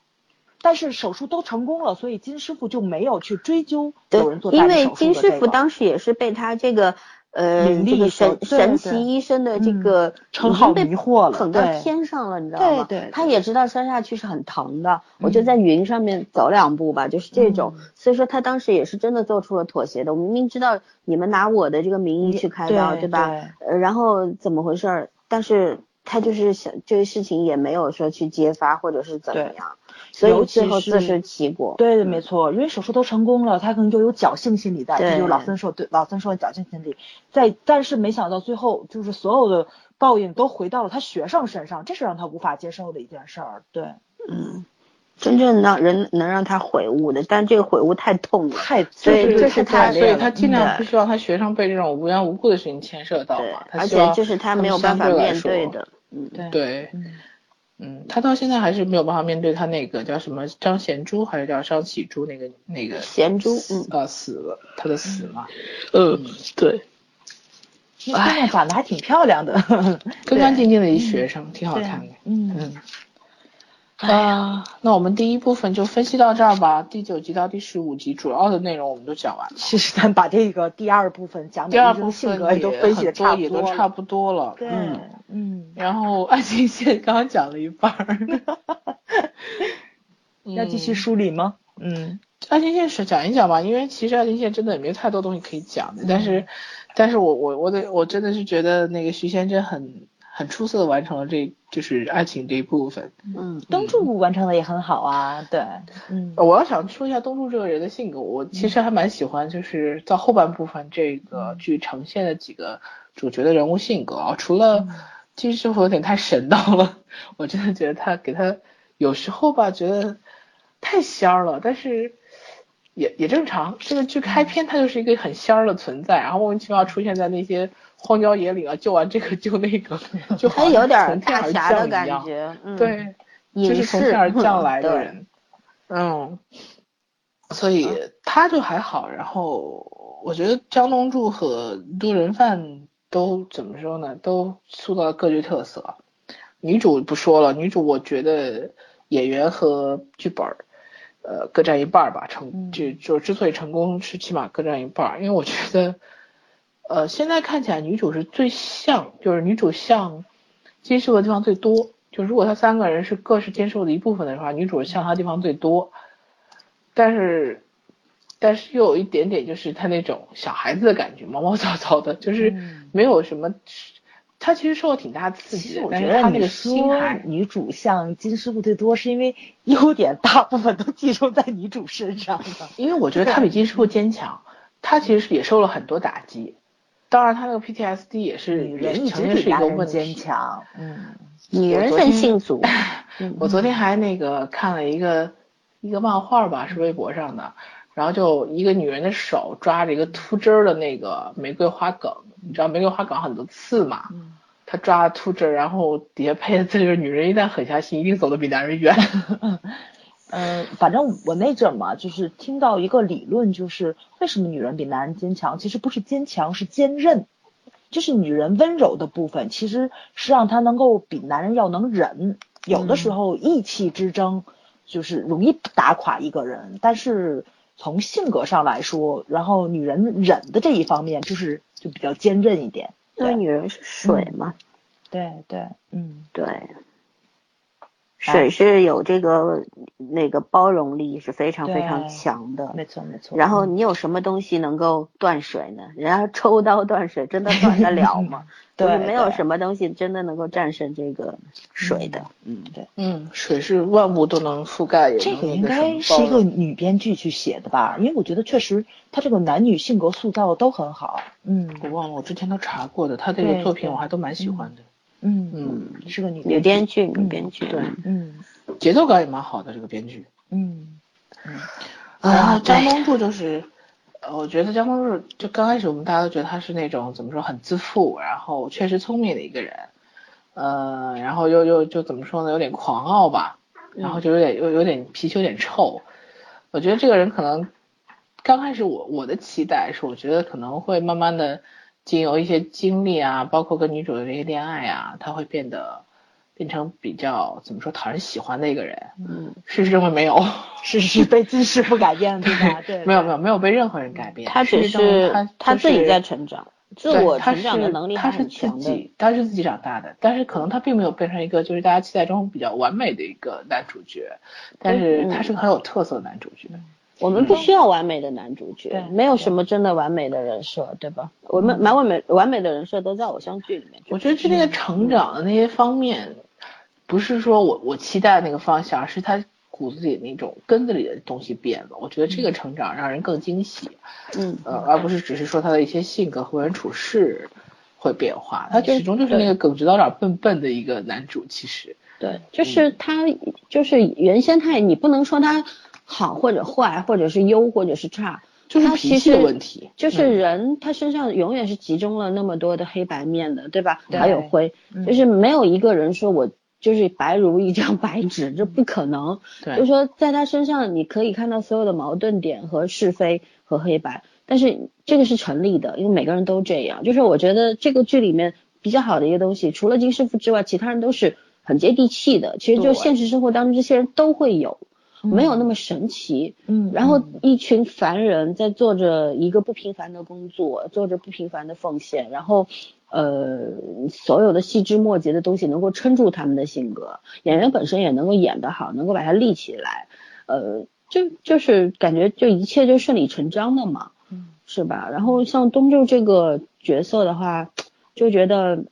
D: 但是手术都成功了，所以金师傅就没有去追究
C: 对
D: 有人，做
C: 因
D: 大力
C: 为
D: 手术
C: 金
D: 的
C: 师
D: 这
C: 傅
D: 个
C: 当时也是被他这个呃
D: 引
C: 这
D: 力
C: 个
D: 所
C: 神
D: 对
C: 神
D: 对
C: 奇医生的这
D: 嗯
C: 个
D: 称
C: 已
D: 号
C: 经被
D: 迷惑了
C: 很高
D: 对
C: 添上了，你知道吗？
D: 对对嗯
C: 他也知道摔下去是很疼的，我就在云上面走两步吧，就是这种。所以说他当时也是真的做出了妥协的。我明明知道你们拿我的这个名义去开刀，
D: 对
C: 吧？
D: 对
C: 呃，然后怎么回事儿？但是他就是想这个事情也没有说去揭发或者是怎么
D: 对
C: 样，所
D: 尤
C: 以
D: 其
C: 最后自
D: 是
C: 食其果。
D: 对，没错，因为手术都成功了，他可能就有侥幸心理在，
C: 对
D: 这就是老三说对老三说的侥幸心理，在但是没想到最后就是所有的报应都回到了他学生身上，这是让他无法接受的一件事儿，对，
C: 嗯，真正让人能让他悔悟的，但这个悔悟太痛了。
D: 太
C: 所以
D: 就是
C: 这是
D: 太
C: 他
B: 所以
D: 烈
B: 他
D: 了，
B: 尽量
C: 对
B: 不希望他学生被这种无缘无故的事情牵涉到
C: 对
B: 嘛，，他
C: 而
B: 希望
C: 且就是他没有办法
B: 们相来
C: 面
B: 说
C: 对。的。嗯，
D: 对
B: 对，
D: 嗯
B: 嗯，他到现在还是没有办法面对他那个叫什么张贤珠还是叫张启珠那个那个
C: 贤珠，嗯，
B: 呃死了，他的死嘛。嗯，对，
D: 那姑娘长得还挺漂亮的，
B: 干干净净的一学生，挺好
D: 对
B: 看的。
D: 嗯，
B: 嗯。啊，那我们第一部分就分析到这儿吧。第九集到第十五集主要的内容我们都讲完了，
D: 其实咱把这个第二部分讲
B: 第
D: 的
B: 二
D: 医
B: 部
D: 生性
B: 分
D: 格也都分
B: 很
D: 析的
B: 多
D: 差
B: 也
D: 不
B: 都
D: 多了，
B: 差不多了。
D: 对
B: 嗯，
D: 嗯，
B: 然后爱情线刚刚讲了一半儿，
D: 嗯 要继续梳理吗？嗯，
B: 爱情线是讲一讲吧，因为其实爱情线真的也没太多东西可以讲的，但是，但是我我我得我真的是觉得那个徐贤真很很出色的完成了这就是爱情这一部分。
C: 嗯，
D: 灯柱完成的也很好啊，对，嗯
B: 我要想说一下东柱这个人的性格，我其实还蛮喜欢，就是到后半部分这
C: 嗯
B: 个剧呈现的几个主角的人物性格啊，除
C: 嗯
B: 了金师傅有点太神道了，我真的觉得他给他有时候吧，觉得太仙儿了，但是也也正常。这个剧开
C: 嗯
B: 篇他就是一个很仙儿的存在，然后莫名其妙出现在那些荒郊野岭啊，救完这个救那 个，就好像
C: 他哎有点
B: 从天
C: 大
B: 而
C: 侠的
B: 降一
C: 感
B: 样，
C: 觉，嗯，
B: 对。就
C: 隐
B: 是从
C: 士
B: 天而降来的
C: 对
B: 人，嗯，所以
C: 嗯
B: 他就还好。然后我觉得张东柱和杜仁范都怎么说呢？都塑造了各具特色。女主不说了，女主我觉得演员和剧本儿，呃，各占一半儿吧。成
D: 嗯
B: 就就之所以成功，是起码各占一半儿，因为我觉得，呃，现在看起来女主是最像，就是女主像金师傅的地方最多。就如果他三个人是各是金师傅的一部分的话，女主像他地方最多，但是。但是又有一点点，就是他那种小孩子的感觉，毛毛躁躁的，就是
D: 嗯
B: 没有什么。他其实受到挺大刺
D: 其
B: 激
D: 实
B: 的，
D: 我
B: 但
D: 觉
B: 是他
D: 得
B: 那
D: 你
B: 个心
D: 说
B: 态，
D: 女主像金师傅最多，是因为优点大部分都集中在女主身上了。
B: 因为我觉得他比金师傅坚强，他其实是也受了很多打击。当然，他那个 PTSD 也是
D: 女
B: 也
D: 人一
B: 承
D: 直
B: 认是
D: 比
B: 一
D: 男
B: 个
D: 人
B: 问
D: 坚
B: 题。
D: 强，嗯，
C: 女人
B: 昨
C: 任
B: 天
C: 性足，
B: 我昨天还那个看了一个一个漫画吧，是微博上的，然后就一个女人的手抓着一个秃枝儿的那个玫瑰花梗，你知道玫瑰花梗很多刺嘛，她抓了秃枝儿，然后底下配的字就是“女人一旦狠下心，一定走得比男人远”。
D: 嗯，反正我那阵儿嘛，就是听到一个理论，就是为什么女人比男人坚强，其实不是坚强，是坚韧。就是女人温柔的部分，其实是让她能够比男人要能忍。有的时候意气之争就是容易打垮一个人，但是从性格上来说，然后女人忍的这一方面就是就比较坚韧一点。
C: 因为女人是水
B: 嗯
C: 嘛，
D: 对对，嗯，
B: 哎
C: 对，水是有这个那个包容力是非常非常
D: 对
C: 强的。
D: 没错没错。
C: 然后
D: 嗯
C: 你有什么东西能够断水呢？人家抽刀断水，真的断得了吗？就是
D: 对
C: 没有
D: 对
C: 什么东西真的能够战胜这个水的。嗯，
D: 对。
B: 嗯，水是万物都能覆盖，也
D: 这
B: 能
D: 个
B: 那
D: 应
B: 什么包
D: 该是一个
B: 容
D: 女编剧去写的吧，因为我觉得确实她这个男女性格塑造都很好。嗯
B: 我忘了，我之前都查过的，他这个
D: 对
B: 作品
D: 对
B: 我还都蛮喜欢的。
D: 嗯
B: 嗯，
D: 是个女
C: 女编剧，女
D: 嗯
C: 编剧，
B: 对
D: 嗯
B: 节奏感也蛮好的这个编剧。
D: 嗯
B: 然后张
D: 对
B: 东柱就是，呃，我觉得张东柱就刚开始我们大家都觉得他是那种怎么说很自负，然后确实聪明的一个人，呃，然后又又就怎么说呢，有点狂傲吧，然后就有点又有点脾气有点臭。我觉得这个人可能刚开始我我的期待是，我觉得可能会慢慢的经由一些经历啊，包括跟女主的这些恋爱啊，他会变得变成比较怎么说讨人喜欢的一个人。
C: 嗯，
B: 事实证明没有。
D: 是是被金师傅改变的对吧？对，
B: 没有没有没有被任何人改变，
C: 她嗯只
B: 事实证明
C: 是
B: 她
C: 她
B: 就
C: 自己
B: 是
C: 在成长，自
B: 对
C: 我
B: 她
C: 成长的
B: 是
C: 能力
B: 她
C: 还
B: 是
C: 很
B: 自
C: 强的。
B: 己，她是自己长大的，但是可能她并没有变成一个就是大家期待中比较完美的一个男主角，但是
C: 嗯
B: 他是个很有特色的男主角。
C: 我们不需要完美的男主
D: 对
C: 角，没有什么真的完美的人设，对吧？我们蛮完美完美的人设都在偶像剧里面。
B: 我觉得这那个
C: 嗯
B: 成长的那些方面，不是说我我期待那个方向，而是他骨子里那种根子里的东西变了。我觉得这个成长让人更惊喜，
C: 嗯，
B: 呃，而不是只是说他的一些性格和为人处事会变化。他
C: 对
B: 始终就是那个耿直到哪儿笨笨的一个男主，其实。
C: 对，就是他，就是原先他也，你不能说他好或者坏，或者是优或者是差，
B: 就是
C: 他
B: 脾
C: 其
B: 气的
C: 实
B: 问题，嗯
C: 就是人他身上永远是集中了那么多的黑白面的，对吧？
D: 对
C: 还有灰，
D: 嗯
C: 就是没有一个人说我就是白如一张白纸，这不可能。
B: 对，
C: 就是说在他身上你可以看到所有的矛盾点和是非和黑白，但是这个是成立的，因为每个人都这样。就是我觉得这个剧里面比较好的一个东西，除了金师傅之外，其他人都是很接地气的。其实
B: 对
C: 就
B: 嗯
C: 现实生活当中这些人都会有，没有那么神奇。
D: 嗯，
C: 然后一群凡人在做着一个不平凡的工作，做着不平凡的奉献，然后。呃，所有的细枝末节的东西能够撑住他们的性格，演员本身也能够演得好，能够把它立起来。呃，就就是感觉就一切就顺理成章的嘛，
D: 嗯
C: 是吧？然后像东周这个角色的话，就觉得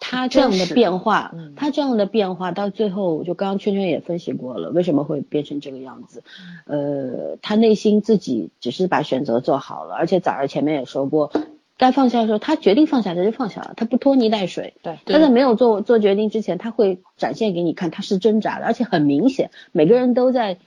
C: 他这样
D: 真
C: 的
D: 实
C: 变化，
D: 嗯
C: 他这样的变化到最后，就刚刚圈圈也分析过了，为什么会变成这个样子？呃，他内心自己只是把选择做好了，而且早儿前面也说过。该放下的时候，他决定放下，他就放下了，他不拖泥带水。
D: 对
C: 他在没有做做决定之前，他会展现给你看，他是挣扎的，而且很明显，每个人都在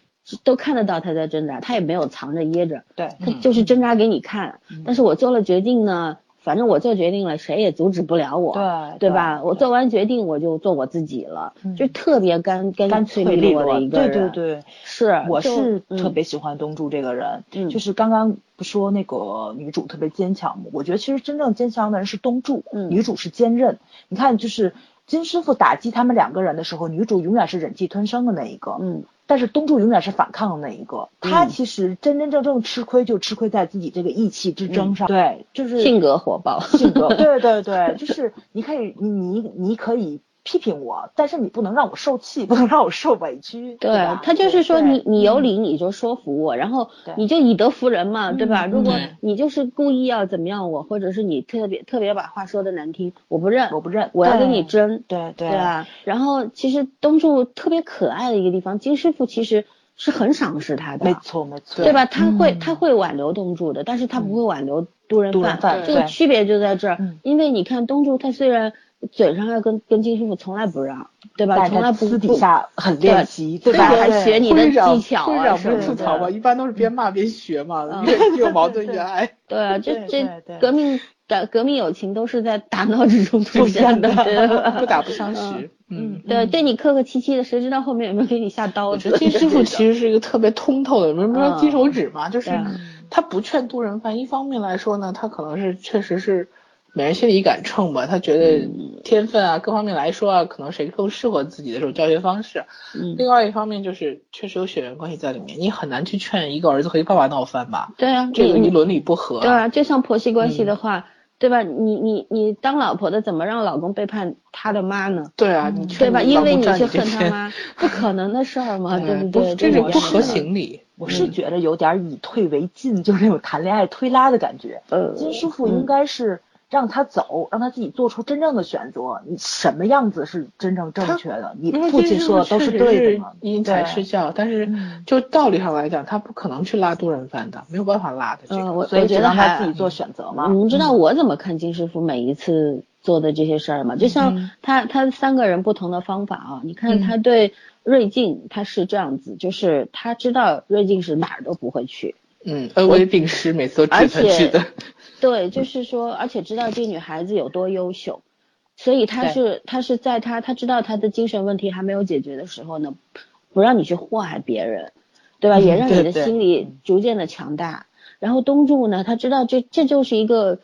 C: 都看得到他在挣扎，他也没有藏着掖着，
D: 对
C: 他就是挣扎给你看。
D: 嗯
C: 但是我做了决定呢，反正我做决定了，谁也阻止不了我，
D: 对
C: 对吧？我做完决定，我就做我自己了，
D: 嗯
C: 就特别干干
D: 干
C: 脆
D: 脆利
C: 落
D: 落
C: 的一个
D: 对对
C: 人。对，
D: 对，
C: 是，
D: 我
C: 就是嗯
D: 特别喜欢东柱这个人，
C: 嗯
D: 就是刚刚不说那个女主特别坚强吗？我觉得其实真正坚强的人是东柱，
C: 嗯
D: 女主是坚韧。你看，就是金师傅打击他们两个人的时候，女主永远是忍气吞声的那一个，
C: 嗯
D: 但是东柱永远是反抗的那一个。他
C: 嗯
D: 其实真真正正吃亏就吃亏在自己这个意气之争上，对，就是
C: 嗯性格火爆，
D: 性 格，对对对，就是你可以，你你你可以批评我，但是你不能让我受气，不能让我受委屈。
C: 对嗯
D: 吧
C: 他就是说
D: 对
C: 你你有理你就说服我，然后
D: 对
C: 你就以德服人嘛，对吧？
D: 嗯
C: 如果
B: 对
C: 你就是故意要怎么样我，或者是你特别特别把话说的难听，我不认，
D: 我不认，
C: 我要
D: 对
C: 跟你争，
D: 对对
C: 对啊吧？然后其实东柱特别可爱的一个地方，金师傅其实是很赏识他的，
D: 没错没错，
C: 对？吧？他会、
D: 嗯
C: 他会挽留东柱的，但是他不会挽留杜人
D: 杜人
C: 范
D: 范，
C: 这个
D: 对
C: 区别就在这儿
D: 嗯。
C: 因为你看东柱，他虽然嘴上要跟跟金师傅从来不让，对吧？
D: 但
C: 从来
D: 他
C: 不
D: 私底
C: 不
D: 下很
C: 对
D: 练习，对
C: 这
D: 吧？
C: 个还学你的
B: 会长
C: 技巧啊
B: 会长
C: 什
B: 不
C: 么
B: 是吐
C: 的
B: 槽吗？一般都是边骂边学嘛
C: 嗯，
B: 越越有矛盾越爱。
C: 对啊，这
D: 对
C: 这
D: 对对
C: 革命革革命友情都是在打闹之中出现的，对
B: 不
C: 吧？
B: 打不相识。嗯，
C: 对，对你客客气气的，谁知道后面有没有给你下刀
B: 我觉
C: 子？
B: 得金师傅其
C: 实
B: 实是一个特别通透的人，为什么
C: 嗯
B: 说金手指嘛？就是
C: 对嗯
B: 他不劝渡人犯，一方面来说呢，他可能是确实是每人心里一杆秤吧，他觉得
C: 嗯
B: 天分啊各方面来说啊，可能谁更适合自己的这种教学方式。
C: 嗯，
B: 另外一方面就是确实有血缘关系在里面，你很难去劝一个儿子和一个爸爸闹翻吧，
C: 对啊，
B: 这个
C: 你
B: 你伦理不合。
C: 对啊，就像婆媳关系的话，对吧？你你你当老婆的怎么让老公背叛他的妈呢？
B: 对啊，你
C: 对
B: 劝
C: 吧？
B: 你
C: 因
B: 老
C: 为
B: 公
C: 你
B: 站
C: 去
B: 你这
C: 恨 他
B: 边，
C: 妈，不可能的事儿嘛，对
B: 嗯
C: 对？
B: 这
C: 对
B: 是
C: 吧
B: 不合。情理。
D: 我是觉得有点以退为进，就是那种谈恋爱推拉的感觉。
C: 呃，
D: 金师傅应该是让他走，让他自己做出真正的选择。你什么样子是真正正确的？你
B: 因为
D: 父
B: 金
D: 亲
B: 师
D: 说的
B: 傅
D: 都
B: 确实
D: 对的吗？
B: 因材
D: 对
B: 施教，但是
D: 嗯
B: 就道理上来讲，他不可能去拉多人饭的，没有办法拉的。这
C: 嗯，
B: 个
C: 我
D: 所以
C: 我
D: 只
C: 觉得
D: 让他
C: 还嗯
D: 自己做选择嘛。
B: 嗯
C: 你们知道我怎么看金师傅每一次做的这些事儿吗？就像
B: 嗯
C: 他他三个人不同的方法啊，你看他对瑞静他是这样子，就是他知道瑞静是哪儿都不会去，
B: 嗯，呃，我也病师，每次都
C: 而
B: 指他去
C: 且
B: 的。
C: 对，
D: 嗯
C: 就是说，而且知道这女孩子有多优秀，所以他
D: 对
C: 是他是在他他知道他的精神问题还没有解决的时候呢，不让你去祸害别人，对吧？也让你的
D: 嗯对对嗯
C: 心理逐渐的强大。然后东柱呢，他知道这这就是一个，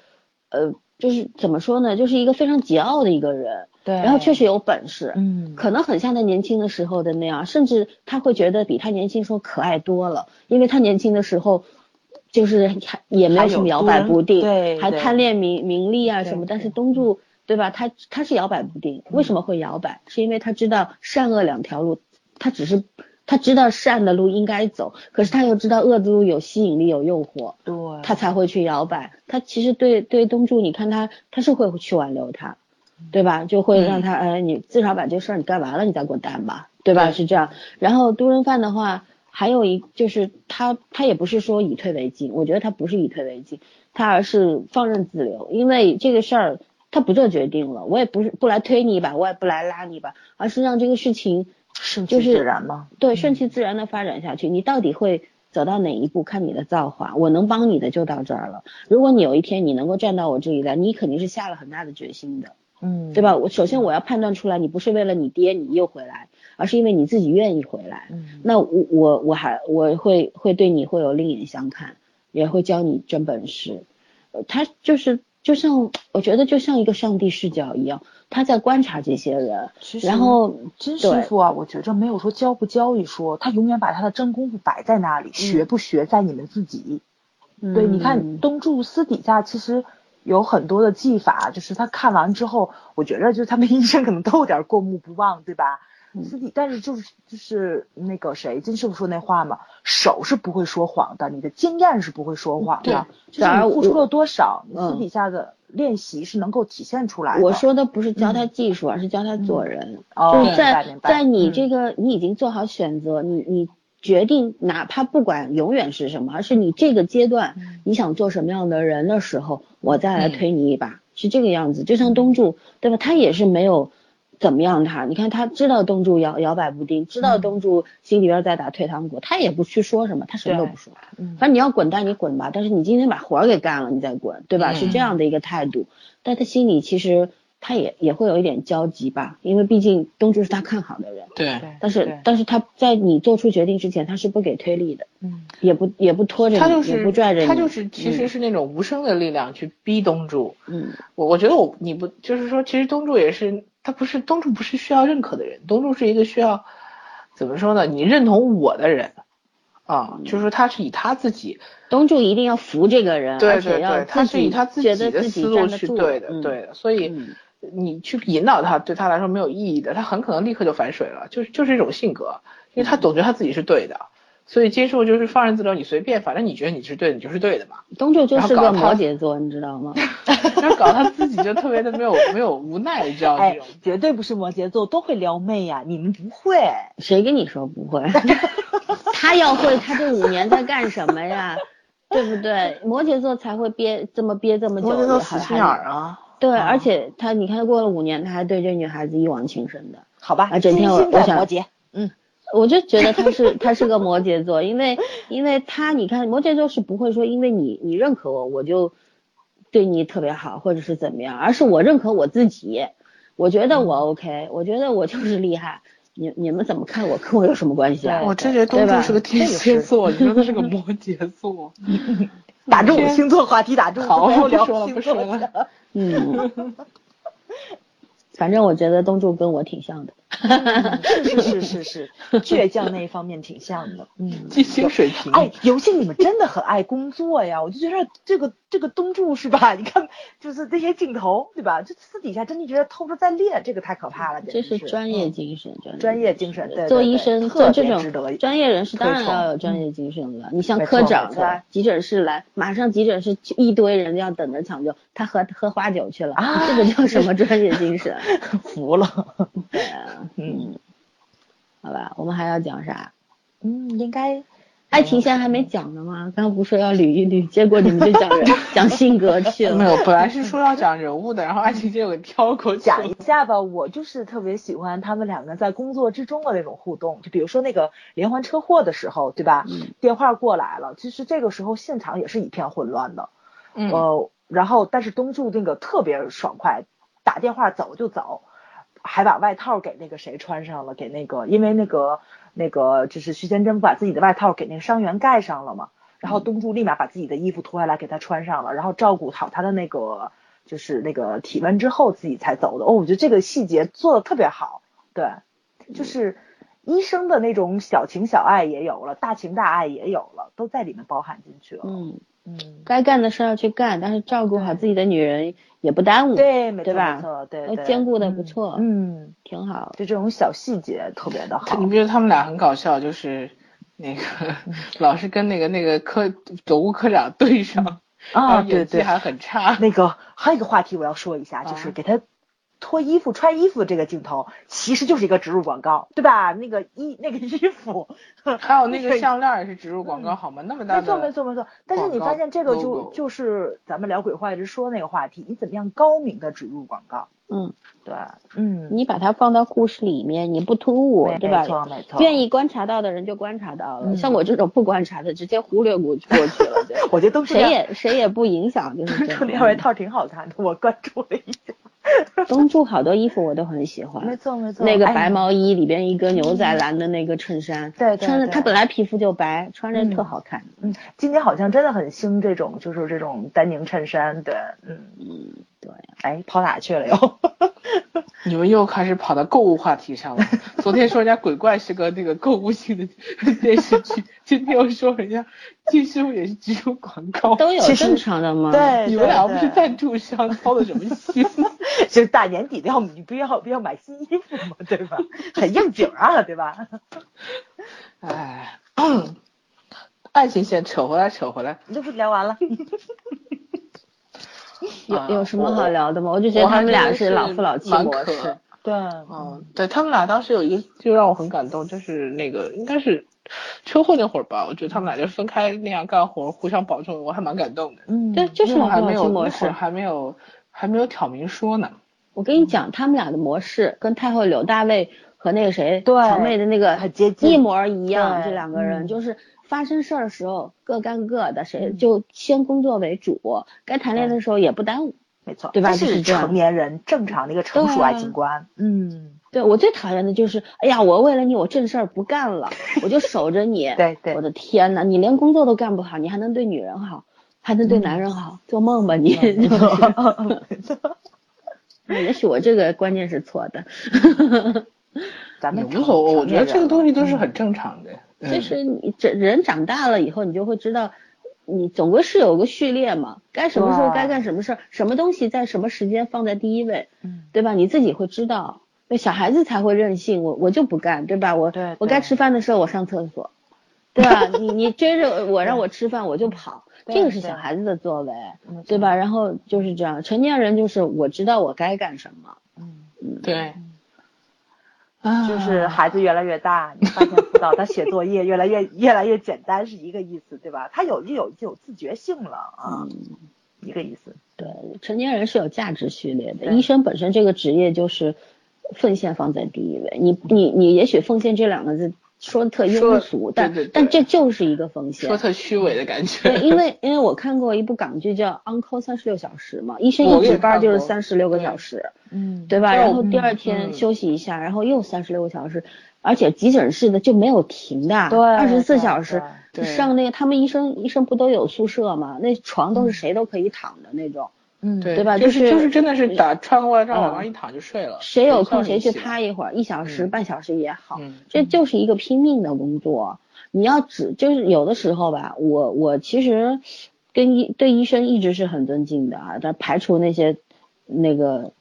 C: 呃，就是怎么说呢，就是一个非常桀骜的一个人，
D: 对，
C: 然后确实有本事，
D: 嗯，
C: 可能很像他年轻的时候的那样，甚至他会觉得比他年轻时候可爱多了，因为他年轻的时候就是还也没有什么摇摆不定，
D: 还有多人对
C: 还
D: 对
C: 贪恋名名利啊
D: 对
C: 什么。
D: 对
C: 但是东柱对吧？他他是摇摆不定，为什么会摇摆？是因为他知道善恶两条路，他只是他知道善的路应该走，可是他又知道恶的路有吸引力有诱惑，
D: 对，
C: 他才会去摇摆。他其实对对东柱，你看他他是会去挽留他，对吧？就会让他，哎，你至少把这事儿你干完了，你再给我担吧，对吧？是这样。然后都人范的话，还有一就是他他也不是说以退为进，我觉得他不是以退为进，他而是放任自流，因为这个事儿他不做决定了，我也不是不来推你一把，我也不来拉你一把，而是让这个事情
D: 顺
C: 就
D: 其
C: 是
D: 自然嗯嘛。
C: 对，顺其自然的发展下去，你到底会走到哪一步，看你的造化。我能帮你的就到这儿了。如果你有一天你能够站到我这里来，你肯定是下了很大的决心的，
D: 嗯，
C: 对？吧？我首先我要判断出来，你不是为了你爹你又回来，而是因为你自己愿意回来。
D: 嗯，
C: 那我我我还我会会对你会有另眼相看，也会教你真本事。呃他就是就像我觉得就像一个上帝视角一样，他在观察这些人，
D: 其实
C: 然后
D: 金
C: 对
D: 师傅啊，我觉着没有说教不教一说，他永远把他的真功夫摆在那里，学不学在你们自己。对，你看
C: 嗯
D: 东柱私底下其实有很多的 技法，就是他看完之后，我觉着就是他们医生可能都有点过目不忘，对吧？
C: 嗯
D: 私底，但是就是就是那个谁金师傅说那话嘛，手是不会说谎的，你的经验是不会说谎的，就是
C: 反而
D: 你付出
C: 我
D: 了多少，你私
C: 嗯
D: 底下的练习是能够体现出来的。
C: 我说的不是教他技术，啊而是教他做人。
D: 嗯哦，
C: 就是
D: 明白
C: 在
D: 明白，
C: 在你
D: 嗯
C: 这个你已经做好选择，你你决定，哪怕不管永远是什么，而是你这个阶段
D: 嗯
C: 你想做什么样的人的时候，我再来推你一把，是这个样子。就像东柱，对吧？他也是没有。怎么样他？你看他知道东柱摇摇摆不定，知
D: 嗯
C: 道东柱心里边在打退堂鼓，他也不去说什么，他什么都
D: 对
C: 不说。
D: 嗯
C: 反正你要滚蛋你滚吧，但是你今天把活儿给干了，你再滚，对吧？
B: 嗯
C: 是这样的一个态度。但他心里其实他也也会有一点焦急吧，因为毕竟东柱是他看好的人，
B: 对，
D: 对
C: 但是
D: 对
C: 但是他在你做出决定之前，他是不给推力的，
D: 嗯
C: 也不也不拖着你，
B: 他就
C: 也
B: 是
C: 不拽着你，
B: 他就是其
C: 嗯
B: 实是那种无声的力量去逼东柱。
C: 嗯
B: 我我觉得我你不就是说，其实东柱也是他不是东柱不是需要认可的人，东柱是一个需要怎么说呢？你认同我的人啊，就是说他是以他自己
C: 东柱一定要服这个人，
B: 对
C: 而且
B: 对
C: 要
B: 对，他是以他自
C: 觉
B: 己
C: 得
B: 的
C: 自己
B: 思路
C: 站得
B: 去
C: 住，
B: 对的
C: 嗯
B: 对的，所以
C: 嗯
B: 你去引导他，对他来说没有意义的，他很可能立刻就反水了，就是就是一种性格，因为他总觉得他自己是对的。所以接受就是放任自流，你随便，反正你觉得你是对的，你就是对的嘛。
C: 东柱就
B: 然后
C: 是
B: 搞
C: 个
B: 他
C: 摩羯座，你知道吗？
B: 然后搞得他自己就特别的没有没有无奈，你知道这
D: 哎
B: 种。，
D: 绝对不是摩羯座，都会撩妹呀、你们不会。
C: 谁跟你说不会？ 他要会，他这五年在干什么呀？对不对？摩羯座才会憋这么憋这么久，
B: 摩羯座
C: 也
B: 死
C: 还
B: 心眼儿啊，
C: 对，
D: 啊
C: 而且他你看过了五年，他还对这女孩子一往情深的。
D: 好吧，
C: 啊整天我
D: 金星在
C: 我想
D: 摩羯，
C: 我就觉得他是他是个摩羯座，因为因为他你看摩羯座是不会说因为你你认可我我就对你特别好或者是怎么样，而是我认可我自己，我觉得我
B: 嗯
C: OK，我觉得我就是厉害，你你们怎么看我跟我有什么关系啊？
D: 对
B: 我真觉得
C: 对
B: 东
C: 吧
B: 柱是个天蝎座，你说他是个摩羯座，
D: 打住
B: 天
D: 星座话题，打住，
B: 好
D: 不要
B: 不
D: 聊
B: 说了
D: 星
B: 不
D: 座
B: 说了
D: 了。
C: 嗯，反正我觉得东柱跟我挺像的。
D: 嗯是是是是是， 倔强那一方面挺 像的。嗯，
B: 金星水瓶。
D: 哎，尤其你们真的很爱工作呀，我就觉得这个这个东柱是吧？你 看，就是这些镜头，对吧？就私底下真的觉得偷着在练，这个太可怕了，
C: 这
D: 简直
C: 是专业
D: 嗯
C: 精神，专
D: 专业精神。对对
C: 做医
D: 对
C: 生做
D: 特
C: 这
D: 别值得
C: 种专业人士，当然
D: 推崇嗯
C: 要有专业精神了。你像
D: 没
C: 科
D: 错
C: 长
D: 没
C: 对吧急诊室来，马上急诊室就一堆人要等着抢救，他喝喝花酒去了，
D: 啊
C: 这个叫什么专业精 神？
D: 服了。
C: 对啊，
D: 嗯
C: 嗯，好吧，我们还要讲啥？
D: 嗯，应该
C: 爱情现在还没讲呢吗？刚刚不是说要捋一捋，结果你们就讲 人讲性格去
B: 没
C: 了。
B: 有，本来是说要讲人物的，然后爱情线给跳过去
D: 讲
B: 了
D: 一。下吧，我就是特别喜欢他们两个在工作之中的那种互动，就比如说那个连环车祸的时候，对吧？
C: 嗯
D: 电话过来了，其实这个时候现场也是一片混乱的，
B: 嗯
D: 呃，然后但是东柱那个特别爽快，打电话走就走，还把外套给那个谁穿上了，给那个因为那个那个就是徐先珍把自己的外套给那个伤员盖上了嘛，
C: 嗯
D: 然后东柱立马把自己的衣服脱下来给他穿上了，然后照顾好他的那个就是那个体温之后自己才走的。哦，我觉得这个细节做的特别好，对，
C: 嗯
D: 就是医生的那种小情小爱也有了，大情大爱也有了，都在里面包含进去了。
C: 嗯，
D: 嗯，
C: 该干的事儿要去干，但是照顾好自己的女人也不耽误，
D: 对，没错
C: 对吧
D: 没错，对
C: 呃
D: 对，
C: 兼顾得不
D: 嗯
C: 错
D: 嗯，
C: 挺好。
D: 就这种小细节特别的
B: 他
D: 好
B: 你。不觉得他们俩很搞笑？就是那个
D: 嗯
B: 老是跟那个那个科总务科长对上，
D: 啊，
B: 然后
D: 对
B: 演技
D: 对，
B: 还很差。
D: 那个还有一个话题我要说一下，就是
B: 啊
D: 给他脱衣服、穿衣服这个镜头，其实就是一个植入广告，对吧？那个衣那个衣服，
B: 还有那个项链儿也是植入广告，好吗？那么大
D: 没
B: 的，
D: 错没错没错。但是
B: 广
D: 你
B: 告
D: 发现这个就
B: logo
D: 就是咱们聊鬼话一直说那个话题，你怎么样高明的植入广告？
C: 嗯，
D: 对，嗯，
C: 你把它放到故事里面，你不突兀
D: 没，
C: 对吧
D: 没？错没错。
C: 愿意观察到的人就观察到了，
D: 嗯
C: 像我这种不观察的，直接忽略过去过去了， 对。
D: 我觉得都是
C: 谁也谁也不影响，就是
D: 出
C: 这
D: 那外
C: 样。
D: 套挺好看的，我关注了一下。
C: 嗯东柱好多衣服我都很喜欢，
D: 错没
C: 那个
D: 哎嗯
C: 白毛衣里边一个牛仔蓝的那个衬衫，
D: 对对
C: 穿着
D: 对
C: 他本来皮肤就白，穿着
D: 嗯
C: 特好看。
D: 嗯，今年好像真的很兴这种，就是这种丹宁衬衫，对，嗯，
C: 嗯，对，
D: 哎，跑哪去了又？
B: 你们又开始跑到购物话题上了。昨天说人家鬼怪是个那个购物性的电视剧，今天又说人家金师傅也是植入广告。
C: 都有
D: 其实
C: 正常的吗？，
D: 对，
B: 你们
D: 对
B: 俩不是
D: 对
B: 赞助商操的什么心？
D: 就是大年底的要你不要不要买新衣服嘛，对吧？很应景啊，对吧？
B: 哎， 嗯爱情线扯回来扯回来，
D: 你这不聊完了？
C: 有有什么好
B: 啊
C: 聊的吗？我就觉得
B: 我还
C: 他们
B: 觉
C: 俩
B: 得
C: 是
B: 是
C: 老夫老妻
B: 蛮
C: 模
B: 可
C: 式，
D: 对，
B: 嗯，对他们俩当时有一个就让我很感动，就是那个应该是车祸那会儿吧，我觉得他们俩就分开那样干活，互相保重，我还蛮感动的。
D: 嗯，
C: 对，就是
B: 那会
C: 老
B: 儿还
C: 夫老
B: 没
C: 妻
B: 有，
C: 模
B: 那会
C: 式
B: 儿。还没有还没有挑明说呢。
C: 我跟你讲，他们俩的模式跟太后柳大卫和那个谁
D: 对
C: 乔妹的那个
D: 很接近
C: 一模一样。
D: 对
C: 这两个
D: 嗯
C: 人就是发生事儿的时候各干各的，谁
D: 嗯
C: 就先工作为主，该谈恋爱的时候也不耽误。
D: 没错，
C: 对吧
D: 这
C: 就是是这样
D: 成年人正常的一个成熟
C: 对啊
D: 爱情观。嗯，
C: 对我最讨厌的就是，哎呀，我为了你，我正事儿不干了，我就守着你。
D: 对对
C: 我的天呐，你连工作都干不好，你还能对女人好，还能对男人好？做梦吧你！ 也许我这个观念是错的，
D: 咱
B: 也
D: 们
B: 无所谓，我觉得这个东
D: 西
B: 西都是
C: 嗯
B: 很正常的。嗯
C: 就是你这人长大了以后，你就会知道，你总归是有个序列嘛，该什么时候
D: 对
C: 该干什么事儿，什么东西在什么时间放在第一位，
D: 嗯
C: 对吧？你自己会知道，那小孩子才会任性，我我就不干，对吧？我
D: 对
C: 我
D: 对
C: 该吃饭的时候我上厕 所，对吧？你你追着我让我吃饭我就跑，
D: 对
C: 这个是
D: 对
C: 小孩子的作为，
D: 没错
C: 对吧？然后就是这样，成年人就是我知道我该干什么，
D: 嗯，
B: 对，
C: 嗯
B: 啊
D: 就是孩子越来越大，你发现辅导他写作业 越来越越来越简单是一个意思，对吧？他有有有自觉性了啊，
C: 嗯，
D: 一个意思。
C: 对，成年人是有价值序列的，
D: 对
C: 医生本身这个职业就是奉献放在第一位，你你你也许奉献这两个字说的特庸
B: 说
C: 俗，
B: 对
C: 但
B: 对对
C: 但这就是一个奉献，
B: 说特虚伪的感
C: 对，
B: 觉。
C: 因为因为我看过一部港剧叫《Uncle 三十六小时》嘛，医生
B: 我
C: 一
B: 也
C: 值班
B: 看
C: 就是
B: 过
C: 三十六个
B: 对
C: 小时，
D: 嗯，
C: 对吧？
B: 对
C: 然
B: 我
C: 后第二天
B: 嗯
C: 休息一下，然后又三十六个小时，而且急诊室的就没有停的，
D: 对
C: 二十四
D: 对
C: 小时。
B: 对对
C: 上那个他们医生医生不都有宿舍吗？那
B: 嗯
C: 床都是谁都可以躺的那种，
D: 嗯，
B: 对
C: 对吧
B: 就
C: 就是
B: 就是真的是打穿过来让往
C: 嗯
B: 上一躺就睡了，
C: 谁有
B: 不需要
C: 空谁
B: 你
C: 去
B: 起来
C: 趴一会儿，一小时、
B: 嗯
C: 半小时也好，
B: 嗯
C: 这就是一个拼命的工作。你要只就是有的时候吧，我我其实跟医对医生一直是很尊敬的啊，但排除那些那个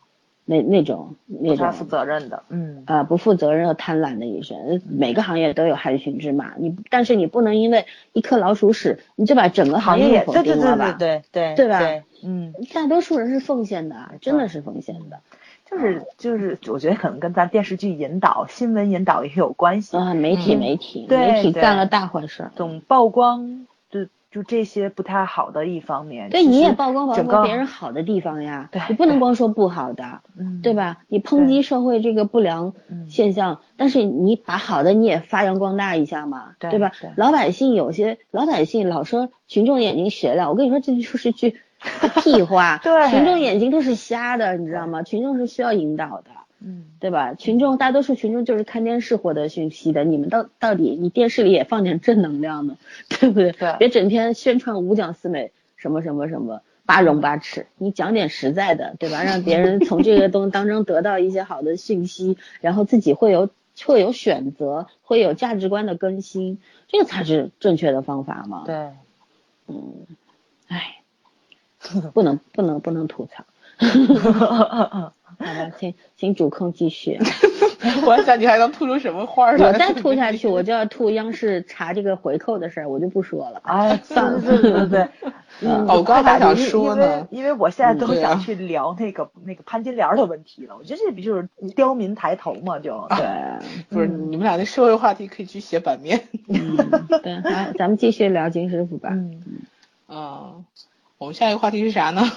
C: 那那种那
D: 不太
C: 种
D: 负责任的。嗯，
C: 啊、不负责任和贪婪的医生，呃每个行业都有害群之马。你但是你不能因为一颗老鼠屎，你就把整个行业
D: 也
C: 否
D: 对对
C: 定
D: 对
C: 了
D: 对
C: 吧？
D: 对对
C: 对吧
D: 对嗯。
C: 大多数人是奉献的啊，真的是奉献的
D: 就是就是，我觉得可能跟咱电视剧引导、新闻引导也有关系。
C: 啊！媒体
B: 嗯
C: 媒体
D: 对
C: 媒体
D: 对
C: 干了大坏事儿。
D: 总曝光就就这些不太好的一方面。
C: 对，
D: 其
C: 你
D: 实
C: 也曝光曝
D: 整
C: 光
D: 个
C: 别人好的地方呀
D: 对，
C: 你不能光说不好的，
D: 嗯
C: 对？吧？你抨
D: 对
C: 击社会这个不良
D: 嗯
C: 现象，但是你把好的你也发扬光大一下嘛，
D: 对
C: 吧
D: 对？
C: 老百姓有些老百姓老说群众眼睛雪亮，我跟你说这就是 句屁话，
D: 对
C: 群众眼睛都是瞎的，你知道吗？群众是需要引导的。
D: 嗯，
C: 对吧？群众大多数群众就是看电视获得讯息的，你们到到底你电视里也放点正能量呢，对不对？
D: 对
C: 别整天宣传五讲四美什么什么什么八荣八耻，你讲点实在的，对吧？让别人从这个东 当中得到一些好的讯息，然后自己会有会有选择，会有价值观的更新，这个才是正确的方法嘛。，
D: 对，
C: 嗯，唉， 不能不能不能吐槽，好吧，请请主控继续。啊
B: 我还想你还能吐出什么花儿来？
C: 我再吐下去，我就要吐央视查这个回扣的事儿，我就不说了。
D: 哎，对对对 对对，嗯，
B: 哦我刚还
D: 快打
B: 想
D: 住因
B: 说呢
D: 因为因为我现在都
B: 嗯对啊
D: 想去聊那个那个潘金莲的问题了。我觉得这不就是刁民抬头嘛，就
C: 啊
D: 对。
B: 不是你们俩那社会话题可以去写版面。
C: 对，嗯对，好，咱们继续聊金师傅吧。
D: 嗯，
B: 嗯，我们下一个话题是啥呢？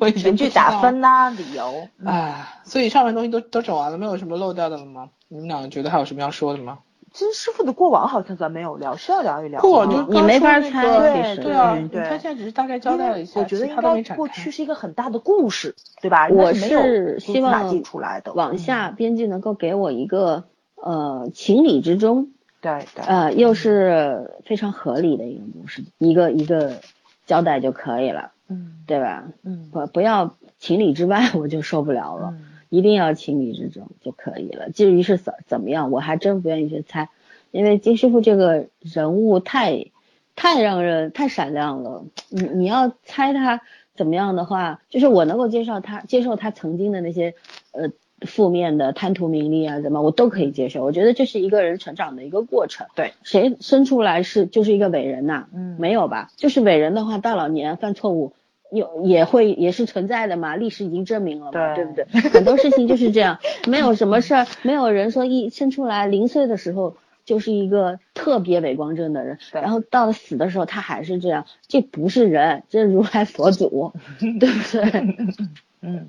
B: 我已经
D: 全
B: 不
D: 剧
B: 知道
D: 打分呐、理由。嗯
B: 啊，所以上面东西都都整完了，没有什么漏掉的了吗？你们俩觉得还有什么要说的吗？
D: 金师傅的过往好像咱没有聊，需要聊一聊吗。嗯
B: 过往就
C: 哦你没法猜
B: 对
D: 其实
B: 对啊，
D: 嗯
B: 你
D: 对
B: 看现在只是大概交代了一下，
D: 因为我觉得
B: 其
D: 应
B: 他都
D: 该
B: 没展
D: 过
B: 开
D: 去是一个很大的故事，对吧？
C: 我
D: 应该是没有
C: 是
D: 蛛丝
C: 希
D: 马迹
C: 望
D: 出来的嗯
C: 往下编剧能够给我一个呃情理之中，
D: 对对，
C: 呃又是非常合理的一个故事，一个一个交代就可以了，
D: 嗯
C: 对吧？
D: 嗯
C: 不不要情理之外， 我就受不了了。
D: 嗯
C: 一定要情理之中就可以了。至于是怎怎么样，我还真不愿意去猜，因为金师傅这个人物太太让人太闪亮了。你你要猜他怎么样的话，就是我能够接受他接受他曾经的那些呃负面的贪图名利啊，怎么我都可以接受。我觉得这是一个人成长的一个过程。
D: 对，
C: 谁生出来是就是一个伟人呐、
D: 嗯
C: 没有吧？就是伟人的话，大老年犯错误。有也会也是存在的嘛，历史已经证明了嘛，对
D: 对
C: 不对？很多事情就是这样，没有什么事儿，没有人说一生出来零岁的时候就是一个特别伟光正的人，
D: 对
C: 然后到了死的时候他还是这样，这不是人，这是如来佛祖， 对不对？
D: 嗯，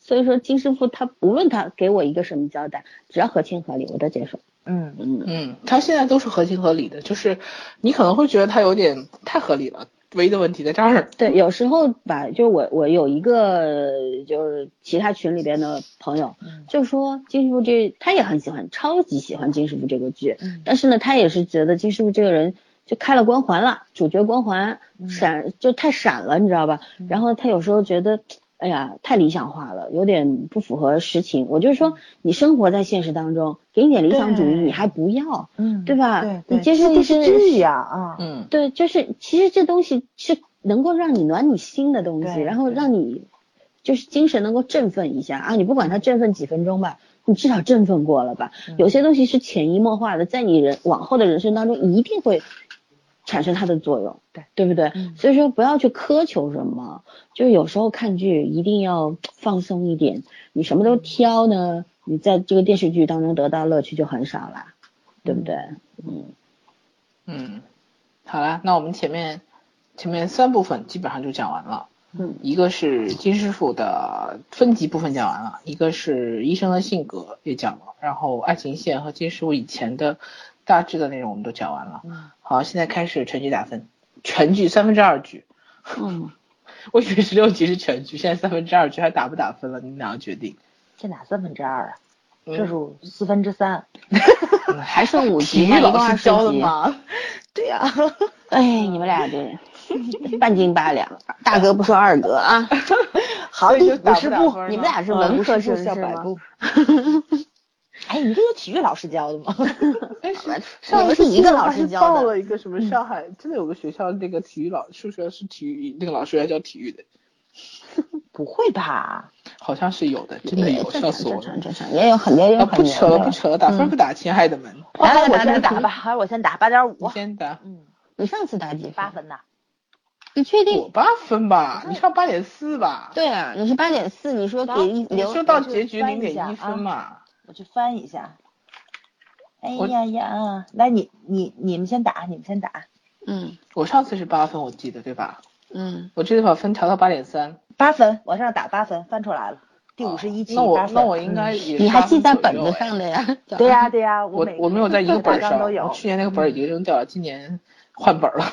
C: 所以说金师傅他无论他给我一个什么交代，只要合情合理，我都接受。
D: 嗯，
C: 嗯，
B: 嗯，他现在都是合情合理的，就是你可能会觉得他有点太合理了，唯一的问题在这儿。
C: 对，有时候吧，就我我有一个就是其他群里边的朋友，
D: 嗯
C: 就说金师傅这他也很喜欢，超级喜欢金师傅这个剧，
D: 嗯
C: 但是呢，他也是觉得金师傅这个人就开了光环了，主角光环
D: 嗯
C: 闪就太闪了，你知道吧？然后他有时候觉得，哎呀，太理想化了，有点不符合实情。我就是说，你生活在现实当中，给你点理想主义，
D: 嗯对
C: 你还不要，
D: 嗯
C: 对吧
D: 对，
C: 你
D: 对
C: 接受
D: 这
C: 一
D: 是
C: 些
D: 电视剧呀啊，
B: 嗯，
C: 对，就是其实这东西是能够让你暖你心的东西，
D: 对
C: 然后
D: 对
C: 让你就是精神能够振奋一下啊！你不管它振奋几分钟吧，你至少振奋过了吧？
D: 嗯
C: 有些东西是潜移默化的，在你人往后的人生当中一定会产生它的作用，
D: 对
C: 对不对？
D: 嗯
C: 所以说不要去苛求什么，就是有时候看剧一定要放松一点，你什
D: 嗯
C: 么都挑呢，你在这个电视剧当中得到乐趣就很少啦，对不对？嗯
B: 嗯，好啦，那我们前面前面三部分基本上就讲完了，
C: 嗯
B: 一个是金师傅的分级部分讲完了，一个是医生的性格也讲了，然后爱情线和金师傅以前的大致的内容我们都讲完了。
D: 嗯
B: 好，现在开始全局打分，全剧三分之二局，
C: 嗯，
B: 我以为十六局是全局，现在三分之二局还打不打分了，你们俩要决定。
D: 这哪三分之二啊？
B: 嗯
D: 这是四分之 三。
C: 嗯还剩五
B: 体
C: 集
B: 育
C: 嘛，一共
B: 老
C: 二
B: 师
C: 十
B: 教的
C: 集。
B: 吗？
D: 对呀，嗯
C: 哎，你们俩这 半斤八两，大哥不说二哥啊。
D: 好，
B: 所以
D: 第
B: 就打
D: 五
B: 不
D: 十
B: 打
D: 步
B: 分儿，呢
C: 你们俩是文科生
D: 下
C: 是
D: 百
C: 吗？
D: 步。 哎，你这是体育老师教的吗？
B: 哎是
C: 你们是一个老师教
B: 报
C: 的，嗯
B: 了一个什么上海，真的有个学校那个体育老数学是体育那个老师要教体育的，
D: 不会吧？
B: 好像是有的，真的
C: 也
B: 有，笑
C: 正常
B: 死我
C: 正
B: 了
C: 常。正常，也有很也
B: 啊，
C: 有
B: 不
C: 很
B: 扯了，不扯了，打
C: 嗯
B: 分不打亲爱的们，
C: 来
D: 还
C: 来
D: 是我
C: 来来
D: 先打
C: 来
D: 吧，还是我先打八点五
B: 你。先打。
D: 嗯，
C: 你上次打几
D: 八
C: 分？
D: 分呐。
C: 你确
B: 我
C: 定？
B: 八分吧，你上八点四吧。
C: 对啊，你是八点四，你说给一
B: 你
C: 留
B: 说到结局
D: 我
B: 零
D: 去
B: 点一
D: 翻一下啊
B: 分嘛，
D: 我去翻一下。哎
B: 我
D: 呀呀，来你你你们先打，你们先打。
C: 嗯
B: 我上次是八分，我记得对吧？
C: 嗯，
B: 我这次把分调到八点三。啊
D: 八分，往上打八分，翻出来了，第五十一
B: 哦
D: 期
B: 那我
D: 八分
B: 那我应该也
C: 嗯你还
B: 8
C: 记
B: 分
C: 在
B: 左
C: 本
B: 右
C: 子
B: 哎
C: 上的 呀？
D: 嗯对呀对呀，
B: 我
D: 每
B: 我没有在一个本儿上，
D: 都有
B: 我。去年那个本儿已经扔掉了，今年换本儿了。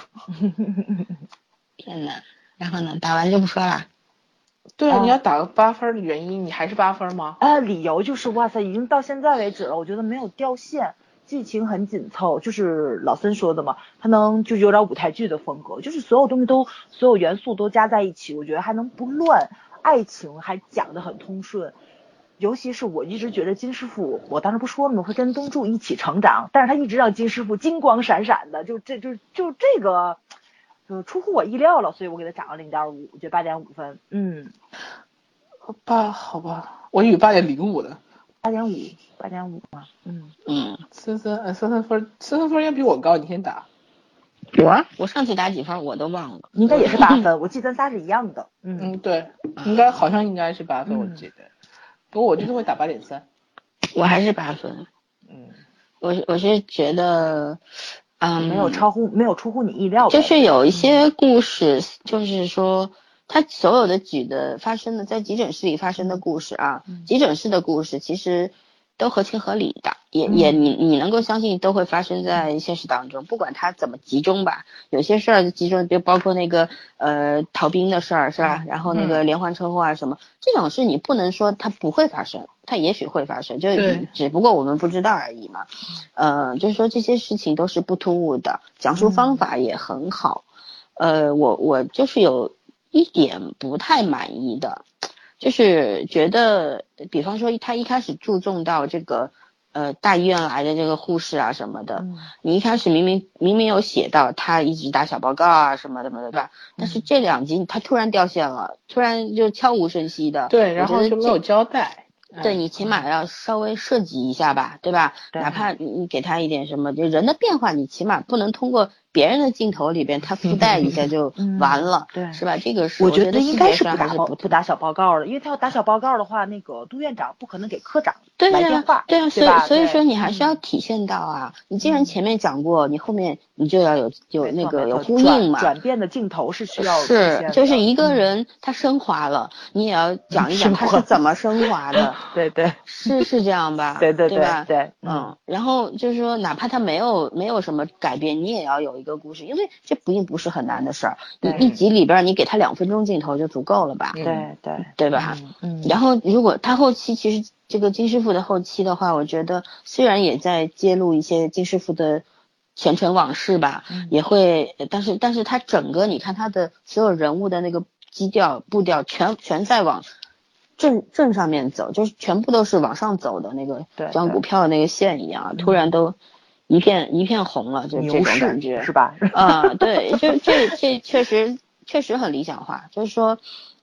C: 天呐，然后呢，打完就不说了。
B: 对啊，
D: 啊
B: 你要打个八分儿的原因，你还是八分儿吗？
D: 啊，理由就是哇塞，已经到现在为止了，我觉得没有掉线，剧情很紧凑，就是老森说的嘛，他能就是有点舞台剧的风格，就是所有东西都所有元素都加在一起，我觉得还能不乱，爱情还讲得很通顺。尤其是我一直觉得金师傅，我当时不说了吗？会跟东柱一起成长，但是他一直让金师傅金光闪闪的，就这就就这个，就出乎我意料了，所以我给他涨了零点五，我觉得八点五分，嗯，
B: 八好吧，我以为八点零五的。
D: 八点五，八点五嘛，嗯。
C: 嗯，
B: 森森，呃，森森分儿，森森分儿应该比我高，你先打。
C: 我我上次打几分我都忘了。
D: 应该也是八 分，我记得咱仨是一样的。嗯，
B: 嗯，对，应该好像应该是八分，我
D: 嗯
B: 记得。不过我这次会打八点三。
C: 我还是八分，
B: 嗯，
C: 我是我是觉得，嗯，
D: 没有超乎没有出乎你意料呗。
C: 就是有一些故事，就是说，它所有的举的发生的在急诊室里发生的故事啊，
D: 嗯
C: 急诊室的故事其实都合情合理的，也、
D: 嗯
C: 也你你能够相信都会发生在现实当中，不管它怎么集中吧，有些事儿集中，比如包括那个呃逃兵的事儿是
D: 嗯
C: 吧？然后那个连环车祸啊什么，这种事你不能说它不会发生，它也许会发生，就
B: 对
C: 只不过我们不知道而已嘛。呃，就是说这些事情都是不突兀的，讲述
B: 嗯
C: 方法也很好。呃，我我就是有一点不太满意的，就是觉得，比方说他一开始注重到这个呃大医院来的这个护士啊什么的，
D: 嗯
C: 你一开始明明明明有写到他一直打小报告啊什么什么的，对吧？
B: 嗯
C: 但是这两集他突然掉线了，突然就悄无声息的。
B: 对，然
C: 我觉
B: 后
C: 得
B: 就没
C: 这
B: 有交代。
C: 对
B: 嗯
C: 你起码要稍微涉及一下吧，对吧？
D: 对
C: 哪怕你你给他一点什么，就人的变化，你起码不能通过别人的镜头里边他附带一下就
D: 嗯
C: 完了，
D: 对
C: 是吧？这个是
D: 我
C: 觉
D: 觉得应
C: 细
D: 该
C: 节
D: 是
C: 上
D: 不
C: 还
D: 打
C: 是
D: 报
C: 不
D: 不打小报告的，因为他要打小报告的话，那个杜院长不可能给科长
C: 对
D: 来
C: 呀
D: 电话，，
C: 对呀，所
D: 吧
C: 以所以
D: 对嗯
C: 说你还是要体现到啊，你既然前面讲过，你后面你就要有有
D: 没
C: 那
D: 错
C: 个
D: 没
C: 有
D: 错
C: 呼
D: 转
C: 应嘛，
D: 转变的镜头是需要出现
C: 是，
D: 的嗯
C: 就是一个人他升华了，你也要讲一讲
D: 升
C: 他
D: 华
C: 是怎么升华的，
D: 对对
C: 是是这样吧？
D: 对对
C: 啊对
D: 对
C: 吧
D: 对，
C: 嗯，然后就是说，哪怕他没有没有什么改变，你也要有一个故事，因为这并不是很难的事儿。你
D: 对
C: 一集里边儿你给他两分钟镜头就足够了吧，
B: 嗯
D: 对对，
C: 对吧？
D: 嗯，
C: 然后，如果他后期其实这个金师傅的后期的话，我觉得虽然也在揭露一些金师傅的前尘往事吧，
D: 嗯
C: 也会，但是但是他整个你看他的所有人物的那个基调步调全全在往正正上面走，就是全部都是往上走的那个，
D: 对
C: 就像
D: 对嗯
C: 股票的那个线一样，突然都一片一片红了，就这
D: 牛
C: 种感觉
D: 市是吧？
C: 啊、对，就这这确实确实很理想化，就是说，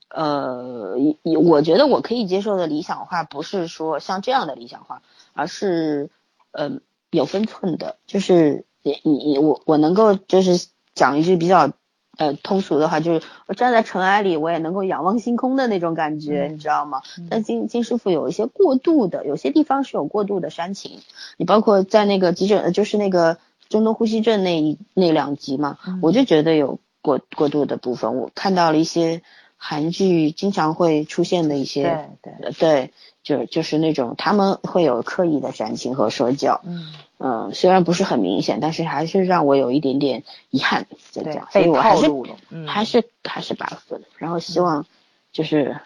C: 呃，以以我觉得我可以接受的理想化，不是说像这样的理想化，而是嗯、呃、有分寸的，就是你你你我我能够就是讲一句比较。呃，通俗的话就是我站在尘埃里，我也能够仰望星空的那种感觉，
D: 嗯
C: 你知道吗？
D: 嗯
C: 但金金师傅有一些过度的，有些地方是有过度的煽情，你包括在那个急诊，呃就是那个中东呼吸症那一那两集嘛，
D: 嗯
C: 我就觉得有过过度的部分，我看到了一些韩剧经常会出现的一
D: 对
C: 些，
D: 对，
C: 呃对，就就是那种他们会有刻意的煽情和说教，
D: 嗯，
C: 嗯，虽然不是很明显，但是还是让我有一点点遗憾在这
D: 对
C: 样，，所
D: 被
C: 以我还
D: 套
C: 是
D: 路了，嗯
C: 还是还是八分，然后希望就是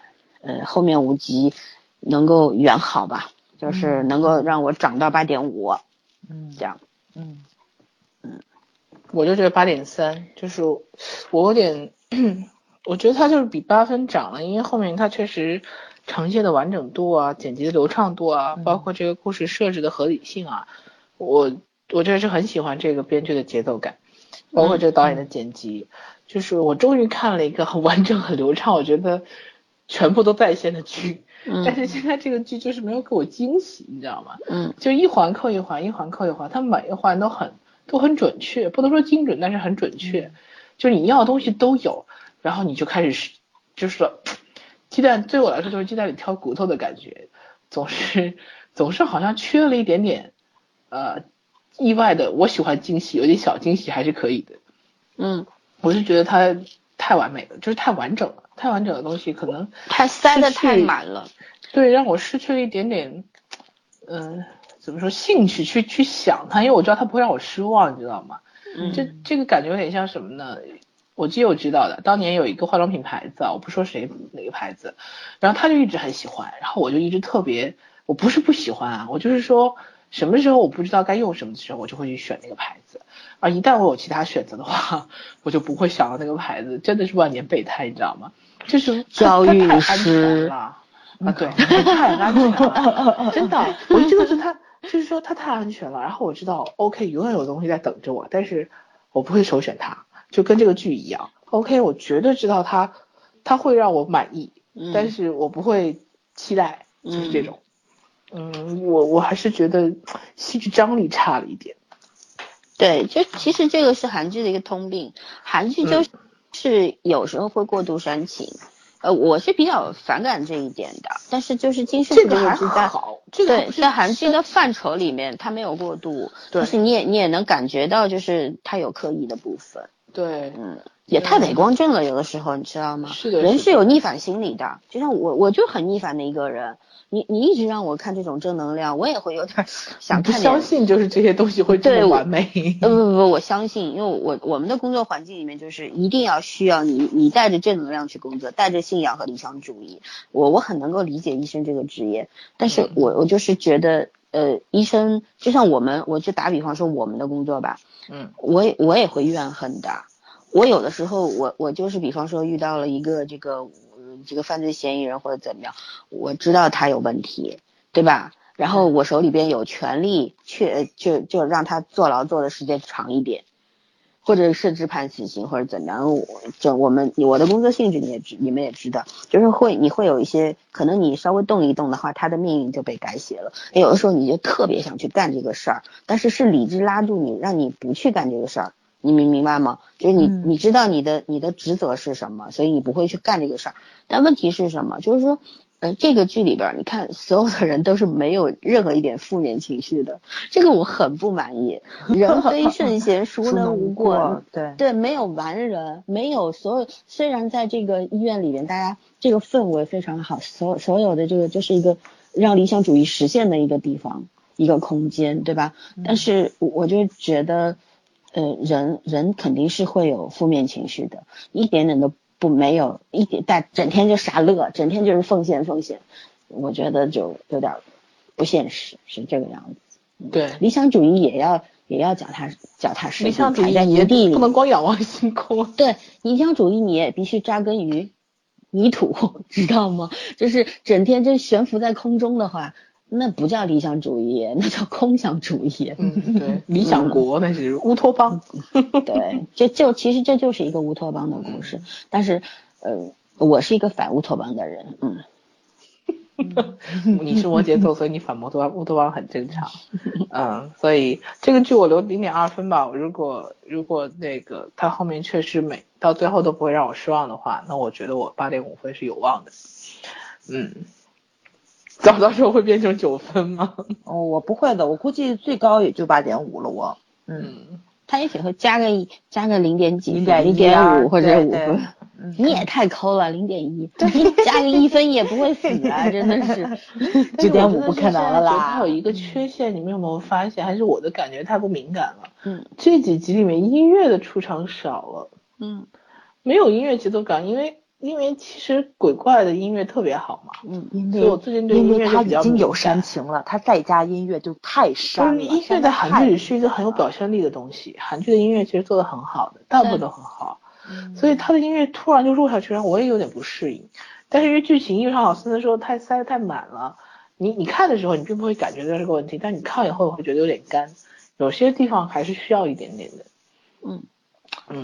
C: 呃后面五集能够圆好吧，就是能够让我涨到八点五啊
D: 嗯
C: 这样。
D: 嗯
B: 我就觉得八点三，就是我有点， 我觉得它就是比八分涨了，因为后面它确实呈现的完整度啊、剪辑的流畅度啊，
D: 嗯
B: 包括这个故事设置的合理性啊，我我真的是很喜欢这个编剧的节奏感，包括这个导演的剪辑，就是我终于看了一个很完整、很流畅，我觉得全部都在线的剧，但
C: 嗯
B: 是现在这个剧就是没有给我惊喜，你知道吗？
C: 嗯
B: 就一环扣一环，一环扣一环，它每一环都很都很准确，不能说精准，但是很准确。就是你要的东西都有，然后你就开始是就是说鸡蛋对我来说就是鸡蛋里挑骨头的感觉，总是总是好像缺了一点点呃意外的。我喜欢惊喜，有点小惊喜还是可以的。
C: 嗯，
B: 我就觉得它太完美了，就是太完整了，太完整的东西可能
C: 它塞的
B: 是
C: 太满了。
B: 对，让我失去了一点点，嗯、怎么说兴趣去去想它，因为我知道它不会让我失望，你知道吗？
C: 嗯
B: 这这个感觉有点像什么呢？我记得我知道的，当年有一个化妆品牌子啊，我不说谁哪个牌子，然后他就一直很喜欢，然后我就一直特别，我不是不喜欢啊，我就是说什么时候我不知道该用什么的时候，我就会去选那个牌子，而一旦我有其他选择的话， 我就不会想到那个牌子，真的是万年备胎，你知道吗？就是它
C: 教育
B: 它太安
C: 师
B: 全了。啊，对， 太
D: 嗯
B: 安全 了，真的，我这个是他，就是说他太安全了。然后我知道，OK，永远有东西在等着我，但是我不会首选它，就跟这个剧一样。OK，我绝对知道它，它会让我满意，
C: 嗯
B: 但是我不会期待，就是这
C: 嗯
B: 种。嗯，我我还是觉得戏剧张力差了一点。
C: 对，就其实这个是韩剧的一个通病，韩剧
B: 嗯
C: 就是是有时候会过度煽情，呃，我是比较反感这一点的，但是就是金师傅
B: 这个还
C: 剧在
B: 好，这个
C: 对，在韩剧的范畴里面，它没有过度，
B: 对
C: 但是你也你也能感觉到，就是它有刻意的部分，
B: 对，
C: 嗯，也太伪光正了，有的时候你知道吗？
B: 是的
C: 人
B: 是的
C: 是有逆反心理的，就像我，我就很逆反的一个人，你你一直让我看这种正能量，我也会有点儿 想
B: 不
C: 看
B: 相
C: 点。
B: 信就是这些东西会这
C: 对
B: 么
C: 我
B: 完美。
C: 呃不不不，我相信，因为我我们的工作环境里面就是一定要需要你，你带着正能量去工作，带着信仰和理想主义。我我很能够理解医生这个职业，但是我我就是觉得，呃，医生就像我们，我就打比方说我们的工作吧，
B: 嗯，
C: 我也我也会怨恨的。我有的时候我我就是比方说遇到了一个这个、呃这个犯罪嫌疑人或者怎么样，我知道他有问题，对吧？然后我手里边有权利去就就让他坐牢坐的时间长一点，或者甚至判死刑或者怎么样。我就我们我的工作性质你也知你们也知道，就是会你会有一些可能你稍微动一动的话，他的命运就被改写了。有的时候你就特别想去干这个事儿，但是是理智拉住你，让你不去干这个事儿。你明明白吗？就是你
D: 嗯
C: 你知道你的你的职责是什么，所以你不会去干这个事儿。但问题是什么？就是说，呃，这个剧里边儿，你看所有的人都是没有任何一点负面情绪的，这个我很不满意。人非圣贤，孰
D: 孰
C: 能
D: 能
C: 无
D: 无
C: 过？
D: 对，
C: 对，没有完人，没有所有。虽然在这个医院里面，大家这个氛围非常好，所所有的这个就是一个让理想主义实现的一个地方，一个空间，对吧？
B: 嗯
C: 但是我我就觉得，呃，人人肯定是会有负面情绪的，一点点都不没有，一点但整天就傻乐，整天就是奉献奉献，我觉得就有点儿不现实，是这个样子。
B: 对，
C: 理想主义也要也要脚踏脚踏实地，
B: 理想主义
C: 踩在泥
B: 也
C: 地里
B: 不能光仰望星空啊。
C: 对，理想主义你也必须扎根于泥土，知道吗？就是整天就悬浮在空中的话，那不叫理想主义，那叫空想主义。
B: 嗯，对， 理想国那是乌托邦。
C: 对，这就其实这就是一个乌托邦的故事，但是，呃，我是一个反乌托邦的人，嗯，
B: 你是摩羯座，所以你反摩托邦乌托邦很正常。嗯，所以这个剧我留零点二分吧。如果如果那个它后面确实每到最后都不会让我失望的话，那我觉得我八点五分是有望的。嗯，早到时候会变成九分吗？
D: 哦，我不会的，我估计最高也就八点五了，我，嗯，
B: 嗯，
C: 他也许会加个一加个零点几分、
D: 零点
C: 零点五或者五
D: 五
C: 分。
D: 嗯，
C: 你也太抠了，零点一，你加个一分也不会死啊，真的是。
D: 九点五不可能了
B: 它
D: 啦
B: 有，一个缺陷，你们有没有发现？还是我的感觉太不敏感了？
C: 嗯
B: 这几集里面音乐的出场少了。
C: 嗯
B: 没有音乐节奏感，因为因为其实鬼怪的音乐特别好嘛，
C: 嗯，
D: 因
B: 所以我最近对
D: 因
B: 音
D: 为
B: 乐
D: 他
B: 就比
D: 已
B: 较
D: 经有
B: 敏
D: 煽
B: 感
D: 情了，他再加音乐就太
B: 不
D: 煽
B: 是
D: 了。
B: 音乐
D: 煽
B: 在
D: 得
B: 韩
D: 太
B: 剧里是一个很有表现力的东西，韩剧的音乐其实做的很好的，大部分都很好，所以他的音乐突然就弱下去，然后我也有点不适应。但是因为剧情，因为像老孙说太塞得太满了，你你看的时候你并不会感觉到这个问题，但你看了以后会觉得有点干，有些地方还是需要一点点的。嗯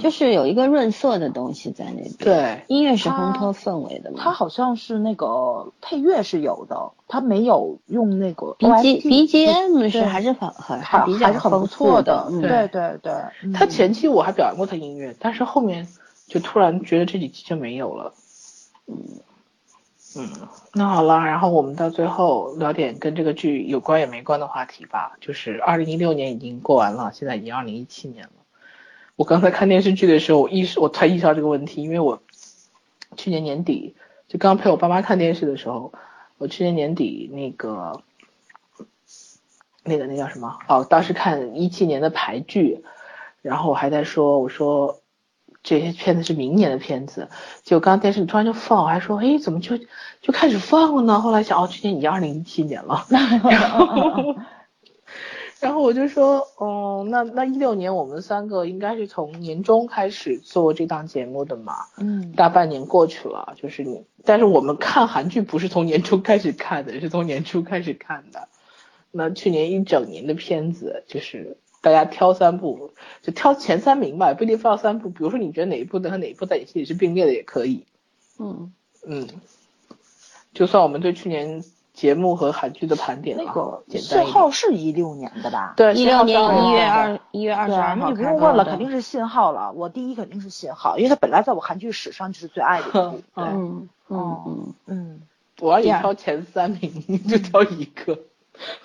C: 就是有一个润色的东西在那边。
B: 对，
C: 音乐是
D: 啊
C: 烘托氛围的
D: 他
C: 嘛。
D: 好像是那个配乐是有的，他没有用那个
C: B G B G M
D: 对
C: 是还是很很
D: 还
C: 比较
D: 还是很不
C: 丰富
D: 错
C: 的，嗯
D: 对对对，嗯
B: 他前期我还表扬过他音乐，但是后面就突然觉得这几期就没有了。嗯，那好了，然后我们到最后聊点跟这个剧有关也没关的话题吧。就是二零一六年已经过完了，现在已经二零一七年了。我刚才看电视剧的时候，我意识我才意识到这个问题，因为我去年年底就刚陪我爸妈看电视的时候，我去年年底那个那个那叫什么？哦，当时看一七年的排剧，然后我还在说，我说这些片子是明年的片子，结果刚电视里突然就放，我还说，哎，怎么就就开始放了呢？后来想，哦，去年已经二零一七年了，然后然后我就说，哦，那那一六年我们三个应该是从年中开始做这档节目的嘛，
D: 嗯
B: 大半年过去了，就是你，但是我们看韩剧不是从年初开始看的，是从年初开始看的。那去年一整年的片子，就是大家挑三部，就挑前三名吧，也不一定非要三部。比如说你觉得哪一部的和哪一部在你心里是并列的也可以。
C: 嗯，
B: 嗯，就算我们对去年节目和韩剧的盘点了，啊
D: 那个
B: 简
D: 信
B: 单一点。
D: 号是一六年的吧？
B: 对，
C: 一
B: 信
C: 六
B: 号
C: 年
B: 上
C: 一
B: 来
C: 月
B: 了。
C: 二一月二十
D: 对啊，
C: 二
D: 那
C: 号
D: 你不
C: 开
D: 用问
C: 播
D: 了，
C: 的
D: 肯定是信号了。我第一肯定是信号，因为它本来在我韩剧史上就是最爱的一 部
B: 嗯
D: 对
C: 嗯嗯嗯，
D: 嗯
B: 我要也
C: 第二
B: 挑前三名， 你就挑一个。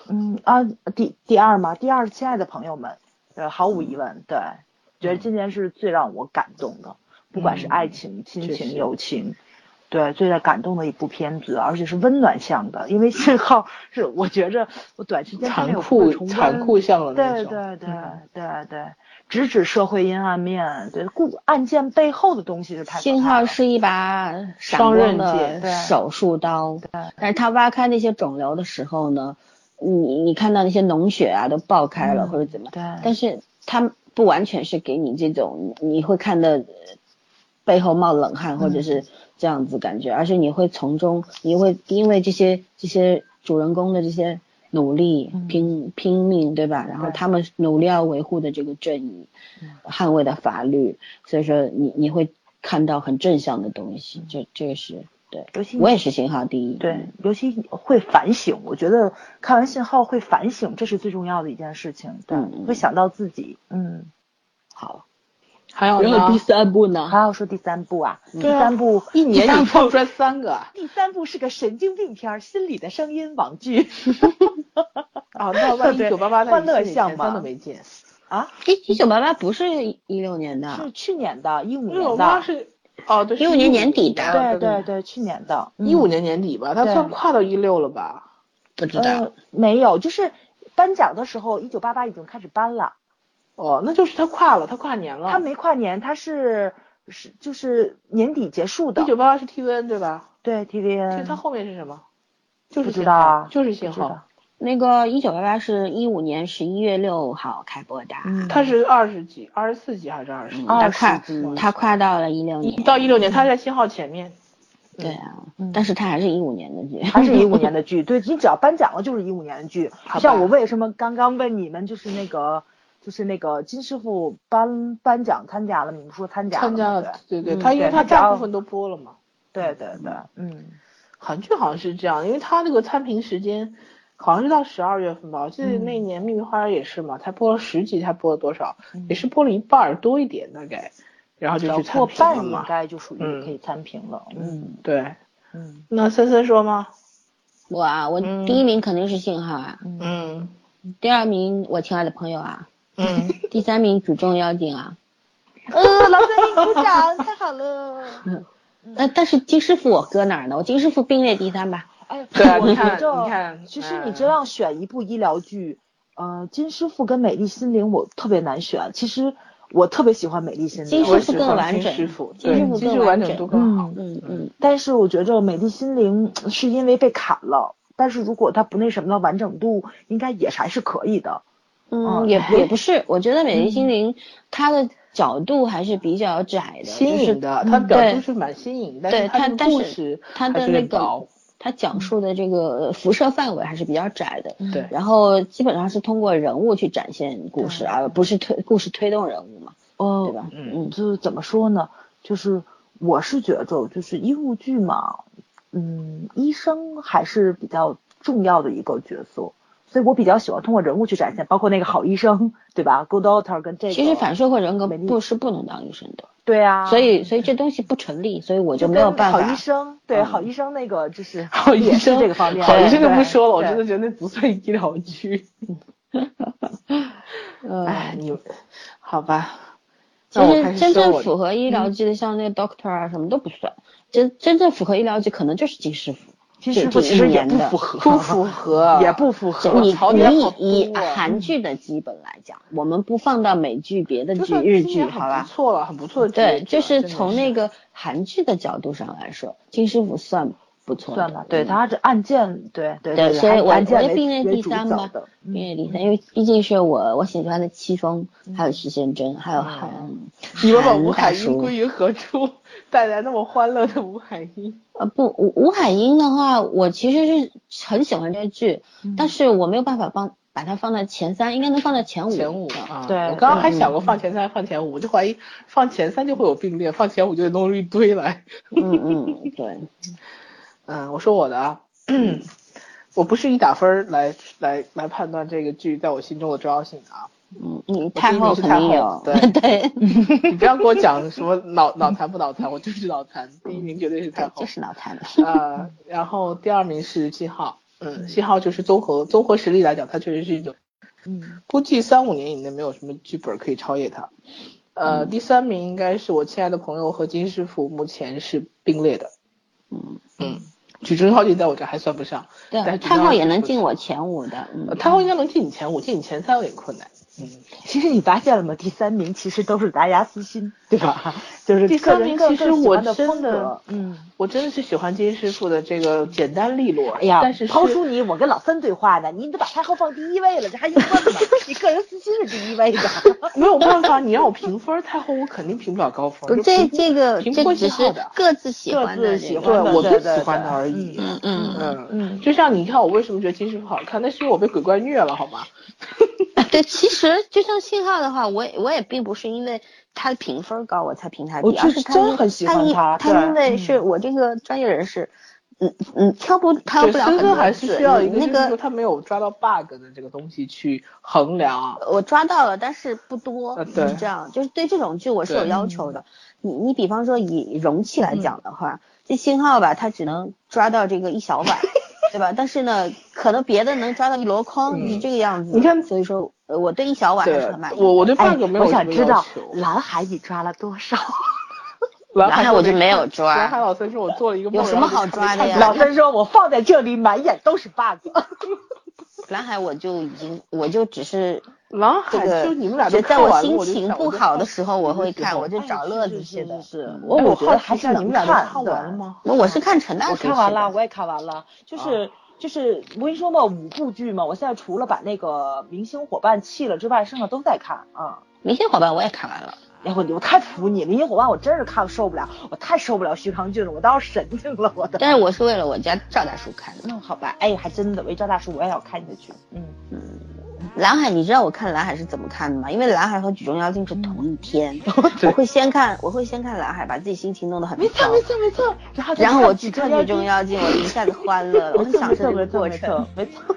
D: 嗯啊，第第二嘛，第二，亲爱的朋友们，呃，毫无疑问，对，觉得今年是最让我感动的，不管是爱情、
B: 嗯
D: 亲
B: 确
D: 情、
B: 实
D: 友情，对，最让感动的一部片子，而且是温暖向的，因为信号是我觉着我短时间之内
B: 残
D: 有不会
B: 酷
D: 重温
B: 残酷向了那
D: 对
B: 种，
D: 对对对对，直指社会阴暗面，对故案件背后的东西是太可
C: 信
D: 怕
C: 号
D: 了
C: 是一把闪
B: 双刃
C: 光的
B: 剑
D: 对
C: 手术刀，
D: 对
C: 但是他挖开那些肿瘤的时候呢，你你看到那些脓血啊都爆开了、
D: 嗯
C: 或者怎么，
D: 对，
C: 但是它不完全是给你这种你会看的背后冒冷汗或者是
D: 嗯
C: 这样子感觉，而是你会从中，你会因为这些这些主人公的这些努力
D: 嗯
C: 拼拼命，对吧？然后
D: 对嗯
C: 他们努力要维护的这个正义，捍卫的法律，所以说你你会看到很正向的东西，这这个是对
D: 尤其，你
C: 我也是信号第一，嗯
D: 嗯对，尤其会反省，我觉得看完信号会反省，这是最重要的一件事情。对，
C: 嗯嗯
D: 会想到自己。嗯，
C: 好。
B: 还有
C: 然后第
B: 呢，
C: 三步呢
D: 还？要说第三步啊，第
B: 对啊
D: 三步
B: 一年
D: 第三
B: 你
D: 步
B: 放出来 三个啊？
D: 第三部是个神经病片儿，《心里的声音》网剧
B: 啊那万 一
D: 对
B: 九八八
D: 欢乐向
B: 三
D: 嘛
B: 都没进，
D: 啊，
C: 一一九八八不是一六年
D: 是
B: 啊
C: 的，
D: 去年的，一五
B: 因为我
D: 年
B: 妈
D: 的，
B: 是哦对，是
C: 15年年底的
B: 15
D: 对
B: 年
D: 对对，去年的，
B: 一五
D: 嗯
B: 年年底吧，它
D: 对
B: 算跨到一六了吧？
C: 不知道
D: 呃。没有，就是颁奖的时候，一九八八已经开始颁了，
B: 哦，那就是它跨了，它跨年了。
D: 他没跨年，他是是就是年底结束的
B: 一，九八八是 TVN 对吧？
D: 对
B: 其实它
D: TVN，
B: 后面是什么？就是
D: 不知
B: 信
D: 道啊
B: 号就是信
D: 不知道
B: 号。
C: 那个一九八八是一五年十一月六号开播的，
D: 嗯
B: 它是二十几、二十四集还是二十？嗯
C: 嗯它
D: 啊20
C: 跨
D: 集
C: 它跨到了一六
B: 一
C: 年，
B: 到一六年，它在信号前面。
C: 对啊，
D: 嗯
C: 但是它还是一五年的剧，
D: 还是一五年的剧，对你只要颁奖了就是一五年的剧。
B: 好吧
D: 像我为什么刚刚问你们，就是那个就是那个金师傅颁颁奖参加了，你们说参加了吗，
B: 参加了，对对，
C: 嗯
B: 它因为
D: 对
B: 它
D: 它只要
B: 大部分都播了嘛。
D: 对对对，嗯。
B: 韩剧好像是这样，因为它那个参评时间好像是到十二月份吧。我记得
D: 嗯
B: 那年《秘密花园》也是嘛，才播了十集，才播了多少
D: 嗯？
B: 也是播了一半儿多一点大概，然后
D: 只
B: 就
D: 要
B: 去
D: 嗯过
B: 参评了
D: 半应
B: 嘛。
D: 该就属于
B: 嗯
D: 可以参评了。嗯
B: 对，
D: 嗯
B: 那森森说吗？
C: 我啊，我
B: 嗯
C: 第一名肯定是信号啊，
D: 嗯
B: 嗯
C: 第二名我亲爱的朋友啊，
B: 嗯，
C: 第三名举重妖精啊，
D: 呃，郎三给你鼓掌，太 好了。嗯
C: 呃，但是金师傅我搁哪儿呢？我金师傅并列第三吧，
D: 哎，
B: 对啊
D: 我
B: 你
D: 觉
B: 看
D: 着
B: 你看
D: 其实
B: 嗯
D: 你这样选一部医疗剧，呃，金师傅跟美丽心灵我特别难选。其实我特别喜欢美丽心
C: 金
D: 灵，
C: 师
B: 我
C: 傅
B: 喜
C: 更
B: 欢
C: 完
B: 金
C: 整
B: 师傅，
C: 金
B: 对
C: 师傅
B: 金
C: 更
B: 师傅完
C: 完
B: 整
C: 整
B: 度更好。
C: 嗯嗯，
D: 但是我觉着美丽心灵是因为被砍了。但是如果它不那什么的完整度，应该也是还是可以的。
C: 嗯，
D: 嗯
C: 也也不是，我觉得美丽心灵它的角度还是比较窄的，
B: 新
C: 就是
B: 颖的，它
D: 嗯
B: 表
C: 对
B: 述是蛮新颖，但
C: 对
B: 是它这
C: 它
B: 个
C: 但
B: 故
C: 是
B: 事
C: 它
B: 还
C: 的
B: 是
C: 那
B: 很
C: 个
B: 薄
C: 它讲述的这个辐射范围还是比较窄的，
B: 对
C: 然后基本上是通过人物去展现故事，
D: 对
C: 而不是推故事推动人物嘛，
D: 哦
C: 对吧？
B: 嗯
C: 嗯，
D: 就是怎么说呢？就是我是觉着，就是医务剧嘛，嗯，医生还是比较重要的一个角色，所以我比较喜欢通过人物去展现，包括那个好医生，对吧？Good Doctor 跟这个，
C: 其实反社会人格
D: 美丽
C: 不是不能当医生的，
D: 对啊，
C: 所以所以这东西不成立，所以我就
D: 就
C: 没有
D: 跟
C: 办
D: 好医
C: 法。
D: 生，对
C: 嗯
D: 好医生那个就是
B: 好医
D: 也是
B: 生
D: 这个方面，
B: 好医生就
D: 对
B: 不说了，我
D: 对
B: 真的觉得那不算医疗 剧。哎，
C: 嗯，
B: 你们好吧？
C: 其
B: 那我开
C: 实
B: 始
C: 真
B: 说
C: 正
B: 我
C: 符合医疗剧的，像那个 Doctor 啊什么都不算，真真正符合医疗剧可能就是金师傅，
D: 其
C: 这
D: 实不
C: 这
D: 其
C: 一
D: 实也
C: 年
D: 不
C: 的
D: 符合，
B: 不符合，
D: 也不符合，
C: 你
B: 槽点好
C: 你以
B: 多啊
C: 韩剧的基本来讲，我们不放到美剧、别的
B: 就
C: 剧、
B: 算
C: 日
B: 今
C: 剧，
B: 年很
C: 好吧
B: 不？错了，很不错的剧了。
C: 对，就是
B: 真的
C: 从那个韩剧的角度上来说，金师傅算不错的，
D: 算吧，对，
C: 嗯
D: 他是按件，对对
C: 对，所以我
D: 按
C: 我
D: 件
C: 就
D: 为
C: 并列
D: 为
C: 第
D: 主
C: 三
D: 走
C: 吧
D: 的，
C: 并列
B: 嗯
C: 第三，因为毕竟是我我喜欢的戚风，还有徐贤真，还有韩，
B: 嗯你们把
C: 韩
B: 吴
C: 大
B: 海英
C: 叔
B: 归于何处？带来那么欢乐的吴海英，
C: 呃不，吴吴海英的话，我其实是很喜欢这个剧，
B: 嗯
C: 但是我没有办法帮把它放到前三，应该能放到前五，
B: 前五
C: 嗯
B: 啊！
D: 对
B: 我刚刚还
C: 嗯
B: 想过放前三，放前五，我就怀疑放前三就会有并列，放前五就得弄出一堆来。
C: 嗯嗯，对，
B: 嗯，我说我的啊， 我不是以打分儿来来来判断这个剧在我心中的重要性的啊，
C: 嗯，你
B: 我第一
C: 太
B: 名
C: 后
B: 是
C: 肯
B: 太
C: 定
B: 后
C: 有，哎
B: 对
C: 对，
B: 你不要给我讲什么脑脑残不脑残，我就是脑残，第一名绝对是太
C: 对，
B: 后
C: 就，是脑残的，
B: 呃，然后第二名是信号，嗯，信号就是综合综合实力来讲，它确实是一种，
D: 嗯，
B: 估计三五年以内没有什么剧本可以超越它。呃，第三名应该是我亲爱的朋友和金师傅，目前是并列的，
C: 嗯，
B: 嗯，举重妖精在我这还算不上，
C: 对，
B: 但是
C: 太后也
B: 主要是
C: 能
B: 不
C: 进我前五的，嗯
B: 呃，太后应该能进你前五，进你前三有点困难。
D: 其实你发现了吗？第三名其实都是大家私心，对吧？ 就是
B: 第
D: 个
B: 三
D: 人
B: 名
D: 各
B: 其
D: 各
B: 实
D: 喜
B: 我
D: 欢的
B: 真
D: 风
B: 的
D: 格，嗯，
B: 我真的是喜欢金师傅的这个简单利落。
D: 哎呀，
B: 但是
D: 抛
B: 是
D: 出你，我跟老三对话呢，你都把太后放第一位了，这还用问 吗？你个人私心是第一位 的，
B: 没有办法，你让我评分，太后我肯定评不了高分。
C: 不，
B: 就
C: 这
B: 评
C: 这个
B: 评
C: 这
B: 分
C: 只
B: 喜好
C: 是
B: 的
C: 各自喜
D: 各
C: 欢的
D: 自
C: 这
D: 喜
C: 个
D: 欢的，
B: 对我
D: 对
B: 不喜欢的而已
D: 嗯
C: 嗯嗯，
B: 嗯，
D: 嗯，
B: 就像你看，我为什么觉得金师傅好看？那是因为我被鬼怪虐了，好吗？嗯
C: 对，其实就像信号的话，我也我也并不是因为他的评分高我才评他
D: 我
C: 低，而
D: 是
C: 是他
D: 真
C: 因
D: 很喜欢
C: 他
D: 他，
C: 因因
D: 对
C: 为是
B: 嗯
C: 我这个专业人士，嗯嗯，挑不挑
B: 对，
C: 不了
B: 森
C: 很多
B: 森还是
C: 字
B: 需要一个，
C: 你那
B: 就是说
C: 个
B: 他没有抓到 bug 的这个东西去衡量啊。
C: 我抓到了，但是不多
B: 呃，对
C: 是这样，就是对这种剧我是有
B: 对嗯
C: 要求的。你你比方说以容器来讲的话，这信号吧，它只能抓到这个一小碗，对吧？但是呢，可能别的能抓到一箩筐，
B: 嗯
C: 是这个样子。
B: 你看
C: 所以说呃我对一小碗还是
B: 对
C: 很满，意。
B: 我我对
D: 哎
B: bug 没有什
D: 我想
B: 么
D: 知
B: 要
D: 道
B: 求。
D: 蓝海你抓了多少？
B: 蓝
C: 然
B: 海
C: 后我
B: 就
C: 就没有抓
B: 蓝海老森说我做了一个梦，
C: 有什么好抓的呀
D: 老三说，我放在这里满眼都是 bug。
C: 蓝海我就已经我就 只是
B: 蓝海
C: 这个
B: 就你们俩
C: 就
B: 都
C: 在
B: 看完
C: 我
B: 了
C: 心
B: 我就
C: 情
B: 想
C: 不
B: 就
C: 好的
B: 看
C: 时候，我会
B: 就哎
C: 看，
B: 好
C: 我就找乐子去的。
B: 哎
D: 是
C: 我
D: 我
C: 我
D: 我
C: 觉
D: 后
C: 得
D: 来
C: 还
D: 还
C: 是
D: 是
C: 能
D: 你们俩都看完了吗？
C: 我我是看陈大
D: 我
C: 叔去
D: 看完了，
C: 的，
D: 我也看完了，就是就是我跟你说嘛，五部剧嘛，我现在除了把那个明星伙伴弃了之外，剩下都在看啊。
C: 明星伙伴我也看完了。
D: 哎，我我太服你了，明星伙伴我真是看受不了，我太受不了徐康俊了，我都要神经了，我都。
C: 但是我是为了我家赵大叔看的。
D: 嗯，好吧，哎，还真的，为赵大叔我也要看你的剧，嗯，
C: 蓝海，你知道我看蓝海是怎么看的吗？因为蓝海和举重妖精是同一天，我会先看，我会先看蓝海，把自己心情弄得很
D: 嗯没错
C: 糟
D: 没错没错，然后再
C: 然后我去
D: 举
C: 看
D: 重
C: 举重
D: 妖精，
C: 妖精，我一下子欢乐了，我
D: 没
C: 很
D: 错
C: 享
D: 没
C: 受
D: 错
C: 这个过
D: 没错没
C: 程
D: 错。哎没错，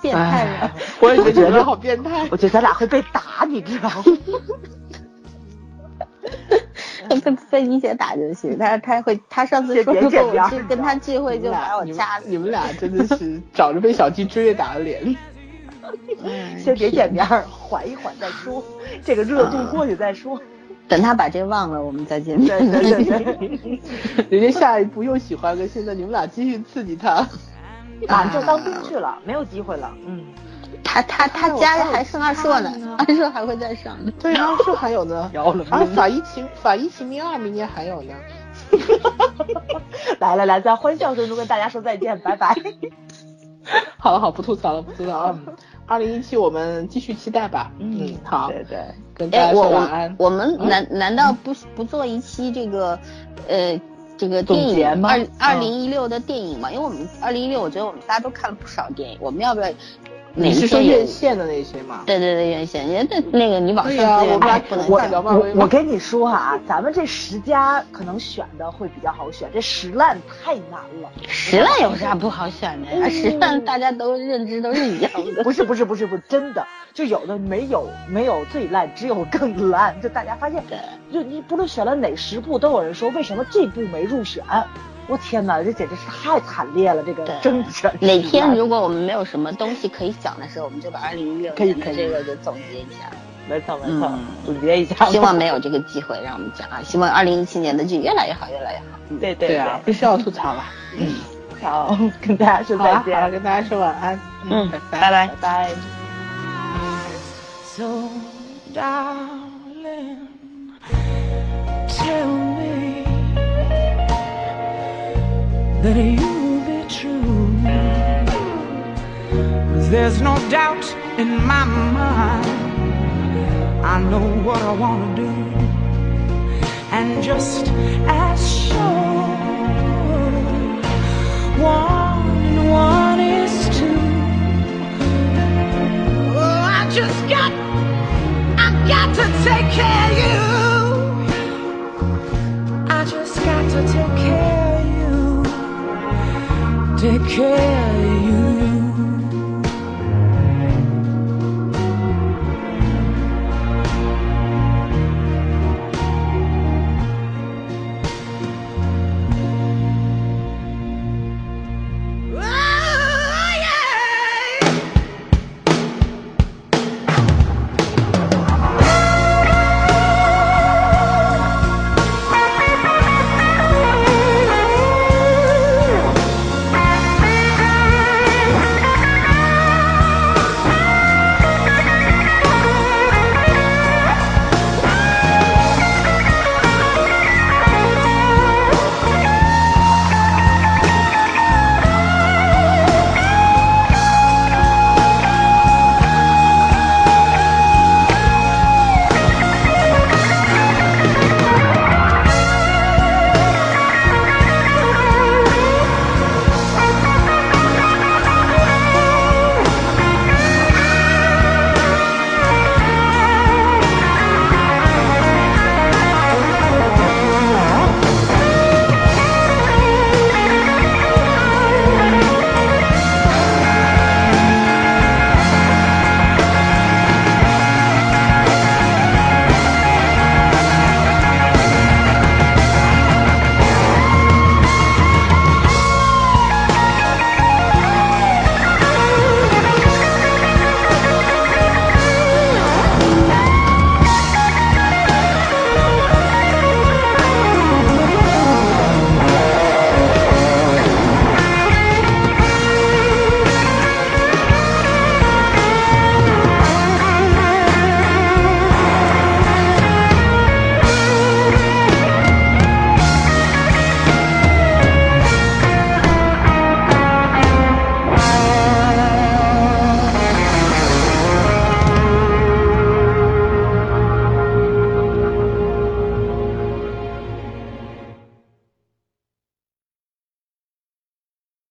C: 变态人，
B: 我也觉得好变态。
D: 我觉得 咱俩会被打，你知道吗？
C: 被被一姐打就行。他他会，他上次
D: 别
C: 说
D: 别
C: 如
D: 见
C: 果
D: 面
C: 我
D: 儿
C: 去跟他聚会，就把 我
B: 你们
C: 掐 死。
B: 你们俩真的是长着被小鸡追着打的脸。
C: 嗯
D: 先别见面儿，缓一缓再说，这个热度过去再说。
C: 等他把这忘了，我们再见
D: 对
C: 面。
D: 对对 对，
B: 人家下一步又喜欢个，现在你们俩继续刺激他。
D: 俺就当兵去了，没有机会了。嗯，
C: 他他他家还上二硕呢，二硕还会再上呢。
B: 对啊，是还有呢。
D: 要了
B: 啊，法医秦法医秦明二明年还有呢。
D: 来来来，在欢笑声中跟大家说再见，拜 拜。
B: 好了好，不吐槽了不吐槽了。二零一七我们继续期待吧。嗯，好，
D: 对对，
B: 跟大
C: 哎，
B: 家说呃
C: 我
B: 晚
C: 我
B: 安。嗯
C: 我们难难道不不做一期这个，呃，这个电
D: 总结
C: 影
D: 吗
B: 啊
C: 二二
D: 嗯
C: 零一六的电影嘛？因为我们二零一六，我觉得我们仨都看了不少电影，我们要不要哪
B: 你
C: 一
B: 是说
C: 些有
B: 院？线的那些吗？
C: 对对对，院线，人家那个你网
B: 对
C: 上
B: 呀，
C: 资
B: 我
C: 源
B: 们俩
C: 不能
B: 我
C: 看。
B: 聊漫
D: 哎我
B: 威
D: 我
B: 吗？
D: 跟你说啊，咱们这十佳可能选的会比较好选，这十烂太难了。
C: 十烂有啥不好选的呀？十烂
B: 嗯
C: 大家都认知都是一样的。
D: 不是不是不是不是真的，就有的没有没有最烂，只有更烂。就大家发现，就你不论选了哪十部，都有人说为什么这部没入选。我天哪，这简直是太惨烈了！这个
C: 对
D: 争选
C: 哪天如果我们没有什么东西可以讲的时候，我们就把二零一六
D: 可以
C: 年的
D: 可以
C: 这个就总结一下。
D: 没错没错
C: 嗯，
D: 总结一下吧。
C: 希望没有这个机会让我们讲啊！希望二零一七年的剧越来越好，越来越好。
D: 对对
B: 对啊，必须要吐槽了。
D: 对好，跟大家说
B: 好了
C: 啊
D: 再
B: 好了，
D: 见，
B: 跟大家说晚安。
C: 嗯
B: 拜
C: 拜拜
D: 拜。拜。
A: So, darling, tell me that you'll be true. 'Cause There's no doubt in my mind. I know what I want to do. And just as sure, one and one is two. Oh, I just got, I got to take care of you. I just got to take care of you. Take care